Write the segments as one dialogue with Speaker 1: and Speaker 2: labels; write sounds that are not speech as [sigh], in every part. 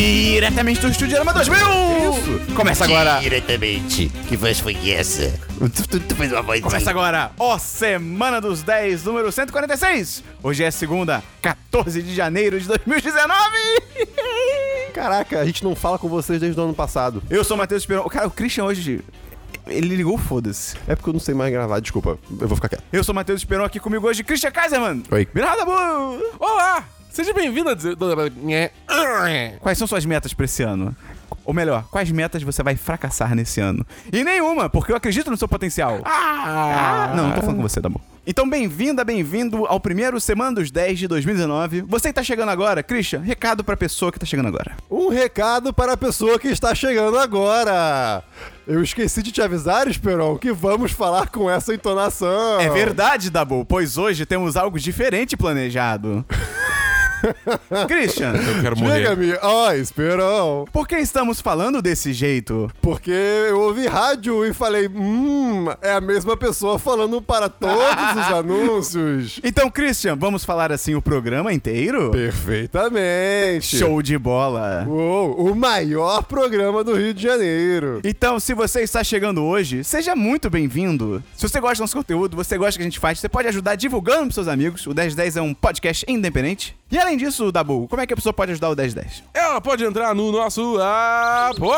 Speaker 1: diretamente do Estúdio Arama 2000! Isso! Começa agora!
Speaker 2: Diretamente. Que voz foi essa? Tu, tu- tu fez uma voz.
Speaker 1: Começa agora, ó Semana dos 10, número 146. Hoje é segunda, 14 de janeiro de 2019.
Speaker 3: Caraca, a gente não fala com vocês desde o ano passado.
Speaker 1: Eu sou o Matheus Esperon. Cara, o Christian hoje, ele ligou, foda-se.
Speaker 3: É porque eu não sei mais gravar, desculpa. Eu vou ficar quieto.
Speaker 1: Eu sou o Matheus Esperon, aqui comigo hoje, Christian Kaiserman.
Speaker 3: Oi.
Speaker 1: Mirada Bu!
Speaker 4: Olá! Seja bem-vindo a dizer.
Speaker 1: Quais são suas metas pra esse ano? Ou melhor, quais metas você vai fracassar nesse ano? E nenhuma, porque eu acredito no seu potencial. Ah, não, não tô falando com você, Dabu. Então, bem-vinda, bem-vindo ao primeiro Semana dos 10 de 2019. Você que tá chegando agora, Christian, recado pra pessoa que tá chegando agora.
Speaker 3: Um recado para a pessoa que está chegando agora. Eu esqueci de te avisar, Esperon, que vamos falar com essa entonação.
Speaker 4: Oh.
Speaker 1: É verdade, Dabu, pois hoje temos algo diferente
Speaker 4: [laughs]
Speaker 1: planejado. Christian,
Speaker 4: Eu quero morrer.
Speaker 3: Diga-me, ó, Esperon,
Speaker 1: por que estamos falando desse jeito?
Speaker 3: porque eu ouvi rádio e falei, hum, é a mesma pessoa falando para todos
Speaker 4: [laughs]
Speaker 3: os anúncios.
Speaker 1: Então, Christian, vamos falar assim o programa inteiro?
Speaker 3: Perfeitamente.
Speaker 1: Show de bola!
Speaker 4: Uh.
Speaker 3: Uou, o maior programa do Rio de Janeiro.
Speaker 1: Então, se você está chegando hoje, seja muito bem-vindo. Se você gosta do nosso conteúdo, você gosta do que a gente faz, você pode ajudar divulgando pros seus amigos. O 1010 é um podcast independente. E além disso, Dabu, como é que a pessoa pode ajudar o 1010?
Speaker 4: Ela pode entrar no nosso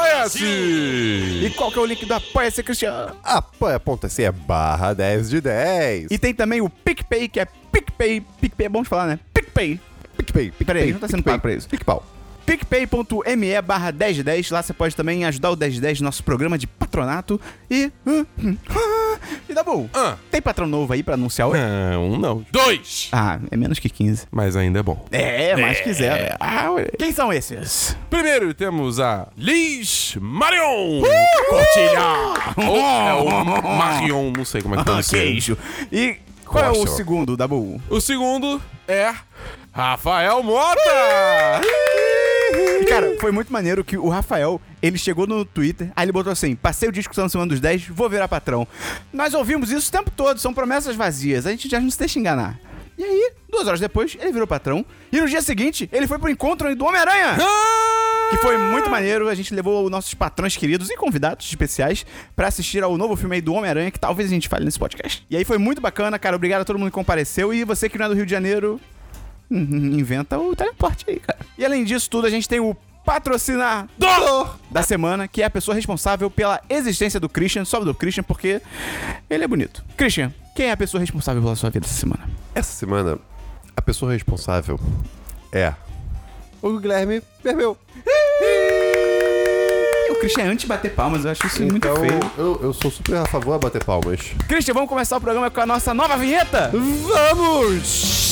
Speaker 4: Apoia-se!
Speaker 1: E qual que é o link do Apoia-se Cristiano?
Speaker 3: apoia.se é barra 10 de 10.
Speaker 1: E tem também o PicPay, que é PicPay. PicPay é bom de falar, né? PicPay.
Speaker 3: PicPay, PicPay.
Speaker 1: Peraí, não tá sendo pago pra isso.
Speaker 3: PicPau.
Speaker 1: PicPay.me barra 1010. Lá você pode também ajudar o 1010 no nosso programa de patronato. E. [laughs] E Dabu,
Speaker 4: Ah.
Speaker 1: tem patrão novo aí pra anunciar hoje?
Speaker 4: Não, um não. Dois!
Speaker 1: Ah, é menos que 15.
Speaker 4: Mas ainda é bom.
Speaker 1: É, mais Ah, que zero. Quem são esses?
Speaker 4: Primeiro temos a Liz Marion! Cortilha! Ou é o Marion, não sei como é que pronuncia.
Speaker 1: Ah, E qual é o
Speaker 3: Qual é o
Speaker 1: segundo, Dabu?
Speaker 4: O segundo é Rafael Mota! Uh!
Speaker 1: E, cara, foi muito maneiro que o Rafael, ele chegou no Twitter, aí ele botou assim, passei o disco só na semana dos 10, vou virar patrão. Nós ouvimos isso o tempo todo, são promessas vazias, a gente já não se deixa enganar. E aí, duas horas depois, ele virou patrão, e no dia seguinte, ele foi pro encontro do Homem-Aranha!
Speaker 4: Ah!
Speaker 1: Que foi muito maneiro, a gente levou os nossos patrões queridos e convidados especiais pra assistir ao novo filme aí do Homem-Aranha, que talvez a gente fale nesse podcast. E aí foi muito bacana, cara, obrigado a todo mundo que compareceu, e você que não é do Rio de Janeiro, Uhum, Inventa o teleporte aí, cara. E além disso tudo, a gente tem o patrocinador da semana, que é a pessoa responsável pela existência do Christian, sobe do Christian, porque ele é bonito. Christian, quem é a pessoa responsável pela sua vida essa semana?
Speaker 3: Essa semana, a pessoa responsável é o Guilherme Vermeu.
Speaker 1: O Christian é anti-bater palmas, eu acho isso muito
Speaker 3: Então,
Speaker 1: feio.
Speaker 3: eu, eu sou super a favor a bater palmas.
Speaker 1: Christian, vamos começar o programa com a nossa nova vinheta?
Speaker 3: Vamos!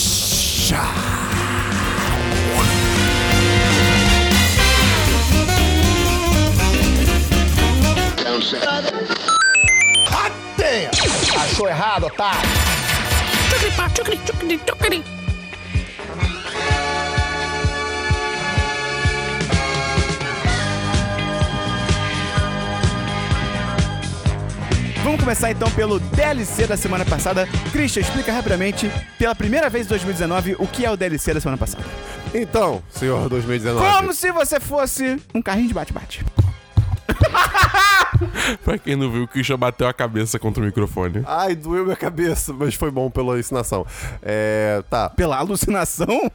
Speaker 1: Vamos começar então pelo DLC da semana passada. Christian, explica rapidamente, pela primeira vez em 2019, o que é o DLC da semana passada.
Speaker 3: Então, senhor 2019.
Speaker 1: Como se você fosse um carrinho de bate-bate.
Speaker 4: pra quem não viu, o Christian bateu a cabeça contra o microfone.
Speaker 3: Ai, doeu minha cabeça, mas foi bom pela ensinação. É. Tá.
Speaker 1: Pela alucinação?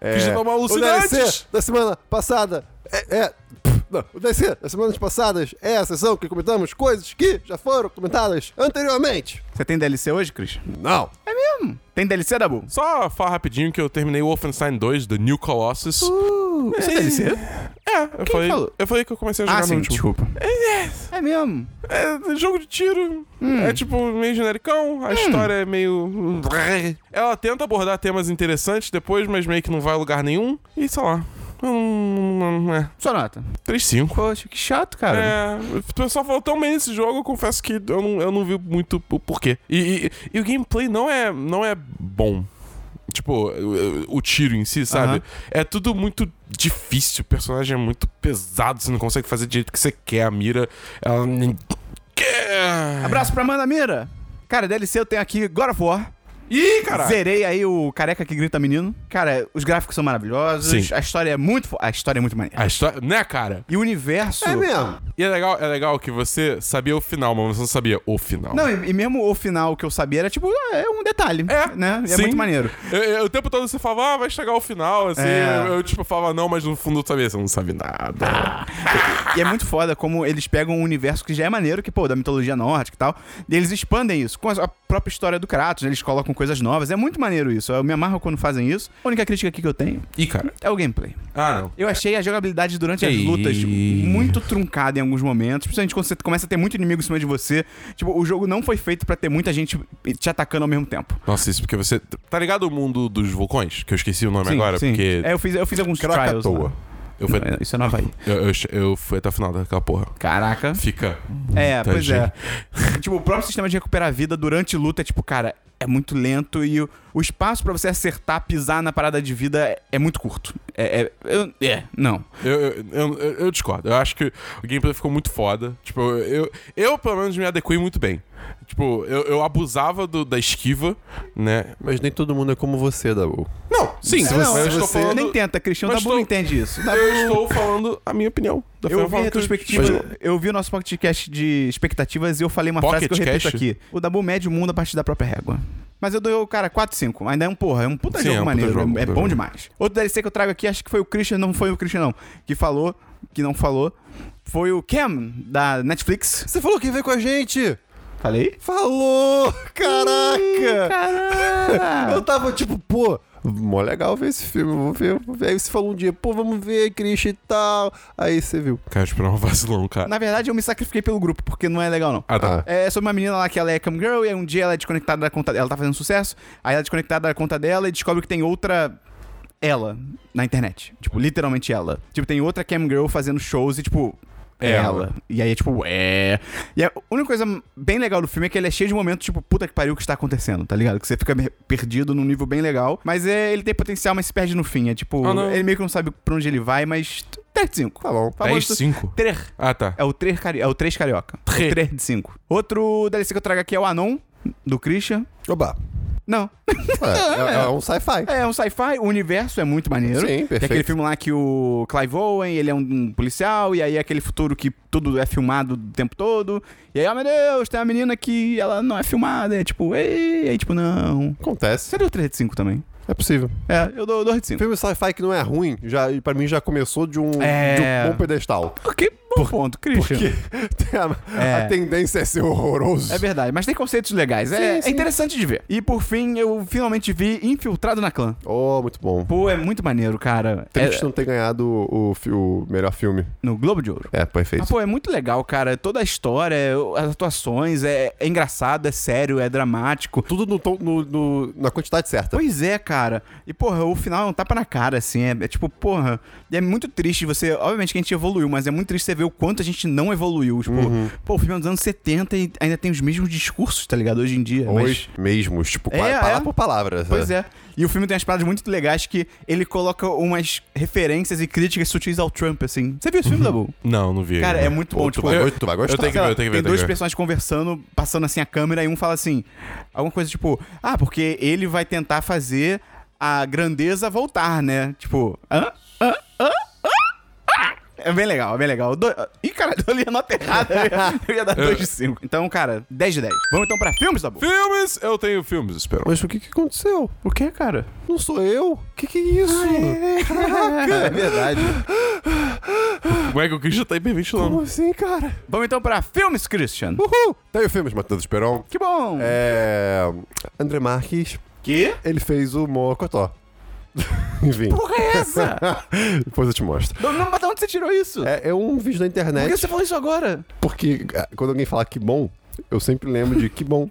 Speaker 3: É,
Speaker 4: Quis tomar
Speaker 3: O DLC
Speaker 4: alucinantes.
Speaker 3: da semana passada é. é pff, não, o DLC das semanas passadas é a sessão que comentamos coisas que já foram comentadas anteriormente.
Speaker 1: Você tem DLC hoje, Christian?
Speaker 3: Não.
Speaker 1: É mesmo? Tem DLC, Dabu?
Speaker 4: Só falar rapidinho que eu terminei o Wolfenstein 2, The New Colossus. Uh,
Speaker 1: Isso é DLC?
Speaker 4: É, eu falei,
Speaker 1: falou?
Speaker 4: eu falei que eu comecei a jogar
Speaker 1: Ah,
Speaker 4: no
Speaker 1: sim,
Speaker 4: último.
Speaker 1: desculpa. É mesmo?
Speaker 4: É jogo de tiro.
Speaker 1: Hum.
Speaker 4: É tipo meio genericão, a história é meio. Ela tenta abordar temas interessantes depois, mas meio que não vai a lugar nenhum. E sei lá. Hum, é.
Speaker 1: Sua nota.
Speaker 4: 3-5.
Speaker 1: Poxa, que chato, cara.
Speaker 4: É, o pessoal falou tão bem nesse jogo, eu confesso que eu não, eu não vi muito o porquê. E, e- e o gameplay não é, não é bom. Tipo, o, o tiro em si, sabe?
Speaker 1: Aham.
Speaker 4: É tudo muito difícil, o personagem é muito pesado, você não consegue fazer do jeito que você quer, a mira. Ela.
Speaker 1: Abraço pra Amanda Mira. Cara, DLC eu tenho aqui God of War.
Speaker 4: Ih, caralho!
Speaker 1: Zerei aí o Careca que Grita Menino. Cara, os gráficos são maravilhosos.
Speaker 4: Sim.
Speaker 1: A história é muito. fo- A história é muito maneira.
Speaker 4: A história. Né, cara?
Speaker 1: E o universo.
Speaker 3: É mesmo.
Speaker 4: E é legal, é legal que você sabia o final, mas você não sabia o final.
Speaker 1: Não, e, e mesmo o final que eu sabia era tipo, ah, é um detalhe.
Speaker 4: É,
Speaker 1: Né? E é
Speaker 4: sim.
Speaker 1: muito maneiro.
Speaker 4: Eu- eu- o tempo todo você falava, ah, vai chegar o final, assim.
Speaker 1: É.
Speaker 4: Eu, eu, tipo, falava, não, mas no fundo eu sabia, você não sabe nada.
Speaker 1: E é
Speaker 4: [laughs]
Speaker 1: muito foda como eles pegam um universo que já é maneiro, que, pô, da mitologia nórdica e tal, e eles expandem isso com a própria história do Kratos, né? eles colocam coisas novas. É muito maneiro isso. Eu me amarro quando fazem isso. A única crítica aqui que eu tenho
Speaker 4: Ih, cara.
Speaker 1: é o gameplay.
Speaker 4: Ah, não.
Speaker 1: Eu achei a jogabilidade durante as
Speaker 4: Ih.
Speaker 1: lutas muito truncada em alguns momentos, principalmente quando você começa a ter muito inimigo em cima de você. Tipo, o jogo não foi feito pra ter muita gente te atacando ao mesmo tempo.
Speaker 4: Nossa, isso porque você. Tá ligado o mundo dos vulcões? Que eu esqueci o nome
Speaker 1: Sim,
Speaker 4: agora,
Speaker 1: sim.
Speaker 4: porque.
Speaker 1: É, eu fiz, eu fiz alguns trials.
Speaker 4: Krakatoa.
Speaker 1: lá.
Speaker 4: Eu fui,
Speaker 1: Não, Isso é Nova Havaí.
Speaker 4: eu, eu, eu fui até o final daquela porra.
Speaker 1: Caraca.
Speaker 4: Fica.
Speaker 1: É, pois
Speaker 4: Tadinho.
Speaker 1: é. tipo, o próprio sistema de recuperar a vida durante luta é tipo, cara, é muito lento e o, o espaço pra você acertar, pisar na parada de vida é, é muito curto. É, é, eu- é, não.
Speaker 4: Eu, eu, eu- eu- eu discordo. Eu acho que o gameplay ficou muito foda. Tipo, eu, eu pelo menos me adequei muito bem. Tipo, eu, eu abusava do- da esquiva, né?
Speaker 3: Mas nem todo mundo é como você, Dabu.
Speaker 4: Não, sim,
Speaker 1: É,
Speaker 4: mas
Speaker 1: não,
Speaker 4: eu
Speaker 1: se
Speaker 4: estou
Speaker 1: você
Speaker 4: falando.
Speaker 1: nem tenta, Cristiano
Speaker 4: Mas
Speaker 1: Dabu
Speaker 4: estou-
Speaker 1: não entende isso. Dabu-
Speaker 4: Eu estou falando a minha opinião. Da
Speaker 1: Eu vi
Speaker 4: forma
Speaker 1: a
Speaker 4: que
Speaker 1: retrospectiva,
Speaker 4: Mas-
Speaker 1: eu vi o nosso podcast de expectativas e eu falei uma frase
Speaker 4: Pocket
Speaker 1: que eu repito
Speaker 4: Cast?
Speaker 1: aqui. O Dabu mede o mundo a partir da própria régua. Mas eu dou, o cara, 4, 5. Ainda é um porra, é um puta
Speaker 4: Sim,
Speaker 1: jogo
Speaker 4: é um puta
Speaker 1: maneiro,
Speaker 4: jogo,
Speaker 1: é, é
Speaker 4: puta
Speaker 1: bom
Speaker 4: jogo.
Speaker 1: demais. Outro DLC que eu trago aqui, acho que foi o Christian, não foi o Christian não, que falou, que não falou, foi o Cam, da Netflix.
Speaker 3: Você falou que veio com a gente!
Speaker 1: Falei?
Speaker 3: Falou! Caraca! Eu
Speaker 4: [laughs]
Speaker 1: Caraca!
Speaker 3: tava tipo, pô, mó legal ver esse filme, vou ver. vou ver. Aí você falou um dia, pô, vamos ver, Christian e tal. Aí você viu.
Speaker 4: Cara, esperar um vacilão, cara.
Speaker 1: Na verdade, eu me sacrifiquei pelo grupo, porque não é legal não.
Speaker 4: Ah, tá.
Speaker 3: Ah.
Speaker 1: É sobre uma menina lá que ela é cam girl e aí um dia ela é desconectada da conta Ela tá fazendo sucesso, aí ela é desconectada da conta dela e descobre que tem outra ela na internet. Tipo, literalmente ela. Tipo, tem outra cam girl fazendo shows e tipo. É
Speaker 4: Ela.
Speaker 1: ela. E aí é tipo, é. E a única coisa bem legal do filme é que ele é cheio de momentos, tipo, puta que pariu o que está acontecendo, tá ligado? Que você fica me- perdido num nível bem legal. Mas é, ele tem potencial, mas se perde no fim. É tipo,
Speaker 4: Ah, não.
Speaker 1: ele meio que não sabe pra onde ele vai, mas. 10 de 5. Tá bom.
Speaker 4: 10,
Speaker 3: É,
Speaker 4: 5.
Speaker 1: Ter.
Speaker 4: Ah, tá.
Speaker 1: É o 3 cari é o três carioca.
Speaker 4: Tre.
Speaker 1: 3 de 5. Outro DLC que eu trago aqui é o Anon, do Christian.
Speaker 3: Oba!
Speaker 1: Não.
Speaker 3: É, é- é um sci-fi.
Speaker 1: É um sci-fi, o universo é muito maneiro.
Speaker 3: Sim, perfeito.
Speaker 1: É aquele filme lá que o Clive Owen, ele é um, um policial, e aí é aquele futuro que tudo é filmado o tempo todo. E aí, oh meu Deus, tem uma menina que ela não é filmada, é tipo, ei, e aí tipo, não.
Speaker 3: Acontece.
Speaker 1: Você deu 3 de 5 também?
Speaker 3: É possível.
Speaker 1: É, eu dou 2 de 5.
Speaker 3: Filme sci-fi que não é ruim, já, e pra mim já começou de um,
Speaker 1: É.
Speaker 3: de um bom pedestal. [laughs]
Speaker 1: Que bom ponto, Christian.
Speaker 3: Porque tem a,
Speaker 1: É.
Speaker 3: a tendência é ser horroroso.
Speaker 1: É verdade, mas tem conceitos legais. é, é interessante de ver. E por fim, eu finalmente vi Infiltrado na Clã.
Speaker 3: Oh, muito bom.
Speaker 1: Pô, é muito maneiro, cara. É,
Speaker 3: Triste não ter ganhado o, fi- o melhor filme.
Speaker 1: no Globo de Ouro.
Speaker 3: É, perfeito.
Speaker 1: Mas, pô, é muito legal, cara. Toda a história, é- as atuações, é, é engraçado, é sério, é dramático.
Speaker 3: Tudo no tom- no- no- na quantidade certa.
Speaker 1: Pois é, cara. E, porra, o final é um tapa na cara, assim. É, é tipo, porra. E é muito triste você. Obviamente que a gente evoluiu, mas é muito triste você ver o quanto a gente não evoluiu. Tipo, pô, o filme é dos anos 70 e ainda tem os mesmos discursos, tá ligado? Hoje em dia. mas-
Speaker 3: Hoje mesmo, tipo,
Speaker 1: É,
Speaker 3: pa-
Speaker 1: é.
Speaker 3: palavra por palavra.
Speaker 1: Pois é. E o filme tem umas paradas muito legais que ele coloca umas referências e críticas sutis ao Trump, assim. Você viu esse filme, Dabu?
Speaker 4: Não, não vi.
Speaker 1: Cara, é muito bom.
Speaker 3: tu,
Speaker 1: tipo,
Speaker 3: vai,
Speaker 4: eu-
Speaker 3: tu vai gostar.
Speaker 4: eu tenho que ver, eu tenho que
Speaker 1: tem
Speaker 4: ver. eu tenho
Speaker 1: dois
Speaker 4: que ver.
Speaker 1: personagens conversando, passando assim a câmera, e um fala assim: alguma coisa tipo, ah, porque ele vai tentar fazer a grandeza voltar, né? Tipo, hã? Hã? Hã? Hã? Ah! É bem legal, é bem legal. Do... Ih, caralho, [laughs] eu li a nota errada. Eu ia, eu ia dar 2 de 5. Então, cara, 10 de 10. Vamos então pra filmes, Dabu?
Speaker 4: Filmes! Eu tenho filmes, espero.
Speaker 3: Mas o que, que aconteceu?
Speaker 1: O que, cara?
Speaker 3: Não sou eu? O que, que é isso?
Speaker 1: É verdade.
Speaker 4: Como é que o Christian tá hiperventilando?
Speaker 3: Como assim, cara?
Speaker 1: [laughs] Vamos então pra filmes, Christian.
Speaker 3: Uhul! Tenho filmes, Matheus Esperon.
Speaker 1: Que bom.
Speaker 3: É. André Marques,
Speaker 1: Que?
Speaker 3: ele fez o Mocotó. [laughs] Enfim,
Speaker 1: Porra é [laughs] essa?
Speaker 3: depois eu te mostro.
Speaker 1: não, não, mas de onde você tirou isso?
Speaker 3: É, é um vídeo da
Speaker 1: Por que
Speaker 3: internet,
Speaker 1: você falou isso agora?
Speaker 3: porque ah, quando alguém fala que bom, eu sempre lembro de que bom.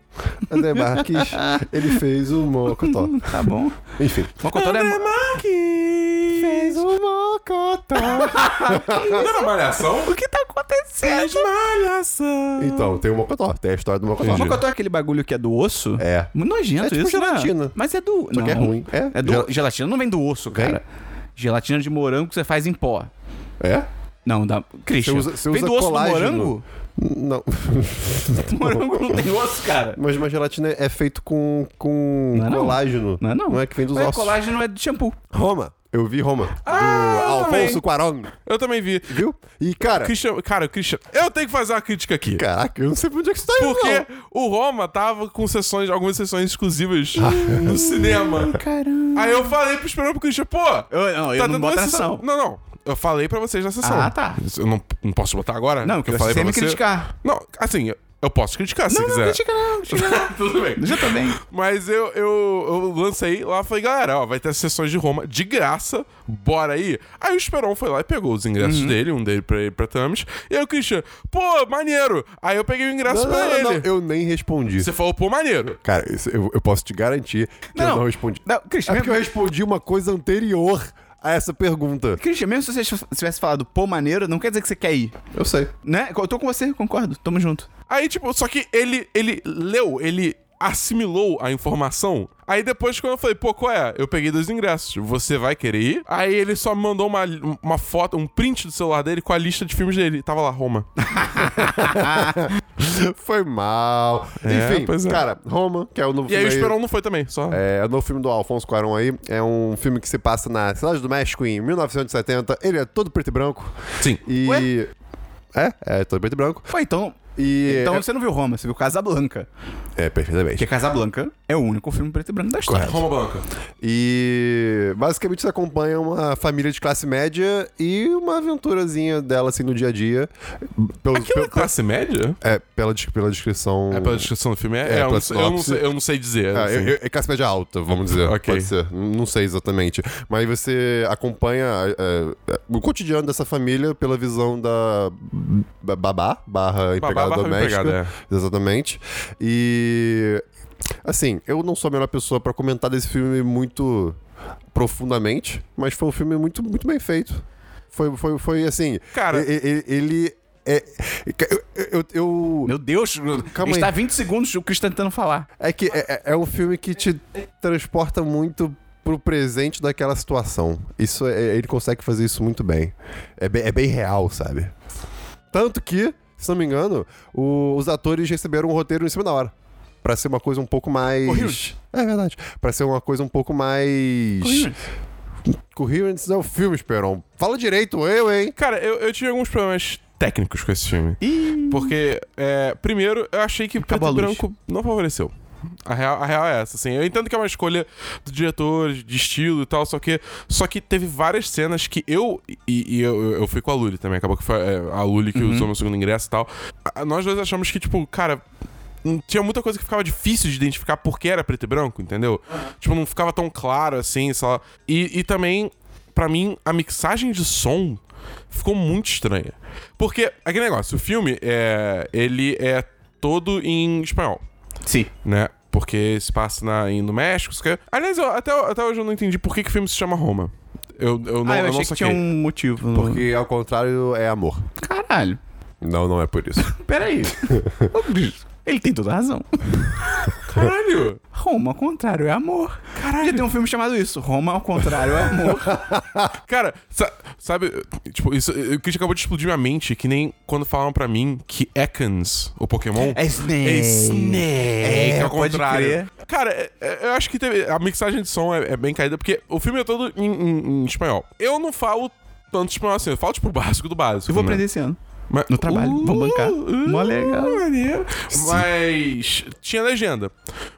Speaker 3: André Marques, ele fez o Mocotó.
Speaker 1: Tá bom.
Speaker 3: Enfim.
Speaker 1: Mocotó é...
Speaker 4: Fez
Speaker 3: o Mocotó.
Speaker 4: Não era malhação?
Speaker 1: O que tá acontecendo?
Speaker 4: Fez malhação.
Speaker 3: Então, tem o Mocotó, tem a história do Mocotó.
Speaker 4: Entendi.
Speaker 1: Mocotó é aquele bagulho que é do osso?
Speaker 3: É.
Speaker 1: Muito nojento
Speaker 3: É tipo
Speaker 1: isso, né?
Speaker 3: gelatina.
Speaker 1: Mas é do...
Speaker 3: Só
Speaker 1: não.
Speaker 3: que é ruim.
Speaker 1: É do...
Speaker 3: Gel-
Speaker 1: Gelatina não vem do osso, cara. Gelatina de morango que você faz em pó.
Speaker 3: É?
Speaker 1: Não, dá. Christian,
Speaker 3: Você usa- você
Speaker 1: vem
Speaker 3: usa
Speaker 1: do osso do
Speaker 3: colágeno. [laughs]
Speaker 1: morango?
Speaker 3: Não.
Speaker 1: Morango não tem osso, cara.
Speaker 3: Mas uma gelatina é feito com, com
Speaker 1: Não é não?
Speaker 3: colágeno.
Speaker 1: Não é não.
Speaker 3: é que vem dos
Speaker 1: Mas
Speaker 3: ossos.
Speaker 1: colágeno é de shampoo.
Speaker 3: Roma. Eu vi Roma.
Speaker 4: Ah,
Speaker 3: do Alfonso
Speaker 4: também.
Speaker 3: Cuarón.
Speaker 4: Eu também vi.
Speaker 3: Viu? E, cara...
Speaker 4: Christian, cara, Christian, eu tenho que fazer uma crítica aqui.
Speaker 3: Caraca, eu não sei pra onde é que você tá indo,
Speaker 4: Porque
Speaker 3: não.
Speaker 4: o Roma tava com sessões, algumas sessões exclusivas
Speaker 1: Ah.
Speaker 4: no
Speaker 3: Né,
Speaker 1: [laughs]
Speaker 4: cinema.
Speaker 1: Caramba.
Speaker 4: Aí eu falei pro Esperão pro Christian, pô,
Speaker 1: Eu, não, eu
Speaker 4: tá
Speaker 1: não
Speaker 4: dando
Speaker 1: boto
Speaker 4: uma
Speaker 1: nessa,
Speaker 4: sessão.
Speaker 1: não.
Speaker 4: Não, não. Eu falei pra vocês na sessão.
Speaker 1: Ah, tá.
Speaker 4: Eu não, não posso botar agora?
Speaker 1: Não,
Speaker 4: porque
Speaker 1: que você
Speaker 4: pra
Speaker 1: me criticar.
Speaker 4: Não, assim, eu, eu posso criticar se
Speaker 1: Não, não,
Speaker 4: quiser.
Speaker 1: critica não, critica
Speaker 3: [laughs]
Speaker 1: não.
Speaker 4: [laughs] Tudo bem.
Speaker 1: Já tá bem.
Speaker 4: Mas eu, eu, eu lancei lá, falei, galera, ó, vai ter as sessões de Roma de graça, bora aí. Aí o Esperon foi lá e pegou os ingressos
Speaker 3: Uhum.
Speaker 4: dele, um dele pra, pra Thames, e aí o Christian, pô, maneiro. Aí eu peguei o ingresso
Speaker 3: Não,
Speaker 4: pra
Speaker 3: não, não,
Speaker 4: ele.
Speaker 3: não, eu nem respondi.
Speaker 4: Você falou, pô, maneiro.
Speaker 3: Cara, isso- eu, eu posso te garantir que eu não respondi.
Speaker 1: Não, Christian,
Speaker 3: É porque eu
Speaker 1: mesmo,
Speaker 3: respondi uma coisa anterior a essa pergunta.
Speaker 1: Christian, mesmo se você tivesse falado pô maneiro, não quer dizer que você quer ir.
Speaker 3: Eu sei.
Speaker 1: Né? Eu tô com você, concordo. Tamo junto.
Speaker 4: Aí, tipo, só que ele, ele leu, ele assimilou a informação. Aí depois, quando eu falei, pô, qual é? Eu peguei dois ingressos. Você vai querer ir? Aí ele só me mandou uma, uma foto, um print do celular dele com a lista de filmes dele. Tava
Speaker 3: [laughs]
Speaker 4: lá, Roma.
Speaker 3: [laughs] Foi mal.
Speaker 4: É,
Speaker 3: Enfim,
Speaker 4: pois é.
Speaker 3: cara, Roma, que é o novo
Speaker 4: E aí o
Speaker 3: filme.
Speaker 4: Esperon não foi também, só.
Speaker 3: É, é o novo filme do Alfonso Cuarón aí. É um filme que se passa na cidade do México em 1970. Ele é todo preto e branco.
Speaker 4: Sim.
Speaker 3: E.
Speaker 1: Ué?
Speaker 3: É, é todo preto e branco.
Speaker 1: Pô, então.
Speaker 3: E.
Speaker 1: Então você não viu Roma, você viu Casablanca.
Speaker 3: É, perfeitamente.
Speaker 1: Porque Casablanca é o único filme preto e branco da história.
Speaker 4: Roma Blanca.
Speaker 3: E basicamente você acompanha uma família de classe média e uma aventurazinha dela assim no dia a dia. Pelos,
Speaker 4: Aquilo é
Speaker 3: pe-
Speaker 4: classe média?
Speaker 3: é, pela, des- pela descrição.
Speaker 4: É pela descrição do filme? É, é, eu,
Speaker 3: pela
Speaker 4: não sei, eu, não
Speaker 3: sinopse.
Speaker 4: sei, eu não sei dizer.
Speaker 3: Ah,
Speaker 4: assim.
Speaker 3: é- é classe média alta, vamos dizer.
Speaker 4: Ok.
Speaker 3: Pode ser. N- Não sei exatamente. Mas você acompanha é, é, o cotidiano dessa família pela visão da ba- babá, barra empregada
Speaker 4: barra
Speaker 3: doméstica.
Speaker 4: empregada, é.
Speaker 3: Exatamente. E. Assim, eu não sou a melhor pessoa pra comentar desse filme muito profundamente, mas foi um filme muito, muito bem feito. Foi, foi, foi assim.
Speaker 4: Cara-
Speaker 3: e- e- ele. é, eu, eu- eu-
Speaker 1: Meu Deus,
Speaker 3: Calma
Speaker 1: está
Speaker 3: aí.
Speaker 1: 20 segundos o Christian tentando falar.
Speaker 3: é que é, é- é um filme que te transporta muito pro presente daquela situação. Isso é- ele consegue fazer isso muito bem. É bem, é bem real, sabe? Tanto que, se não me engano, o- os atores receberam um roteiro em cima da hora. Pra ser uma coisa um pouco mais.
Speaker 1: Coherent.
Speaker 3: É verdade. Pra ser uma coisa um pouco mais.
Speaker 1: Coherent.
Speaker 3: Coherence é o filme, Esperon. Fala direito, eu, hein?
Speaker 4: Cara, eu, eu tive alguns problemas técnicos com esse filme. Porque, é, primeiro, eu achei que
Speaker 1: Acabou
Speaker 4: Preto e
Speaker 1: a luz.
Speaker 4: Branco não favoreceu. A real, a real é essa, assim. Eu entendo que é uma escolha do diretor, de estilo e tal, só que, só que teve várias cenas que eu. E, e eu, eu fui com a Lully também, acabou que foi é, a Lully que
Speaker 1: Uhum.
Speaker 4: usou meu segundo ingresso e tal. A- nós dois achamos que, tipo, cara. hum, Tinha muita coisa que ficava difícil de identificar porque era preto e branco, entendeu? Tipo, não ficava tão claro assim, sei lá. E, e também, pra mim, a mixagem de som ficou muito estranha. Porque, aquele negócio, o filme é. Ele é todo em espanhol,
Speaker 1: Sim.
Speaker 4: né? Porque se passa na, em- no México, isso que... é. Aliás, eu- até, até hoje eu não entendi por que, que o filme se chama Roma. Eu, eu não,
Speaker 1: ah, eu,
Speaker 4: eu
Speaker 1: achei
Speaker 4: não
Speaker 1: que
Speaker 4: saquei.
Speaker 1: tinha um motivo. no-
Speaker 3: Porque ao contrário é amor.
Speaker 1: Caralho.
Speaker 3: Não, não é por isso.
Speaker 1: [laughs] Peraí. Ô, Christian, Ele tem toda a razão.
Speaker 4: Caralho!
Speaker 1: Roma ao contrário é amor. Caralho. Já tem um filme chamado isso. Roma ao contrário é amor.
Speaker 4: [laughs]
Speaker 1: [laughs]
Speaker 4: Cara, sa- sabe, tipo, isso, o Christian acabou de explodir minha mente, que nem quando falaram pra mim que Ekans, o Pokémon,
Speaker 1: Snake.
Speaker 4: É Snake,
Speaker 1: É,
Speaker 4: ao
Speaker 1: pode
Speaker 4: contrário.
Speaker 1: crer.
Speaker 4: Cara, é- é- eu acho que teve- a mixagem de som é, é bem caída, porque o filme é todo em, em- em espanhol. Eu não falo tanto espanhol assim, eu falo tipo o básico do básico.
Speaker 1: Eu vou
Speaker 4: né?
Speaker 1: aprender esse ano.
Speaker 4: Mas- uh,
Speaker 1: no trabalho, vamos bancar. Mó legal.
Speaker 4: maneiro. Mas tinha legenda.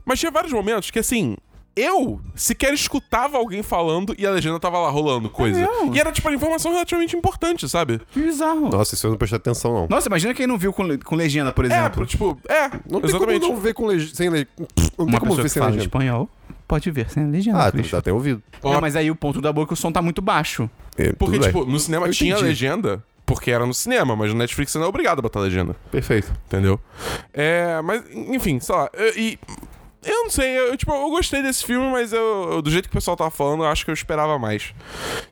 Speaker 4: Mas tinha vários momentos que assim. Eu sequer escutava alguém falando e a legenda tava lá rolando coisa.
Speaker 1: mesmo?
Speaker 4: e era, tipo, informação relativamente importante, sabe?
Speaker 1: Que bizarro.
Speaker 3: Nossa, isso eu não prestei atenção, não.
Speaker 1: Nossa, imagina quem não viu com, le- com legenda, por
Speaker 4: É,
Speaker 1: exemplo.
Speaker 4: tipo, é,
Speaker 3: Não tem
Speaker 4: exatamente.
Speaker 3: como não ver com legenda. Sem leg... Não tem
Speaker 1: Uma
Speaker 3: como
Speaker 1: pessoa
Speaker 3: ver
Speaker 1: que
Speaker 3: sem
Speaker 1: fala
Speaker 3: legenda.
Speaker 1: espanhol pode ver sem legenda,
Speaker 3: Ah, tu
Speaker 1: Christian.
Speaker 3: já tem ouvido.
Speaker 1: Não, mas aí o ponto da boca, o som tá muito baixo.
Speaker 3: É,
Speaker 4: Porque,
Speaker 3: tudo bem.
Speaker 4: tipo, no cinema
Speaker 3: Eu
Speaker 4: tinha
Speaker 3: entendi.
Speaker 4: legenda, porque era no cinema, mas no Netflix você não é obrigado a botar legenda,
Speaker 3: Perfeito.
Speaker 4: entendeu? É, mas, enfim, sei lá, eu- e. Eu não sei, eu, tipo, eu gostei desse filme, mas eu, eu- do jeito que o pessoal tava falando, eu acho que eu esperava mais.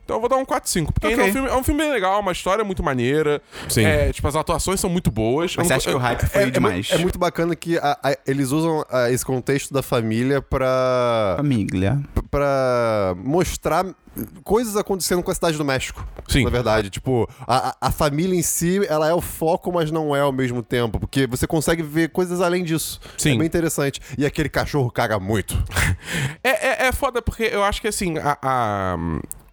Speaker 4: Então eu vou dar um 4-5, porque ainda é, um
Speaker 1: Ok.
Speaker 4: filme, é um filme bem legal, uma história muito maneira.
Speaker 3: Sim.
Speaker 4: É, tipo, as atuações são muito boas. Eu
Speaker 1: Mas você
Speaker 4: não-
Speaker 1: acha que
Speaker 4: eu-
Speaker 1: o hype foi
Speaker 3: é,
Speaker 1: demais?
Speaker 3: mu- é muito bacana que a- a- eles usam a, esse contexto da família pra,
Speaker 1: Família.
Speaker 3: pra mostrar coisas acontecendo com a cidade do México.
Speaker 4: Sim.
Speaker 3: Na verdade, tipo, a, a- a família em si, ela é o foco, mas não é ao mesmo tempo, porque você consegue ver coisas além disso.
Speaker 4: Sim.
Speaker 3: É bem interessante. E aquele cachorro caga muito.
Speaker 4: [laughs] É, é, é foda porque eu acho que assim, a, a-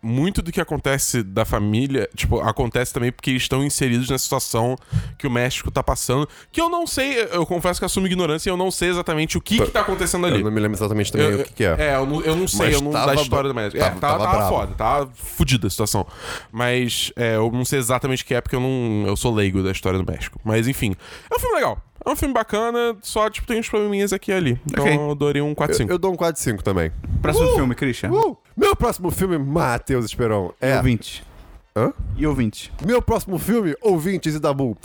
Speaker 4: muito do que acontece da família, tipo, acontece também porque eles estão inseridos na situação que o México tá passando. Que eu não sei, eu- eu confesso que assumo ignorância e eu não sei exatamente o que, que tá acontecendo ali.
Speaker 3: Eu não me lembro exatamente também
Speaker 4: Eu-
Speaker 3: o que, que é.
Speaker 4: eu não, eu não sei,
Speaker 3: Mas
Speaker 4: eu não da
Speaker 3: tava
Speaker 4: história do
Speaker 3: bra-
Speaker 4: médico. é,
Speaker 3: tava-
Speaker 4: tava,
Speaker 3: tava
Speaker 4: tava
Speaker 3: brabo.
Speaker 4: foda, tava fodida a situação. Mas é, eu não sei exatamente o que é, porque eu não. Eu sou leigo da história do México. Mas enfim, é um filme legal. É um filme bacana, só tipo, tem uns probleminhas aqui e ali. Então
Speaker 1: Ok.
Speaker 4: eu daria um 4-5.
Speaker 3: Eu dou um 4 de 5 também.
Speaker 1: Próximo filme, Christian.
Speaker 3: Uh, meu próximo filme, Matheus Esperon.
Speaker 1: E
Speaker 3: É.
Speaker 1: ouvinte.
Speaker 3: Hã?
Speaker 1: E ouvinte.
Speaker 3: Meu próximo filme, Ouvintes e Dabu.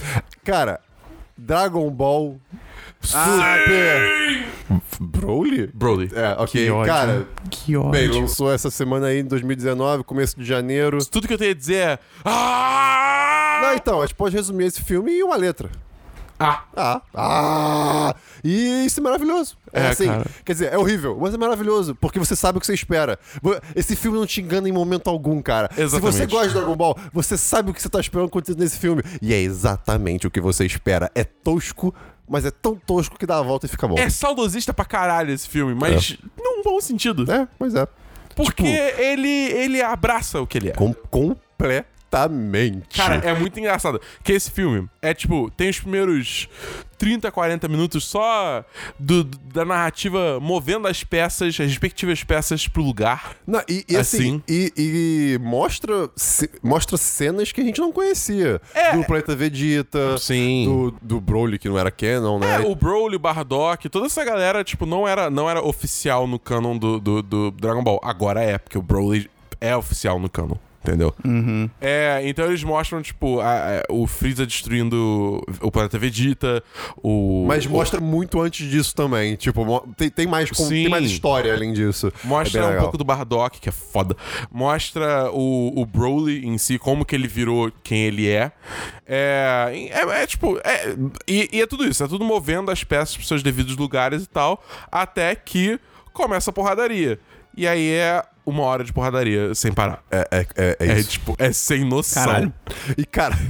Speaker 3: Cara, Dragon Ball Super. Broly?
Speaker 4: Broly.
Speaker 3: É, ok.
Speaker 1: Que ódio.
Speaker 3: Cara,
Speaker 1: Que ódio.
Speaker 3: bem, lançou essa semana aí em 2019, começo de janeiro.
Speaker 4: Tudo que eu tenho a dizer é. Ah!
Speaker 3: Ah, então, a gente pode resumir esse filme em uma letra.
Speaker 4: Ah.
Speaker 3: Ah, ah! E isso é maravilhoso. É,
Speaker 4: É,
Speaker 3: assim,
Speaker 4: cara.
Speaker 3: quer dizer, é horrível, mas é maravilhoso, porque você sabe o que você espera. Vo- Esse filme não te engana em momento algum, cara.
Speaker 4: Exatamente.
Speaker 3: Se você gosta de Dragon Ball, você sabe o que você tá esperando acontecer nesse filme. E é exatamente o que você espera. É tosco, mas é tão tosco que dá a volta e fica bom.
Speaker 4: É saudosista pra caralho esse filme, mas num bom sentido.
Speaker 3: É, tipo- mas é.
Speaker 4: Porque ele, ele abraça o que ele é.
Speaker 3: Com- completamente.
Speaker 4: Cara, é muito engraçado. Que esse filme é tipo, tem os primeiros 30, 40 minutos só do- da narrativa movendo as peças, as respectivas peças pro lugar.
Speaker 3: Não, e, e assim,
Speaker 4: Assim.
Speaker 3: E, e mostra, ce- mostra cenas que a gente não conhecia.
Speaker 4: É.
Speaker 3: Do Planeta Vegeta.
Speaker 4: Sim.
Speaker 3: Do, do Broly, que não era canon, né?
Speaker 4: É, o Broly, o Bardock, toda essa galera, tipo, não era, não era oficial no canon do, do, do Dragon Ball. Agora é, porque o Broly é oficial no canon. Entendeu? É, então eles mostram, tipo, a- a- o Freeza destruindo o planeta Vegeta, o.
Speaker 3: Mas
Speaker 4: o-
Speaker 3: mostra muito antes disso também. Tipo, mo- tem, tem, mais, com- tem
Speaker 4: Sim.
Speaker 3: mais história além disso. É
Speaker 4: Mostra
Speaker 3: bem
Speaker 4: um
Speaker 3: legal.
Speaker 4: pouco do Bardock, que é foda. Mostra o, o Broly em si, como que ele virou quem ele é. É, é, é tipo... é- e, e é tudo isso. É tudo movendo as peças pros seus devidos lugares e tal. Até que começa a porradaria. E aí é uma hora de porradaria sem parar. É,
Speaker 3: É, é, é isso.
Speaker 4: tipo... É tipo sem noção.
Speaker 1: Caralho.
Speaker 3: E, cara, [laughs]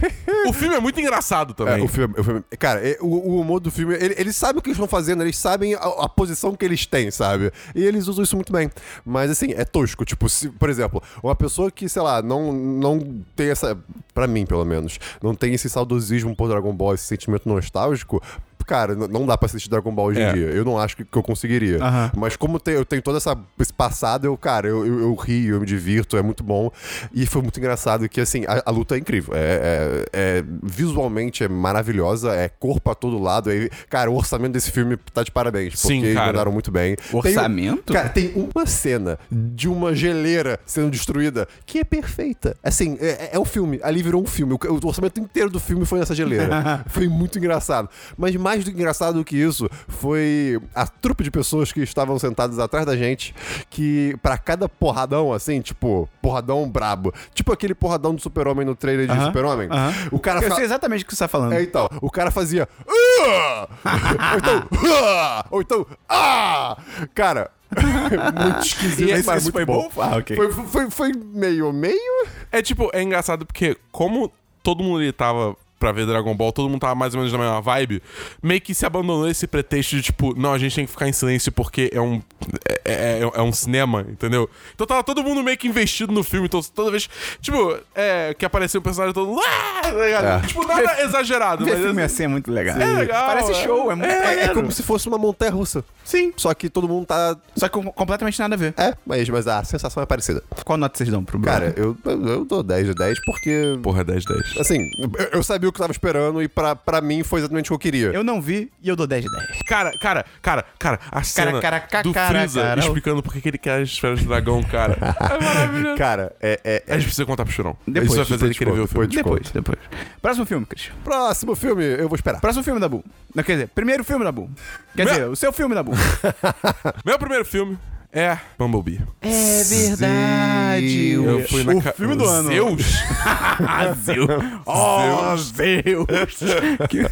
Speaker 4: O filme é muito engraçado
Speaker 3: é,
Speaker 4: também.
Speaker 3: o filme. o filme- cara, é, o, o humor do filme. ele- eles sabem o que eles estão fazendo, eles sabem a, a posição que eles têm, sabe? E eles usam isso muito bem. Mas, assim, é tosco. Tipo, se, por exemplo, uma pessoa que, sei lá, não, não tem essa. Pra mim, pelo menos. Não tem esse saudosismo por Dragon Ball, esse sentimento nostálgico. Cara, n- não dá pra assistir Dragon Ball hoje
Speaker 4: É.
Speaker 3: em dia. Eu não acho que, que eu conseguiria.
Speaker 1: Aham.
Speaker 3: Mas como te- eu tenho todo essa, esse passado, eu, cara, eu, eu, eu rio, eu me divirto, é muito bom. E foi muito engraçado que, assim, a, a luta é incrível. É, é- é- visualmente é maravilhosa, é corpo a todo lado. É, cara, o orçamento desse filme tá de parabéns, porque
Speaker 4: Sim,
Speaker 3: eles
Speaker 4: cara.
Speaker 3: mandaram muito bem. Tem-
Speaker 1: Orçamento?
Speaker 3: cara, tem uma cena de uma geleira sendo destruída que é perfeita. Assim, é, é- é um filme. Ali virou um filme. O, o orçamento inteiro do filme foi
Speaker 1: [laughs]
Speaker 3: nessa geleira. foi muito engraçado. Mas mais do que engraçado do que isso, foi a trupe de pessoas que estavam sentadas atrás da gente que, pra cada porradão, assim, tipo, porradão brabo. Tipo aquele porradão do super-homem no trailer de
Speaker 1: Aham,
Speaker 3: super-homem.
Speaker 1: aham.
Speaker 3: O cara
Speaker 1: Eu
Speaker 3: fa-
Speaker 1: sei exatamente o que você tá falando.
Speaker 3: é, então, o cara fazia. "Ah!" ou então. "Ah!" ou então. Ah! Cara. [laughs] muito esquisito.
Speaker 1: E esse-
Speaker 3: mas
Speaker 1: esse
Speaker 3: muito
Speaker 1: foi bom? Ah, ok.
Speaker 3: Foi, foi, foi meio, meio.
Speaker 4: É tipo, é engraçado porque como todo mundo ali tava pra ver Dragon Ball, todo mundo tava mais ou menos na mesma vibe, meio que se abandonou esse pretexto de tipo, não, a gente tem que ficar em silêncio porque é um é, é- é- é um cinema, entendeu? Então tava todo mundo meio que investido no filme, então toda vez, tipo, é, que apareceu um personagem todo mundo, "Ah!", tá ligado? tipo, nada exagerado,
Speaker 1: Ver
Speaker 4: mas
Speaker 1: filme
Speaker 4: assim,
Speaker 1: assim é muito legal.
Speaker 4: É legal,
Speaker 1: Parece
Speaker 4: é.
Speaker 1: show, é muito
Speaker 4: É,
Speaker 1: maneiro.
Speaker 3: É como se fosse uma montanha russa.
Speaker 1: Sim.
Speaker 3: Só que todo mundo tá.
Speaker 1: Só que com completamente nada a ver.
Speaker 3: É, mas, mas a sensação é parecida.
Speaker 1: Qual nota vocês dão pro
Speaker 3: Cara,
Speaker 1: Broly?
Speaker 3: eu, eu eu dou 10 de 10 porque.
Speaker 4: porra 10 10.
Speaker 3: Assim, eu, eu sabia o que eu tava esperando e pra, pra mim foi exatamente o que eu queria.
Speaker 1: eu não vi e eu dou 10 de 10.
Speaker 4: Cara, cara, cara, cara, a cena
Speaker 1: cara, ca-
Speaker 4: do
Speaker 1: cara,
Speaker 4: Freeza
Speaker 1: cara.
Speaker 4: explicando por que que ele quer as esferas do dragão, cara. É maravilhoso.
Speaker 3: Cara, é. é,
Speaker 4: A gente precisa contar pro Churão.
Speaker 1: Depois,
Speaker 4: Isso vai fazer
Speaker 3: depois
Speaker 4: ele querer ver o filme.
Speaker 3: eu te
Speaker 1: Depois, depois. Próximo filme, Christian.
Speaker 3: Próximo filme, eu vou esperar.
Speaker 1: Próximo filme, Dabu. Não, quer dizer, primeiro filme, Dabu. Quer
Speaker 4: Meu-
Speaker 1: dizer, o seu filme, Dabu.
Speaker 4: Meu primeiro filme é Bumblebee.
Speaker 1: É
Speaker 3: verdade.
Speaker 1: [laughs]
Speaker 4: Eu fui na
Speaker 1: o
Speaker 4: ca-
Speaker 1: filme do ano.
Speaker 4: Zeus?
Speaker 1: Ah, [laughs] Zeus. Oh, Zeus. Que...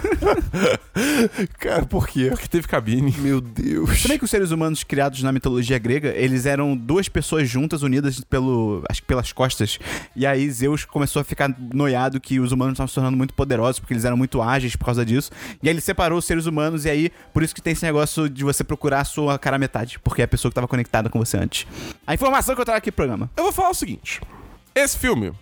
Speaker 3: Cara, por quê?
Speaker 4: [laughs] Porque teve cabine.
Speaker 3: Meu Deus.
Speaker 1: Também que os seres humanos criados na mitologia grega, eles eram duas pessoas juntas, unidas pelo, acho que pelas costas. E aí Zeus começou a ficar noiado que os humanos estavam se tornando muito poderosos, porque eles eram muito ágeis por causa disso. E aí ele separou os seres humanos, e aí por isso que tem esse negócio de você procurar a sua cara metade, porque é a pessoa que estava conectada com você antes. A informação que eu trago aqui pro programa.
Speaker 4: Eu vou falar o seguinte. Esse filme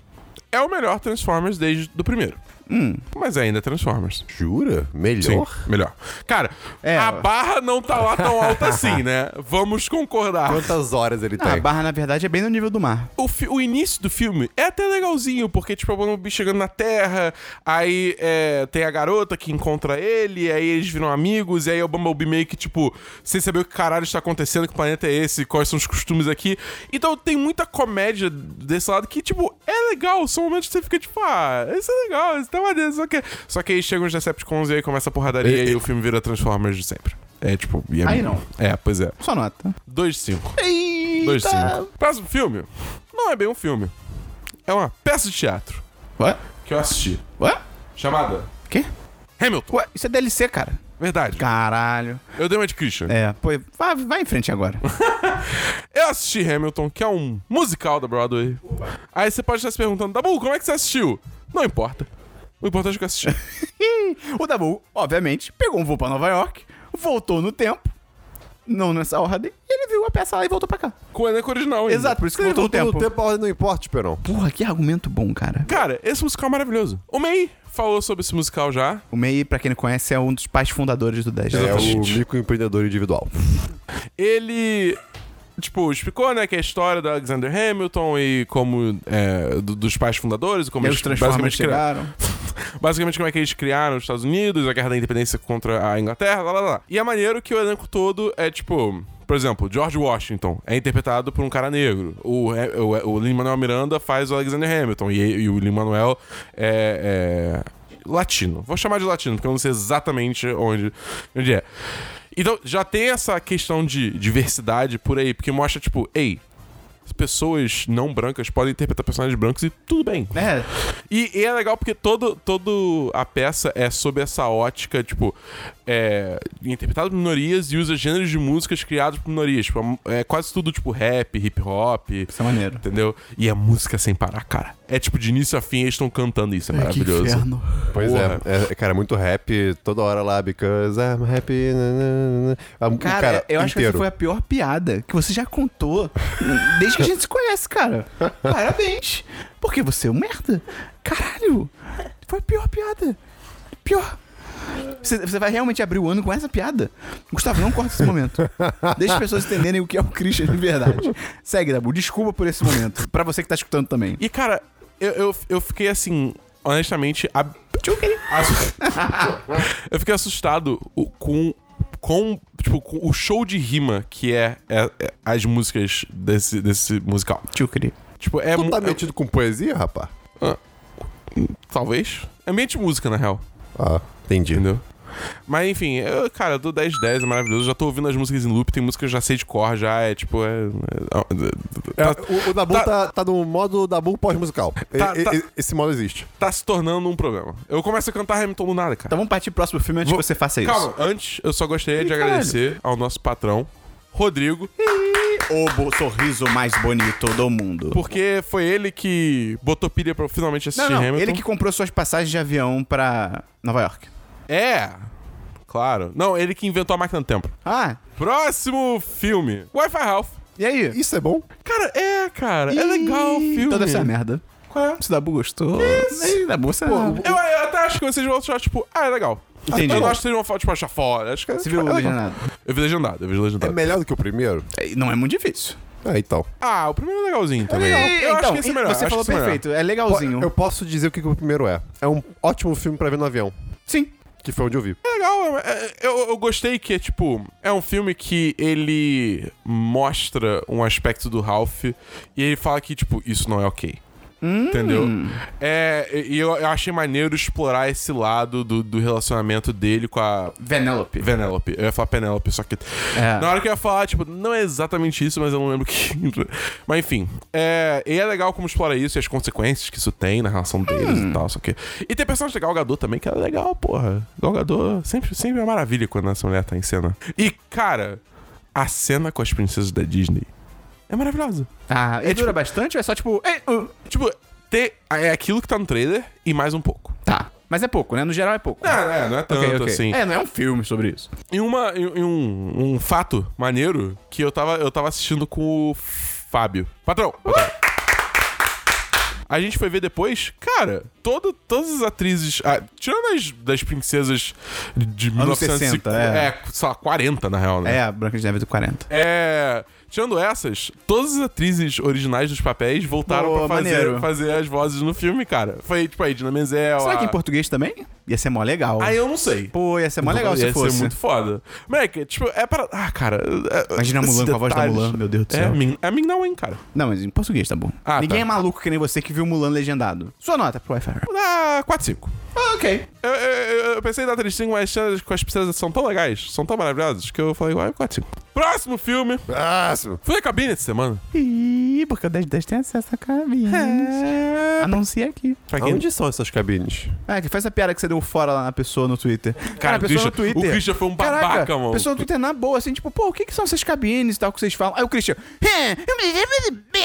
Speaker 4: é o melhor Transformers desde do primeiro.
Speaker 1: Hum.
Speaker 4: Mas ainda é Transformers.
Speaker 3: Jura?
Speaker 4: Sim,
Speaker 3: Melhor?
Speaker 4: melhor. Cara,
Speaker 1: É,
Speaker 4: a
Speaker 1: ó.
Speaker 4: barra não tá lá
Speaker 1: [laughs]
Speaker 4: tão alta assim, né? Vamos concordar.
Speaker 3: Quantas horas ele
Speaker 1: Ah, a
Speaker 3: tem?
Speaker 1: barra, na verdade, é bem no nível do mar.
Speaker 4: o, fi- o início do filme é até legalzinho, porque, tipo, é o Bumblebee chegando na Terra, aí é, tem a garota que encontra ele, aí eles viram amigos, e aí é o Bumblebee meio que, tipo, sem saber o que caralho está acontecendo, que planeta é esse, quais são os costumes aqui. Então tem muita comédia desse lado que, tipo, é legal, são momentos que você fica, tipo, ah, isso é legal, isso tá maneiro, só que... Só que aí chegam os Decepticons e aí começa a porradaria
Speaker 3: E-
Speaker 4: e,
Speaker 3: e-
Speaker 4: o filme vira Transformers de sempre. É, tipo... e é-
Speaker 1: Aí não.
Speaker 4: É, pois é.
Speaker 1: Só nota.
Speaker 4: 2 de 5. 2 de 5. Próximo filme. Não é bem um filme. É uma peça de teatro
Speaker 1: Ué?
Speaker 4: que eu assisti.
Speaker 1: Ué?
Speaker 4: Chamada
Speaker 1: Quê?
Speaker 4: Hamilton.
Speaker 1: Ué, isso é DLC, cara.
Speaker 4: Verdade.
Speaker 1: Caralho.
Speaker 4: Eu dei uma de Christian.
Speaker 1: É, pô, vai, vai em frente agora.
Speaker 4: Eu assisti Hamilton, que é um musical da Broadway. Aí você pode estar se perguntando, Dabu, como é que você assistiu? Não importa. O importante é
Speaker 1: [laughs]
Speaker 4: que eu assisti.
Speaker 1: o Dabu, obviamente, pegou um voo pra Nova York, voltou no tempo, não nessa ordem, e ele viu a peça lá e voltou pra cá.
Speaker 4: Com o elenco original ainda.
Speaker 1: Exato, por isso que
Speaker 3: Ele
Speaker 1: voltou no
Speaker 3: voltou
Speaker 1: tempo.
Speaker 3: no tempo, a ordem não importa, Esperão.
Speaker 1: Porra, que argumento bom, cara.
Speaker 4: Cara, esse musical é maravilhoso. O May falou sobre esse musical já.
Speaker 1: O MEI, pra quem não conhece, é um dos pais fundadores do 10.
Speaker 3: É o
Speaker 4: Exatamente.
Speaker 3: microempreendedor individual.
Speaker 4: ele tipo explicou né que é a história do Alexander Hamilton e como é, do- dos pais fundadores e como
Speaker 1: E aí
Speaker 4: eles
Speaker 1: os Transformers
Speaker 4: basicamente, cria-
Speaker 1: chegaram.
Speaker 4: basicamente como é que eles criaram os Estados Unidos a guerra da independência contra a Inglaterra lá lá lá e é maneiro que o elenco todo é tipo por exemplo, George Washington é interpretado por um cara negro. O, é, o, o Lin-Manuel Miranda faz o Alexander Hamilton. E, e o Lin-Manuel é, é latino. Vou chamar de latino, porque eu não sei exatamente onde, onde é. Então, já tem essa questão de diversidade por aí, porque mostra, tipo, ei, as pessoas não brancas podem interpretar personagens brancos e tudo bem.
Speaker 1: É,
Speaker 4: E, e é legal porque todo, todo a peça é sob essa ótica, tipo, é, interpretada por minorias e usa gêneros de músicas criados por minorias. Tipo, é quase tudo, tipo, rap, hip hop.
Speaker 1: isso é maneiro.
Speaker 4: Entendeu? E é música sem parar, cara. É tipo, de início a fim, eles estão cantando isso. É
Speaker 1: Que
Speaker 4: maravilhoso.
Speaker 1: inferno.
Speaker 3: Pois
Speaker 4: Porra.
Speaker 3: é, é, cara, muito rap toda hora lá, because I'm happy. na, na, na, na. A-
Speaker 1: Cara, eu acho que essa
Speaker 3: inteiro.
Speaker 1: foi a pior piada que você já contou desde que a gente se conhece, cara. Parabéns. Porque você é um merda. Caralho. Foi a pior piada. Pior. Você, você vai realmente abrir o ano com essa piada? Gustavo, não corta esse momento. Deixa as pessoas entenderem o que é o Christian de verdade. Segue, Dabu. Desculpa por esse momento. Pra você que tá escutando também.
Speaker 4: E, cara, eu, eu, eu fiquei assim, honestamente. ab- Assu- [laughs] eu fiquei assustado o- com. Com, tipo, com o show de rima que é, é- é as músicas desse, desse musical.
Speaker 1: Tio Cri.
Speaker 4: Tipo, é.
Speaker 3: Tu
Speaker 4: mu-
Speaker 3: tá
Speaker 4: é-
Speaker 3: metido com poesia, rapaz?
Speaker 4: talvez. É ambiente música, na real.
Speaker 3: Ah, entendi.
Speaker 4: Entendeu? Mas enfim, eu, cara, eu dou 10 10, é maravilhoso. Eu já tô ouvindo as músicas em loop, tem música que eu já sei de cor, já é tipo. É, é-
Speaker 3: É,
Speaker 4: tá,
Speaker 3: o, o Dabu
Speaker 4: tá-
Speaker 3: tá, tá no modo Dabu pós-musical. E-
Speaker 4: Tá-
Speaker 3: e-
Speaker 4: tá-
Speaker 3: e- Esse modo existe.
Speaker 4: tá se tornando um problema. Eu começo a cantar Hamilton do nada, cara.
Speaker 1: Então vamos partir pro próximo filme antes
Speaker 4: Vou-
Speaker 1: que você faça Então é isso.
Speaker 4: Calma, antes eu só gostaria de
Speaker 1: Ih,
Speaker 4: agradecer ao nosso patrão, Rodrigo,
Speaker 1: O bo- sorriso mais bonito do mundo.
Speaker 4: porque foi ele que botou pilha pra eu finalmente assistir
Speaker 1: Não, não.
Speaker 4: Hamilton.
Speaker 1: Ele que comprou suas passagens de avião pra Nova York.
Speaker 4: É! Claro. Não, ele que inventou a máquina do tempo.
Speaker 1: Ah,
Speaker 4: Próximo filme: Wi-Fi Ralph.
Speaker 1: e aí? então
Speaker 3: Isso é bom?
Speaker 4: Cara, é, cara. É legal o filme.
Speaker 1: Toda essa merda.
Speaker 4: Qual é?
Speaker 1: Se o Dabu gostou. Aí, Dabu, você.
Speaker 4: Eu, eu até acho que vocês vão achar, tipo, ah, é legal.
Speaker 1: Entendi.
Speaker 4: Eu não acho que vocês vão falar, tipo, achar fora. Acho que
Speaker 1: Você
Speaker 4: é
Speaker 1: viu o
Speaker 4: legal.
Speaker 1: legendado?
Speaker 4: Eu vi legendado, eu vi
Speaker 3: É
Speaker 4: legendado.
Speaker 3: melhor do que o primeiro?
Speaker 1: É, Não é muito difícil.
Speaker 3: Ah, então.
Speaker 4: Ah, o primeiro é legalzinho também.
Speaker 1: E-
Speaker 4: Eu acho
Speaker 1: então,
Speaker 4: que esse é melhor.
Speaker 1: Você
Speaker 4: acho
Speaker 1: falou
Speaker 4: que esse é
Speaker 1: perfeito. É
Speaker 3: Po-
Speaker 1: legalzinho.
Speaker 3: Eu posso dizer o que, que o primeiro é. É um ótimo filme pra ver no avião,
Speaker 1: Sim.
Speaker 3: que foi onde eu vi.
Speaker 4: É legal, é- é- eu, eu gostei que é tipo. É um filme que ele mostra um aspecto do Ralph e ele fala que, tipo, isso não é ok.
Speaker 1: Hum.
Speaker 4: Entendeu? É, e e eu, eu achei maneiro explorar esse lado do, do relacionamento dele com a
Speaker 1: Venelope.
Speaker 4: Venelope. Eu ia falar Penelope, só que.
Speaker 1: É.
Speaker 4: Na hora que eu ia falar, tipo, não é exatamente isso, mas eu não lembro [laughs] que. mas enfim. É, e é legal como explora isso e as consequências que isso tem na relação deles
Speaker 1: Hum.
Speaker 4: e tal, só que. E tem personagem legal, o Gadot também, que é legal, porra. O Gadot sempre, sempre é uma maravilha quando essa mulher tá em cena. E, cara, a cena com as princesas da Disney é maravilhosa.
Speaker 1: Ah, e
Speaker 4: É,
Speaker 1: dura
Speaker 4: tipo-
Speaker 1: bastante ou é só tipo. "Ei, uh",
Speaker 4: Tipo, ter, é aquilo que tá no trailer e mais um pouco.
Speaker 1: Tá. Mas é pouco, né? No geral é pouco.
Speaker 4: Não, é, não é tanto
Speaker 1: Ok, ok.
Speaker 4: assim.
Speaker 1: É, não é um filme sobre isso.
Speaker 4: E, uma, e e um, um fato maneiro que eu tava, eu tava assistindo com o Fábio. Patrão! patrão. A gente foi ver depois, cara, todo, todas as atrizes, ah, tirando as das princesas de
Speaker 1: Anos
Speaker 4: 1960,
Speaker 1: 60, é.
Speaker 4: é, sei lá, 40 na real, né?
Speaker 1: É, a Branca de Neve do 40.
Speaker 4: É, tirando essas, todas as atrizes originais dos papéis voltaram
Speaker 1: Pô,
Speaker 4: pra fazer,
Speaker 1: maneiro.
Speaker 4: fazer as vozes no filme, cara. Foi tipo a Idina Menzel.
Speaker 1: Será que é
Speaker 4: a-
Speaker 1: em português também? Ia ser mó legal.
Speaker 4: Aí eu não sei.
Speaker 1: Pô, ia ser mó legal se
Speaker 4: Ia
Speaker 1: fosse.
Speaker 4: ser muito foda. Moleque, tipo, é para. Ah, cara. é-
Speaker 1: Imagina a
Speaker 4: esses
Speaker 1: Mulan com a voz da
Speaker 4: detalhes.
Speaker 1: Mulan, meu Deus do
Speaker 4: É,
Speaker 1: céu.
Speaker 4: mim, é mim não, hein, cara.
Speaker 1: Não, mas em português tá bom.
Speaker 4: Ah,
Speaker 1: Ninguém
Speaker 4: tá.
Speaker 1: é maluco que nem você que viu Mulan legendado. Sua nota pro Wi-Fi.
Speaker 4: Dá 4, 5.
Speaker 1: Ah, ok.
Speaker 4: Eu, eu, eu- eu pensei em dar 3, 5, mas as cenas com as princesas são tão legais, são tão maravilhosas, que eu falei, uai, 4, 5. Próximo filme.
Speaker 1: Ah.
Speaker 3: Próximo.
Speaker 4: Fui na cabine essa semana.
Speaker 1: Ih, porque o 1010 tem acesso a cabine.
Speaker 3: Ah,
Speaker 1: Anuncia É. aqui.
Speaker 4: Pra quem-
Speaker 3: Onde são essas cabines?
Speaker 1: Ah, que faz essa piada que você deu fora lá na pessoa é, no Twitter.
Speaker 4: Cara,
Speaker 1: a
Speaker 4: o
Speaker 1: pessoa
Speaker 4: Christian- o Christian foi um babaca,
Speaker 1: Caraca,
Speaker 4: mano.
Speaker 1: A pessoa no Twitter na boa, assim, tipo, pô, o que, que são essas cabines e tal que vocês falam? Aí o Christian, "Hã, eu me lembro de bem."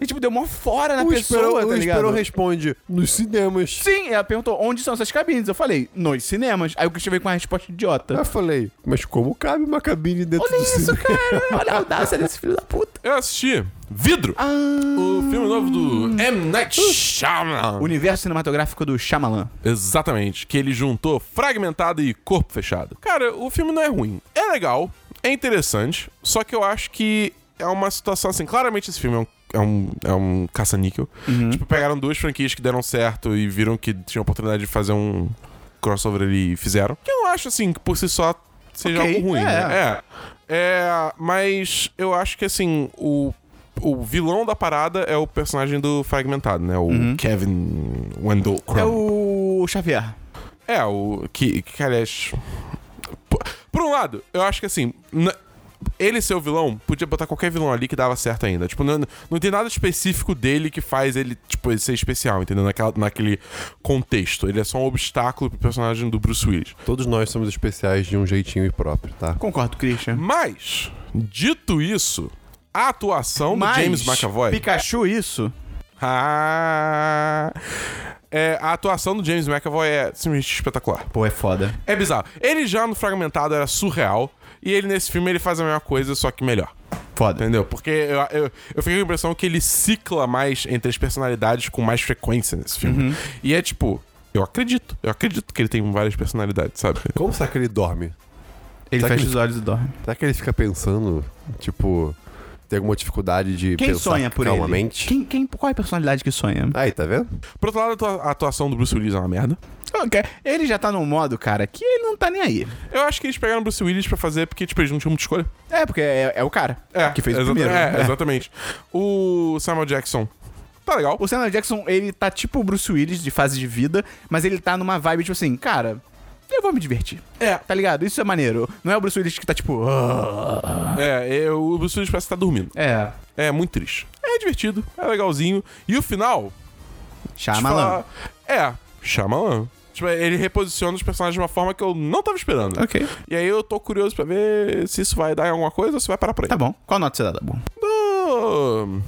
Speaker 1: e tipo, deu mó fora na
Speaker 3: O
Speaker 1: pessoa,
Speaker 3: Esperon,
Speaker 1: tá
Speaker 3: o
Speaker 1: ligado?
Speaker 3: Esperon responde, nos cinemas.
Speaker 1: Sim, ela perguntou onde são essas cabines. Eu falei, nos cinemas. Aí o Christian veio com uma resposta
Speaker 4: Ah,
Speaker 1: idiota.
Speaker 3: Eu falei, mas como cabe uma cabine dentro
Speaker 1: Olha
Speaker 3: do
Speaker 1: isso,
Speaker 3: cinema?
Speaker 1: cara. Olha a audácia desse filho da puta.
Speaker 4: Eu assisti
Speaker 1: Ah.
Speaker 4: Vidro, o filme novo do M. Night
Speaker 1: Uh.
Speaker 4: Shyamalan.
Speaker 1: Universo cinematográfico do Shyamalan.
Speaker 4: Exatamente, que ele juntou fragmentado e corpo fechado. Cara, o filme não é ruim. É legal, é interessante, só que eu acho que é uma situação assim. Claramente esse filme é um. É um, é um caça-níquel.
Speaker 1: Uhum.
Speaker 4: Tipo, pegaram duas franquias que deram certo e viram que tinha oportunidade de fazer um crossover ali e fizeram. Que eu não acho, assim, que por si só seja
Speaker 1: Ok,
Speaker 4: algo ruim.
Speaker 1: é.
Speaker 4: né? É. É, mas eu acho que assim, o, o vilão da parada é o personagem do Fragmentado, né? O
Speaker 1: Uhum.
Speaker 4: Kevin Wendell Crumb.
Speaker 1: É o Xavier.
Speaker 4: É, o. Que, que aliás. Por, por um lado, eu acho que assim. na- ele ser o vilão, podia botar qualquer vilão ali que dava certo ainda. Tipo, não, não tem nada específico dele que faz ele, tipo, ele ser especial, entendeu? Naquela, naquele contexto. Ele é só um obstáculo pro personagem do Bruce Willis.
Speaker 3: Todos nós somos especiais de um jeitinho próprio, tá?
Speaker 1: Concordo, Christian.
Speaker 4: Mas, dito isso, a atuação do
Speaker 1: Mas,
Speaker 4: James McAvoy.
Speaker 1: Pikachu, isso?
Speaker 4: Ah, é, a atuação do James McAvoy é simplesmente espetacular.
Speaker 1: Pô, é foda.
Speaker 4: É bizarro. Ele já no Fragmentado era surreal. E ele nesse filme ele faz a mesma coisa, só que melhor.
Speaker 1: Foda.
Speaker 4: Entendeu? Porque eu, eu, eu fiquei com a impressão que ele cicla mais entre as personalidades com mais frequência nesse
Speaker 1: Uhum.
Speaker 4: filme. E é tipo, eu acredito. Eu acredito que ele tem várias personalidades, sabe?
Speaker 3: Como será que ele dorme?
Speaker 1: Ele
Speaker 3: Será que
Speaker 1: fecha
Speaker 3: ele-
Speaker 1: os olhos e dorme.
Speaker 3: Será que ele fica pensando, tipo, tem alguma dificuldade de
Speaker 1: Quem
Speaker 3: pensar
Speaker 1: sonha por
Speaker 3: calmamente?
Speaker 1: ele? Quem, quem, qual é a personalidade que sonha?
Speaker 3: Aí, tá vendo?
Speaker 4: Por outro lado, a atua- a atuação do Bruce Willis é uma merda.
Speaker 1: Ok. Ele já tá num modo, cara, que ele não tá nem aí.
Speaker 4: Eu acho que eles pegaram o Bruce Willis pra fazer porque, tipo, eles não tinham muita escolha.
Speaker 1: É, porque é, é o cara que fez o
Speaker 4: exata-
Speaker 1: primeiro.
Speaker 4: É,
Speaker 1: né?
Speaker 4: exatamente. O Samuel Jackson tá legal.
Speaker 1: O Samuel Jackson, ele tá tipo o Bruce Willis de fase de vida, mas ele tá numa vibe tipo assim, cara, eu vou me divertir.
Speaker 4: É.
Speaker 1: Tá ligado? Isso é maneiro. Não é o Bruce Willis que tá tipo. "Ah".
Speaker 4: É, eu- o Bruce Willis parece que tá dormindo.
Speaker 1: É.
Speaker 4: É muito triste. É divertido, é legalzinho. E o final. te
Speaker 1: Chama
Speaker 4: falar- Tipo, É, Shyamalan. Tipo, ele reposiciona os personagens de uma forma que eu não tava esperando.
Speaker 1: Ok.
Speaker 4: E aí eu tô curioso pra ver se isso vai dar em alguma coisa ou se vai parar por aí.
Speaker 1: Tá bom. Qual nota você dá, Dabu?
Speaker 4: Do...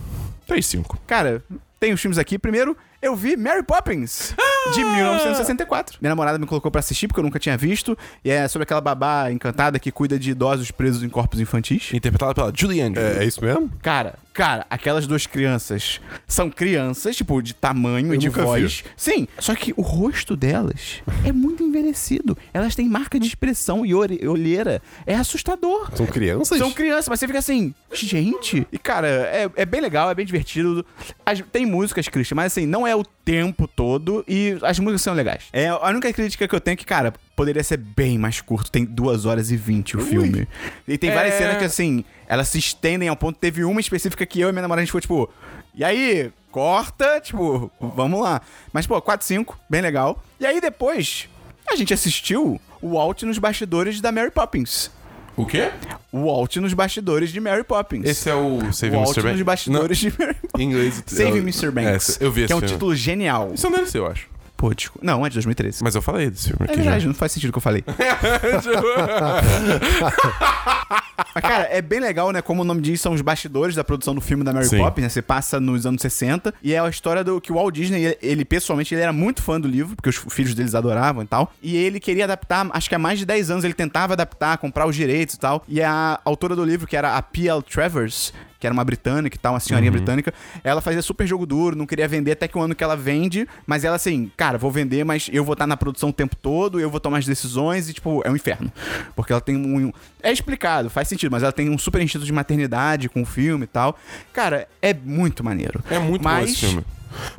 Speaker 4: 3-5.
Speaker 1: Cara, tem os filmes aqui. Primeiro, eu vi Mary Poppins, de 1964. Minha namorada me colocou pra assistir, porque eu nunca tinha visto. E é sobre aquela babá encantada que cuida de idosos presos em corpos infantis.
Speaker 4: Interpretada pela Julie Andrews.
Speaker 3: É, é isso mesmo?
Speaker 1: Cara, cara, aquelas duas crianças são crianças, tipo, de tamanho e
Speaker 3: Eu
Speaker 1: de
Speaker 3: nunca
Speaker 1: voz. Sim, só que o rosto delas é muito envelhecido. Elas têm marca de expressão e ore- olheira. É assustador.
Speaker 3: São crianças?
Speaker 1: São crianças, mas você fica assim, gente. E cara, é, é bem legal, é bem divertido. As- tem músicas, Christian, mas assim, não é o tempo todo e as músicas são legais. É, a única crítica que eu tenho é que, cara, poderia ser bem mais curto. Tem 2 horas e 20 o filme. E tem várias
Speaker 4: É.
Speaker 1: cenas que, assim, elas se estendem ao ponto. Teve uma específica que eu e minha namorada, a gente foi, tipo, e aí, corta, tipo, vamos lá. Mas, pô, 4, 5, bem legal. E aí, depois, a gente assistiu o Walt nos bastidores da Mary Poppins.
Speaker 4: O quê?
Speaker 1: O Walt nos bastidores de Mary Poppins.
Speaker 4: Esse é o Save
Speaker 1: o Walt
Speaker 4: Mr.
Speaker 1: nos
Speaker 4: Banks.
Speaker 1: bastidores de Mary
Speaker 4: Não, [laughs] em inglês.
Speaker 1: [laughs] Save
Speaker 4: eu-
Speaker 1: Mr. Banks.
Speaker 4: É, eu vi esse
Speaker 1: Que é um
Speaker 4: filme.
Speaker 1: título genial.
Speaker 4: Isso é um DLC, eu acho.
Speaker 1: Pô, desculpa. Não, é de 2013.
Speaker 4: Mas eu falei desse filme
Speaker 1: É
Speaker 4: aqui.
Speaker 1: verdade, não faz sentido o que eu falei. [laughs] Mas, cara, é bem legal, né? Como o nome diz, são os bastidores da produção do filme da Mary
Speaker 4: Sim.
Speaker 1: Poppins, né? Você passa nos anos 60. E é a história do que o Walt Disney, ele pessoalmente, ele era muito fã do livro, porque os filhos deles adoravam e tal. E ele queria adaptar, acho que há mais de 10 anos ele tentava adaptar, comprar os direitos e tal. E a autora do livro, que era a P.L. Travers, que era uma britânica e tal, uma senhorinha britânica, ela fazia super jogo duro, não queria vender até que o ano que ela vende, mas ela assim, cara, vou vender, mas eu vou estar na produção o tempo todo, eu vou tomar as decisões e, tipo, é um inferno. Porque ela tem um. É explicado, faz sentido, mas ela tem um super instinto de maternidade com o filme e tal. Cara, é muito maneiro.
Speaker 4: É muito bom
Speaker 1: Mas-
Speaker 4: esse filme.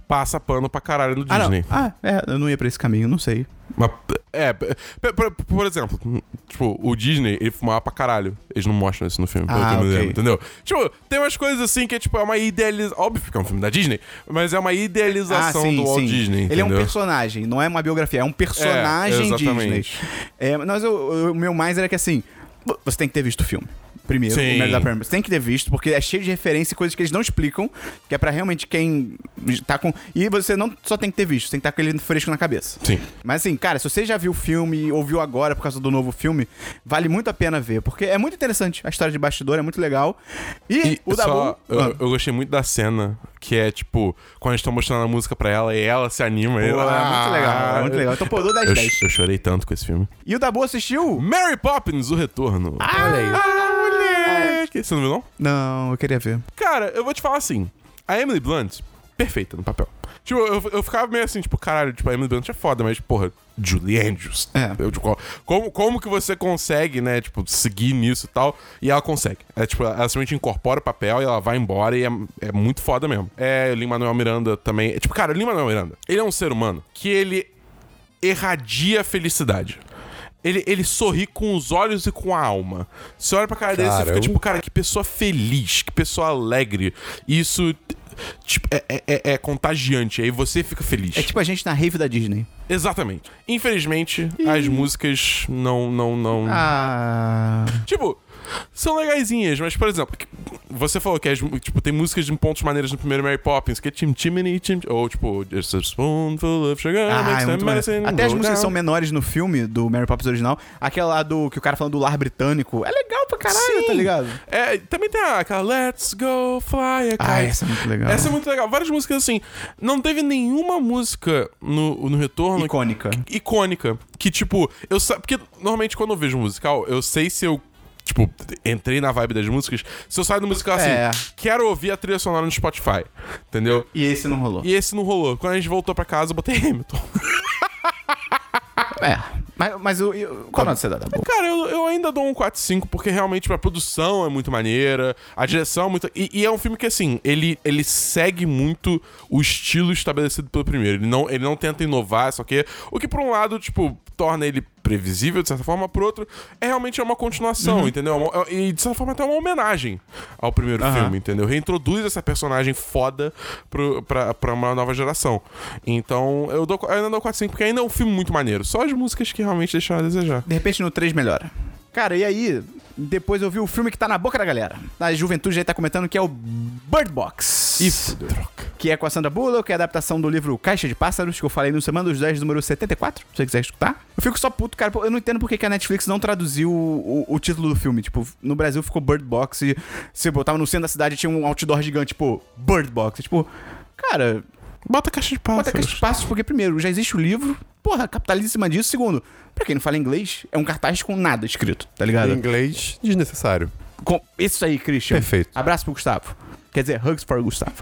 Speaker 4: Passa pano pra caralho no
Speaker 1: Ah, não.
Speaker 4: Disney.
Speaker 1: Ah, é, eu não ia pra esse caminho, não sei.
Speaker 4: Mas, é, p- p- por, por exemplo, tipo, o Disney, ele fumava pra caralho. Eles não mostram isso no filme, pelo
Speaker 1: Ah,
Speaker 4: que eu me
Speaker 1: ok.
Speaker 4: lembro, entendeu? Tipo, tem umas coisas assim que é, tipo, é uma idealização. Óbvio que é um filme da Disney, mas é uma idealização do Walt
Speaker 1: Ah, Ele
Speaker 4: Disney,
Speaker 1: é
Speaker 4: entendeu?
Speaker 1: um personagem, não é uma biografia, é um personagem
Speaker 4: É,
Speaker 1: Disney.
Speaker 4: exatamente.
Speaker 1: É, mas eu- eu- o meu mais era que assim, vo- você tem que ter visto o filme. Primeiro,
Speaker 4: Sim.
Speaker 1: o Mary da Perna. Você tem que ter visto, porque é cheio de referência e coisas que eles não explicam, que é pra realmente quem tá com. E você não só tem que ter visto, você tem que estar com ele fresco na cabeça.
Speaker 4: Sim.
Speaker 1: Mas assim, cara, se você já viu o filme ou viu agora por causa do novo filme, vale muito a pena ver, porque é muito interessante. A história de bastidor é muito legal. E,
Speaker 4: E
Speaker 1: o Dabu. Ah,
Speaker 4: só, eu, eu gostei muito da cena, que é tipo, quando eles estão mostrando a música pra ela e ela se anima. e
Speaker 1: Pô,
Speaker 4: ela-
Speaker 1: é muito legal, é muito legal. Então, pô, eu dou 10
Speaker 4: Ah, Eu, Hum?
Speaker 1: 10.
Speaker 4: eu chorei tanto com esse filme.
Speaker 1: E o Dabu assistiu?
Speaker 4: Mary Poppins, o retorno.
Speaker 1: Ah,
Speaker 3: Olha aí.
Speaker 4: moleque! Você não viu, não?
Speaker 1: Não, eu queria ver.
Speaker 4: Cara, eu vou te falar assim. A Emily Blunt, perfeita no papel. Tipo, eu, eu ficava meio assim, tipo, caralho, tipo, a Emily Blunt é foda, mas, porra, Julie Andrews.
Speaker 1: É.
Speaker 4: Eu, tipo, como, como que você consegue, né, tipo, seguir nisso e tal? E ela consegue. É, tipo, ela simplesmente incorpora o papel e ela vai embora e é, é muito foda mesmo. É, o Lin-Manuel Miranda também. É, tipo, cara, o Lin-Manuel Miranda, ele é um ser humano que ele erradia a felicidade. Ele, ele sorri com os olhos e com a alma. Você olha pra cara dele e você
Speaker 3: Cara,
Speaker 4: fica
Speaker 3: eu-
Speaker 4: tipo, cara, que pessoa feliz, que pessoa alegre. Isso tipo, é, é- é- é contagiante. Aí você fica feliz.
Speaker 1: É tipo a gente na rave da Disney.
Speaker 4: Exatamente. Infelizmente, as músicas não. não, não...
Speaker 1: Ah.
Speaker 4: Tipo, são legaisinhas, mas, por exemplo, que- você falou que as mu- tipo, tem músicas de pontos maneiras no primeiro Mary Poppins, que é Tim Chimney, Tim. Ou tipo, Just a Spoonful of Sugar.
Speaker 1: Ah,
Speaker 4: makes
Speaker 1: é
Speaker 4: the
Speaker 1: muito
Speaker 4: medicine
Speaker 1: maneiro. Até as
Speaker 4: go
Speaker 1: músicas
Speaker 4: down.
Speaker 1: são menores no filme do Mary Poppins original. Aquela lá do que o cara falando do lar britânico. É legal pra caralho,
Speaker 4: Sim.
Speaker 1: tá ligado?
Speaker 4: É, também tem aquela Let's Go Fly a Kite.
Speaker 1: Ah, essa é muito legal.
Speaker 4: Essa é muito legal. Várias músicas assim. Não teve nenhuma música no, no retorno
Speaker 1: Icônica.
Speaker 4: icônica. Que, tipo, eu sa... Porque normalmente quando eu vejo um musical, eu sei se eu. Tipo, entrei na vibe das músicas. Se eu saio do musical assim,
Speaker 1: É.
Speaker 4: quero ouvir a trilha sonora no Spotify. Entendeu?
Speaker 1: E esse não rolou.
Speaker 4: E esse não rolou. Quando a gente voltou pra casa, eu botei Hamilton.
Speaker 1: É. Mas, mas o. e- Qual nota você dá? Tá Dabu?
Speaker 4: É, Cara, eu, eu ainda dou um 4-5, porque realmente a produção é muito maneira, a direção é muito. E, e é um filme que, assim, ele, ele segue muito o estilo estabelecido pelo primeiro. Ele não, ele não tenta inovar, só que. O que, por um lado, tipo, torna ele previsível, de certa forma, por outro, é realmente uma continuação, entendeu? É uma- é- E, de certa forma, até uma homenagem ao primeiro filme, entendeu? Reintroduz essa personagem foda pro, pra, pra uma nova geração. Então, eu, dou, eu ainda dou 4-5, porque ainda é um filme muito maneiro. Só as músicas que realmente deixaram a desejar.
Speaker 1: De repente no 3 melhora. Cara, e aí, depois eu vi o filme que tá na boca da galera. A juventude aí tá comentando que é o Bird Box.
Speaker 4: Isso. Troca.
Speaker 1: que é com a Sandra Bullock, que é a adaptação do livro Caixa de Pássaros, que eu falei no Semana dos 10, número 74, se você quiser escutar. Eu fico só puto, cara, pô, eu não entendo por que que a Netflix não traduziu o, o- o título do filme. Tipo, no Brasil ficou Bird Box e você botava no centro da cidade tinha um outdoor gigante, tipo, Bird Box. Tipo, cara,
Speaker 4: Bota caixa de pássaros.
Speaker 1: bota Caixa de Pássaros porque, primeiro, já existe o livro, porra, capitaliza em cima disso. Segundo, pra quem não fala inglês, é um cartaz com nada escrito, tá ligado?
Speaker 3: Em inglês, desnecessário.
Speaker 1: Com- Isso aí, Christian.
Speaker 3: Perfeito.
Speaker 1: Abraço pro Gustavo. Quer dizer, hugs for Gustavo.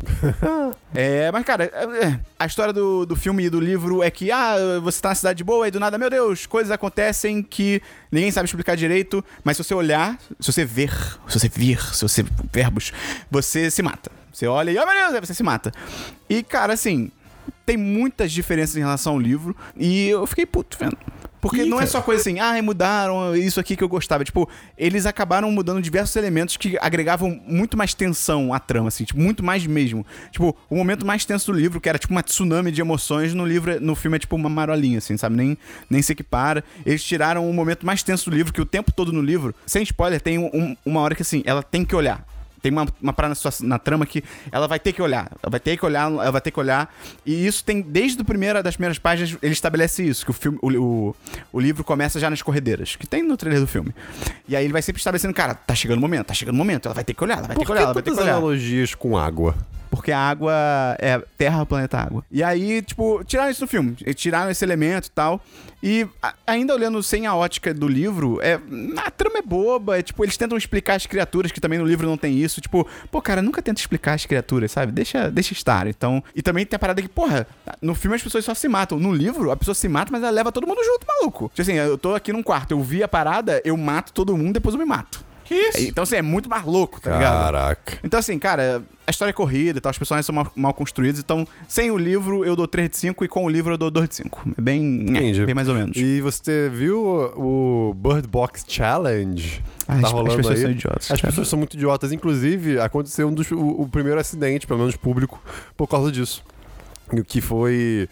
Speaker 1: é, mas, cara, é, é, a história do, do filme e do livro é que, ah, você tá na cidade boa e do nada, meu Deus, coisas acontecem que ninguém sabe explicar direito, mas se você olhar, se você ver, se você vir, se você. verbos, você se mata. Você olha e, oh meu Deus, aí você se mata. E, cara, assim, tem muitas diferenças em relação ao livro. E eu fiquei puto vendo. Porque
Speaker 3: Ih,
Speaker 1: não é
Speaker 3: cara.
Speaker 1: só coisa assim, ah, mudaram isso aqui que eu gostava. Tipo, eles acabaram mudando diversos elementos que agregavam muito mais tensão à trama, assim, tipo, muito mais mesmo. Tipo, o momento mais tenso do livro, que era tipo uma tsunami de emoções, no livro, é- no filme é tipo uma marolinha, assim, sabe? Nem, nem se equipara. Eles tiraram o momento mais tenso do livro, que o tempo todo no livro, sem spoiler, tem um- um- uma hora que assim, ela tem que olhar. Tem uma, uma parada na, sua- na trama que ela vai ter que olhar. Ela vai ter que olhar, ela vai ter que olhar. E isso tem, desde o primeira, das primeiras páginas, ele estabelece isso, que o filme. O, o, o livro começa já nas corredeiras, que tem no trailer do filme. E aí ele vai sempre estabelecendo, cara, tá chegando o momento, tá chegando o momento, ela vai ter que olhar, ela vai ter que
Speaker 3: Por que
Speaker 1: olhar, ela vai ter
Speaker 3: tantas
Speaker 1: que olhar.
Speaker 3: analogias com água?
Speaker 1: Porque a água é terra, planeta água. E aí, tipo, tiraram isso do filme. e Tiraram esse elemento e tal. E a- ainda olhando sem a ótica do livro, é, a trama é boba. É, tipo, eles tentam explicar as criaturas, que também no livro não tem isso. Tipo, pô, cara, nunca tenta explicar as criaturas, sabe? Deixa, deixa estar. Então. E também tem a parada que, porra, no filme as pessoas só se matam. No livro, a pessoa se mata, mas ela leva todo mundo junto, maluco. Tipo assim, eu tô aqui num quarto, eu vi a parada, eu mato todo mundo, depois eu me mato.
Speaker 4: Que isso?
Speaker 1: Então, assim, é muito mais louco, tá ligado?
Speaker 3: Caraca.
Speaker 1: Então, assim, cara, a história é corrida e tal, os personagens são mal, mal construídos, então, sem o livro eu dou 3 de 5 e com o livro eu dou 2 de 5. É bem.
Speaker 3: Entendi.
Speaker 1: É, bem mais ou menos.
Speaker 3: E você viu o Bird Box Challenge?
Speaker 1: Ah, as- as pessoas são idiotas,
Speaker 3: tá As
Speaker 1: cara.
Speaker 3: pessoas são muito idiotas. Inclusive, aconteceu um dos, o, o primeiro acidente, pelo menos público, por causa disso. O que foi.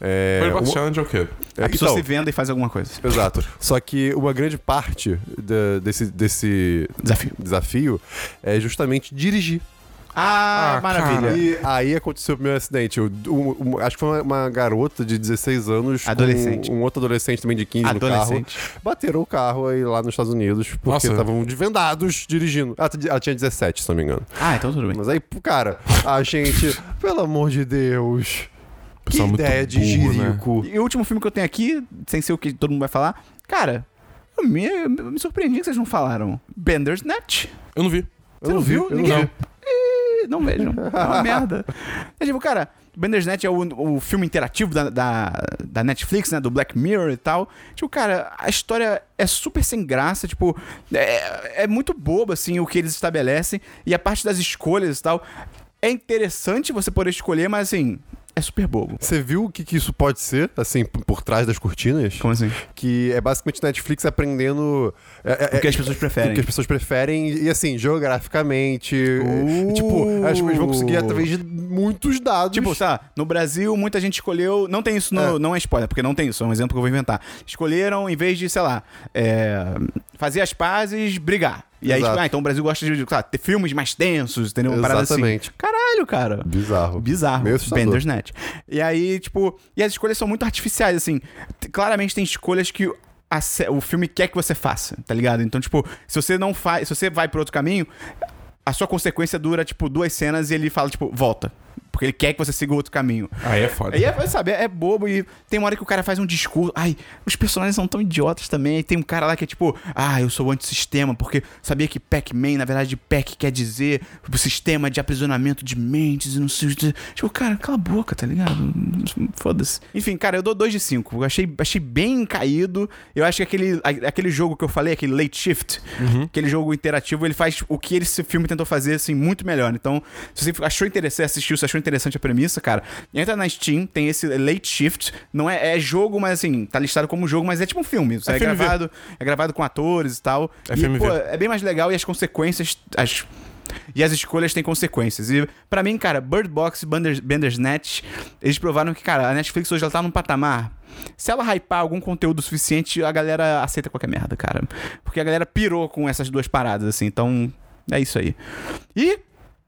Speaker 3: É,
Speaker 4: Bird Box
Speaker 3: uma-
Speaker 4: Challenge é o quê?
Speaker 1: a
Speaker 3: é,
Speaker 1: pessoa
Speaker 3: então,
Speaker 1: se venda e faz alguma coisa.
Speaker 3: Exato. Só que uma grande parte da- desse, desse
Speaker 1: Desafio.
Speaker 3: desafio é justamente dirigir.
Speaker 1: Ah,
Speaker 4: Ah,
Speaker 1: maravilha.
Speaker 4: cara.
Speaker 3: E aí aconteceu o primeiro acidente. O- o- o- acho que foi uma, uma garota de 16 anos. com
Speaker 1: Adolescente.
Speaker 3: um outro adolescente também de 15
Speaker 1: Adolescente.
Speaker 3: no carro. Bateram o carro aí lá nos Estados Unidos porque
Speaker 4: Nossa.
Speaker 3: estavam desvendados dirigindo. Ela, t- ela tinha 17, se não me engano.
Speaker 1: Ah, então tudo bem.
Speaker 3: Mas aí, pô, cara,
Speaker 1: [laughs]
Speaker 3: a gente. pelo amor de Deus. Que
Speaker 1: é
Speaker 4: Pessoal muito
Speaker 3: ideia de
Speaker 4: burro, né?
Speaker 3: girico.
Speaker 1: E o último filme que eu tenho aqui, sem ser o que todo mundo vai falar, cara, eu me, eu me surpreendi que vocês não falaram. Bandersnatch.
Speaker 4: Eu não vi.
Speaker 1: Você não viu?
Speaker 3: Eu não
Speaker 1: Ninguém
Speaker 3: vi.
Speaker 1: viu. Ih, não vejam. É uma
Speaker 3: [laughs]
Speaker 1: merda. É tipo, cara, Bandersnatch é o, o filme interativo da, da, da Netflix, né? Do Black Mirror e tal. Tipo, cara, a história é super sem graça. Tipo, é, é muito bobo, assim, o que eles estabelecem. E a parte das escolhas e tal. É interessante você poder escolher, mas, assim, é super bobo.
Speaker 3: Você viu o que, que isso pode ser, assim, p- por trás das cortinas?
Speaker 1: Como assim?
Speaker 3: Que é basicamente Netflix aprendendo. é- é-
Speaker 1: O que as pessoas
Speaker 3: O que
Speaker 1: preferem.
Speaker 3: as pessoas preferem, e assim, geograficamente.
Speaker 1: Uh.
Speaker 3: e, tipo, as pessoas vão conseguir através de muitos dados.
Speaker 1: Tipo, tá, no Brasil muita gente escolheu. Não tem isso no. Não é spoiler, porque não tem isso, é um exemplo que eu vou inventar. Escolheram, em vez de, sei lá, é, fazer as pazes, brigar. E aí,
Speaker 3: Exato.
Speaker 1: tipo, ah, então o Brasil gosta de, sei lá, ter filmes mais tensos, entendeu? Uma parada assim.
Speaker 3: Exatamente.
Speaker 1: Caralho, cara.
Speaker 3: Bizarro.
Speaker 1: Bizarro.
Speaker 3: Meio assustador.
Speaker 1: Bandersnatch. E aí, tipo, e as escolhas são muito artificiais, assim. T- Claramente tem escolhas que a sé- o filme quer que você faça, tá ligado? Então, tipo, se você não faz, se você vai por outro caminho, a sua consequência dura, tipo, duas cenas e ele fala, tipo, volta. Porque ele quer que você siga outro caminho.
Speaker 4: Aí é foda.
Speaker 1: Aí é, sabe, é bobo e tem uma hora que o cara faz um discurso. Ai, os personagens são tão idiotas também. E tem um cara lá que é tipo, ah, eu sou antissistema, porque sabia que Pac-Man, na verdade, Pac quer dizer o sistema de aprisionamento de mentes e não sei. o que. Tipo, cara, cala a boca, tá ligado? Foda-se. Enfim, cara, eu dou 2 de 5. Tipo, Eu achei, achei bem caído. Eu acho que aquele, a- aquele jogo que eu falei, aquele late shift, aquele jogo interativo, ele faz o que esse filme tentou fazer, assim, muito melhor. Então, se você achou interessante, assistiu, se achou interessante a premissa, cara, entra na Steam, tem esse late shift. Não é, é jogo, mas assim, tá listado como jogo, mas é tipo um filme. Isso É,
Speaker 4: FMV.
Speaker 1: gravado, é gravado com atores e tal. E,
Speaker 4: FMV.
Speaker 1: pô, é bem mais legal e as consequências. As... E as escolhas têm consequências. E pra mim, cara, Bird Box e Banders, Bandersnatch, eles provaram que, cara, a Netflix hoje ela tá num patamar. Se ela hypar algum conteúdo suficiente, a galera aceita qualquer merda, cara. Porque a galera pirou com essas duas paradas, assim. Então, é isso aí. E,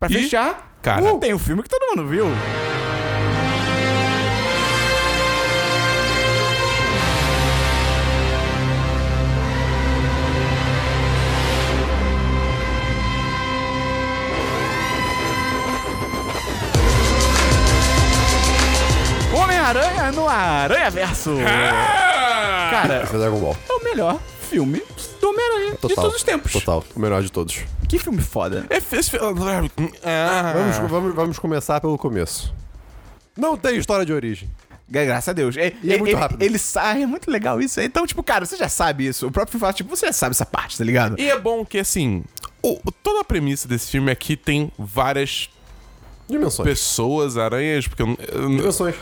Speaker 1: pra
Speaker 4: E,
Speaker 1: fechar,
Speaker 4: cara-
Speaker 1: uh, tem o filme que todo mundo viu. Homem-Aranha no Aranha Verso. Cara,
Speaker 3: Esse é Dragon Ball.
Speaker 1: é o melhor filme do Homem-Aranha de
Speaker 3: Total.
Speaker 1: todos os tempos.
Speaker 3: Total. O melhor de todos.
Speaker 1: Que filme foda.
Speaker 4: É fez. Ah.
Speaker 1: É.
Speaker 3: Vamos, vamos, vamos começar pelo começo. Não tem história de origem.
Speaker 1: Gra- Graças a Deus. É,
Speaker 3: E é muito
Speaker 1: ele,
Speaker 3: rápido.
Speaker 1: Ele sai, é muito legal isso. Então, tipo, cara, você já sabe isso. O próprio filme fala, tipo, você já sabe essa parte, tá ligado?
Speaker 4: E é bom que, assim, o- o- toda a premissa desse filme aqui tem é várias
Speaker 3: Dimensões.
Speaker 4: pessoas, aranhas, porque eu, n- eu n-
Speaker 3: Dimensões.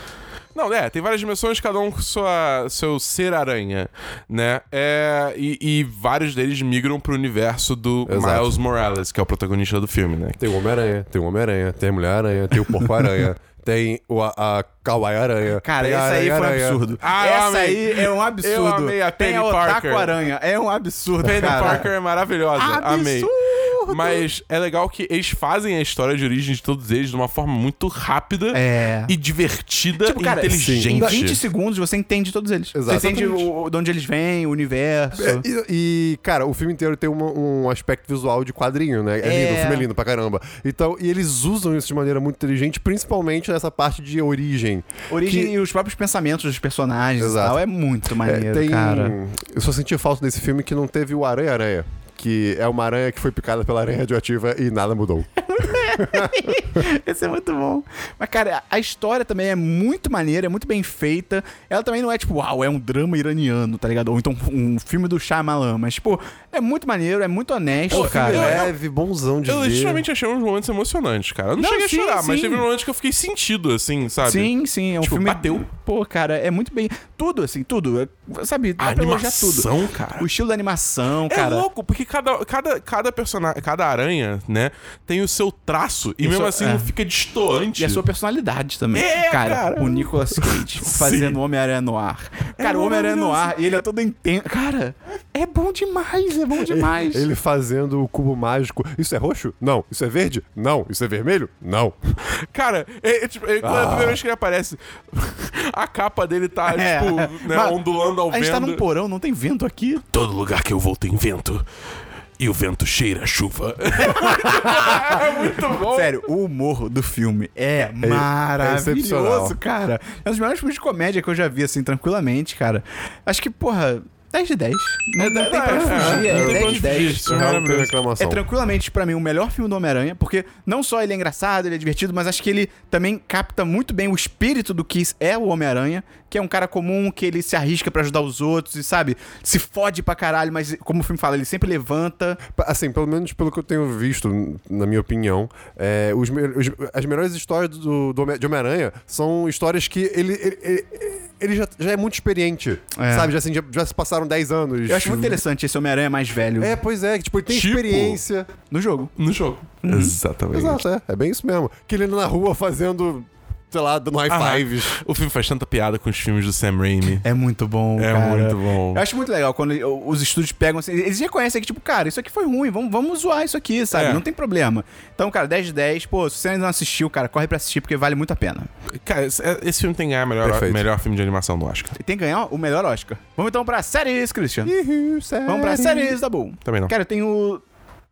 Speaker 4: Não, é, tem várias dimensões, cada um com sua, seu ser aranha, né? É, e, e vários deles migram pro universo do
Speaker 3: Exato.
Speaker 4: Miles Morales, que é o protagonista do filme, né?
Speaker 3: Tem o Homem-Aranha, tem o Homem-Aranha, tem a Mulher-Aranha, tem
Speaker 1: [laughs]
Speaker 3: o Porco-Aranha, tem o, a, a Kawaii-Aranha.
Speaker 1: Cara,
Speaker 3: tem a
Speaker 1: essa aí foi um
Speaker 3: Aranha-Aranha.
Speaker 1: absurdo.
Speaker 4: Ah, eu
Speaker 1: essa
Speaker 4: amei.
Speaker 1: aí é um absurdo.
Speaker 4: Eu amei a
Speaker 1: Tem
Speaker 4: Penny Parker.
Speaker 1: Otaku Aranha. É um absurdo,
Speaker 4: Penny
Speaker 1: cara.
Speaker 4: Parker é maravilhosa, amei.
Speaker 1: Absurdo.
Speaker 4: Mas é legal que eles fazem a história de origem de todos eles de uma forma muito rápida
Speaker 1: É.
Speaker 4: e divertida
Speaker 1: Tipo,
Speaker 4: e
Speaker 1: cara, em
Speaker 4: inteligente.
Speaker 1: 20 segundos você entende todos eles. Você
Speaker 3: Exatamente.
Speaker 1: entende o, o- de onde eles vêm, o universo.
Speaker 3: É, e, e, cara, o filme inteiro tem uma- um aspecto visual de quadrinho, né? É, lindo, o
Speaker 1: É.
Speaker 3: filme é lindo pra caramba. Então, e eles usam isso de maneira muito inteligente, principalmente nessa parte de origem.
Speaker 1: Origem
Speaker 3: que-
Speaker 1: e os próprios pensamentos dos personagens
Speaker 3: Exato.
Speaker 1: e tal. É muito
Speaker 3: É,
Speaker 1: maneiro,
Speaker 3: tem-
Speaker 1: cara.
Speaker 3: Eu só senti falta desse filme que não teve o Aranha-Aranha. Que é uma aranha que foi picada pela aranha radioativa e nada mudou.
Speaker 1: Esse é muito bom. Mas, cara, a história também é muito maneira, é muito bem feita. Ela também não é tipo, uau, é um drama iraniano, tá ligado? Ou então um filme do Shyamalan. Mas, tipo, é muito maneiro, é muito honesto, é- cara.
Speaker 4: eu-
Speaker 3: é leve, bonzão de
Speaker 4: Eu
Speaker 3: ver. [laughs]
Speaker 4: legitimamente achei uns momentos emocionantes, cara. Eu não,
Speaker 1: Não,
Speaker 4: cheguei
Speaker 1: sim,
Speaker 4: a chorar, mas
Speaker 1: sim.
Speaker 4: teve um momento que eu fiquei sentido, assim, sabe?
Speaker 1: Sim, sim, é um
Speaker 4: Tipo,
Speaker 1: filme.
Speaker 4: bateu.
Speaker 1: Pô, cara, é muito bem. Tudo, assim, tudo. É- Sabe, dá
Speaker 4: A
Speaker 1: pra elogiar
Speaker 4: animação, cara.
Speaker 1: O estilo da animação,
Speaker 4: É
Speaker 1: cara.
Speaker 4: louco, porque cada, cada, cada personagem, cada aranha, né, tem o seu traço e, mesmo
Speaker 1: seu-
Speaker 4: assim
Speaker 1: é.
Speaker 4: não fica destoante.
Speaker 1: E a sua personalidade também.
Speaker 4: É,
Speaker 1: cara,
Speaker 4: cara. É
Speaker 1: o Nicolas
Speaker 4: [laughs]
Speaker 1: Cage fazendo Homem-Aranha no ar. Cara, o Homem-Aranha no ar, e ele é todo intenso. Cara, é bom demais, é bom demais.
Speaker 3: Ele fazendo o cubo mágico. Isso é roxo? Não. Isso é verde? Não. Isso é vermelho? Não.
Speaker 4: Cara, é, é, tipo, é, quando é a primeira vez que ele aparece, a capa dele tá,
Speaker 1: Ah. É.
Speaker 4: tipo, né,
Speaker 1: Mas
Speaker 4: ondulando ao
Speaker 1: A gente tá num
Speaker 4: vento.
Speaker 1: porão, não tem vento aqui.
Speaker 4: Todo lugar que eu vou tem vento. E o vento cheira a chuva. [laughs] é muito bom.
Speaker 1: Sério, o humor do filme é, maravilhoso,
Speaker 3: excepcional.
Speaker 1: cara. É um dos melhores filmes de comédia que eu já vi, assim, tranquilamente, cara. Acho que, porra, 10 de 10. Não, não tem pra onde fugir, é,
Speaker 4: É não tem pra
Speaker 1: 10
Speaker 4: onde
Speaker 1: de
Speaker 4: fugir,
Speaker 1: 10.
Speaker 4: isso é
Speaker 3: não tem
Speaker 4: maravilhoso.
Speaker 1: É
Speaker 3: reclamação.
Speaker 1: tranquilamente, pra mim, o melhor filme do Homem-Aranha, porque não só ele é engraçado, ele é divertido, mas acho que ele também capta muito bem o espírito do que é o Homem-Aranha, que é um cara comum, que ele se arrisca pra ajudar os outros e, sabe, se fode pra caralho, mas, como o filme fala, ele sempre levanta.
Speaker 3: Pa- Assim, pelo menos pelo que eu tenho visto, n- na minha opinião, é, os me- os- as melhores histórias do, do Home- de Homem-Aranha são histórias que ele, ele, ele- ele já, já é muito experiente.
Speaker 1: É.
Speaker 3: Sabe? Já, assim, já, já se passaram 10 anos.
Speaker 1: Eu acho muito interessante esse Homem-Aranha mais velho
Speaker 3: É, pois é, que, tipo, ele tem
Speaker 4: Tipo-
Speaker 3: experiência.
Speaker 1: no jogo.
Speaker 4: No jogo.
Speaker 1: Uhum.
Speaker 4: Exatamente.
Speaker 3: Exato, é. É bem isso mesmo. Que ele anda na rua fazendo, sei lá, dando high
Speaker 4: Ah,
Speaker 3: fives.
Speaker 4: O filme faz tanta piada com os filmes do Sam Raimi.
Speaker 1: É muito bom,
Speaker 4: É
Speaker 1: cara.
Speaker 4: muito bom.
Speaker 1: Eu acho muito legal quando ele- os estúdios pegam assim, eles reconhecem que, tipo, cara, isso aqui foi ruim, vamos, vamos zoar isso aqui, sabe?
Speaker 4: É.
Speaker 1: Não tem problema. Então, cara, 10 de 10, pô, se você ainda não assistiu, cara, corre pra assistir, porque vale muito a pena.
Speaker 4: Cara, esse, é, esse filme tem que ganhar melhor,
Speaker 3: Perfeito.
Speaker 4: melhor filme de animação do Oscar.
Speaker 1: E tem que ganhar o melhor Oscar. Vamos então pra séries, Christian.
Speaker 3: Uhul,
Speaker 1: Vamos pra séries, tá bom.
Speaker 4: Também não.
Speaker 1: Cara, eu tenho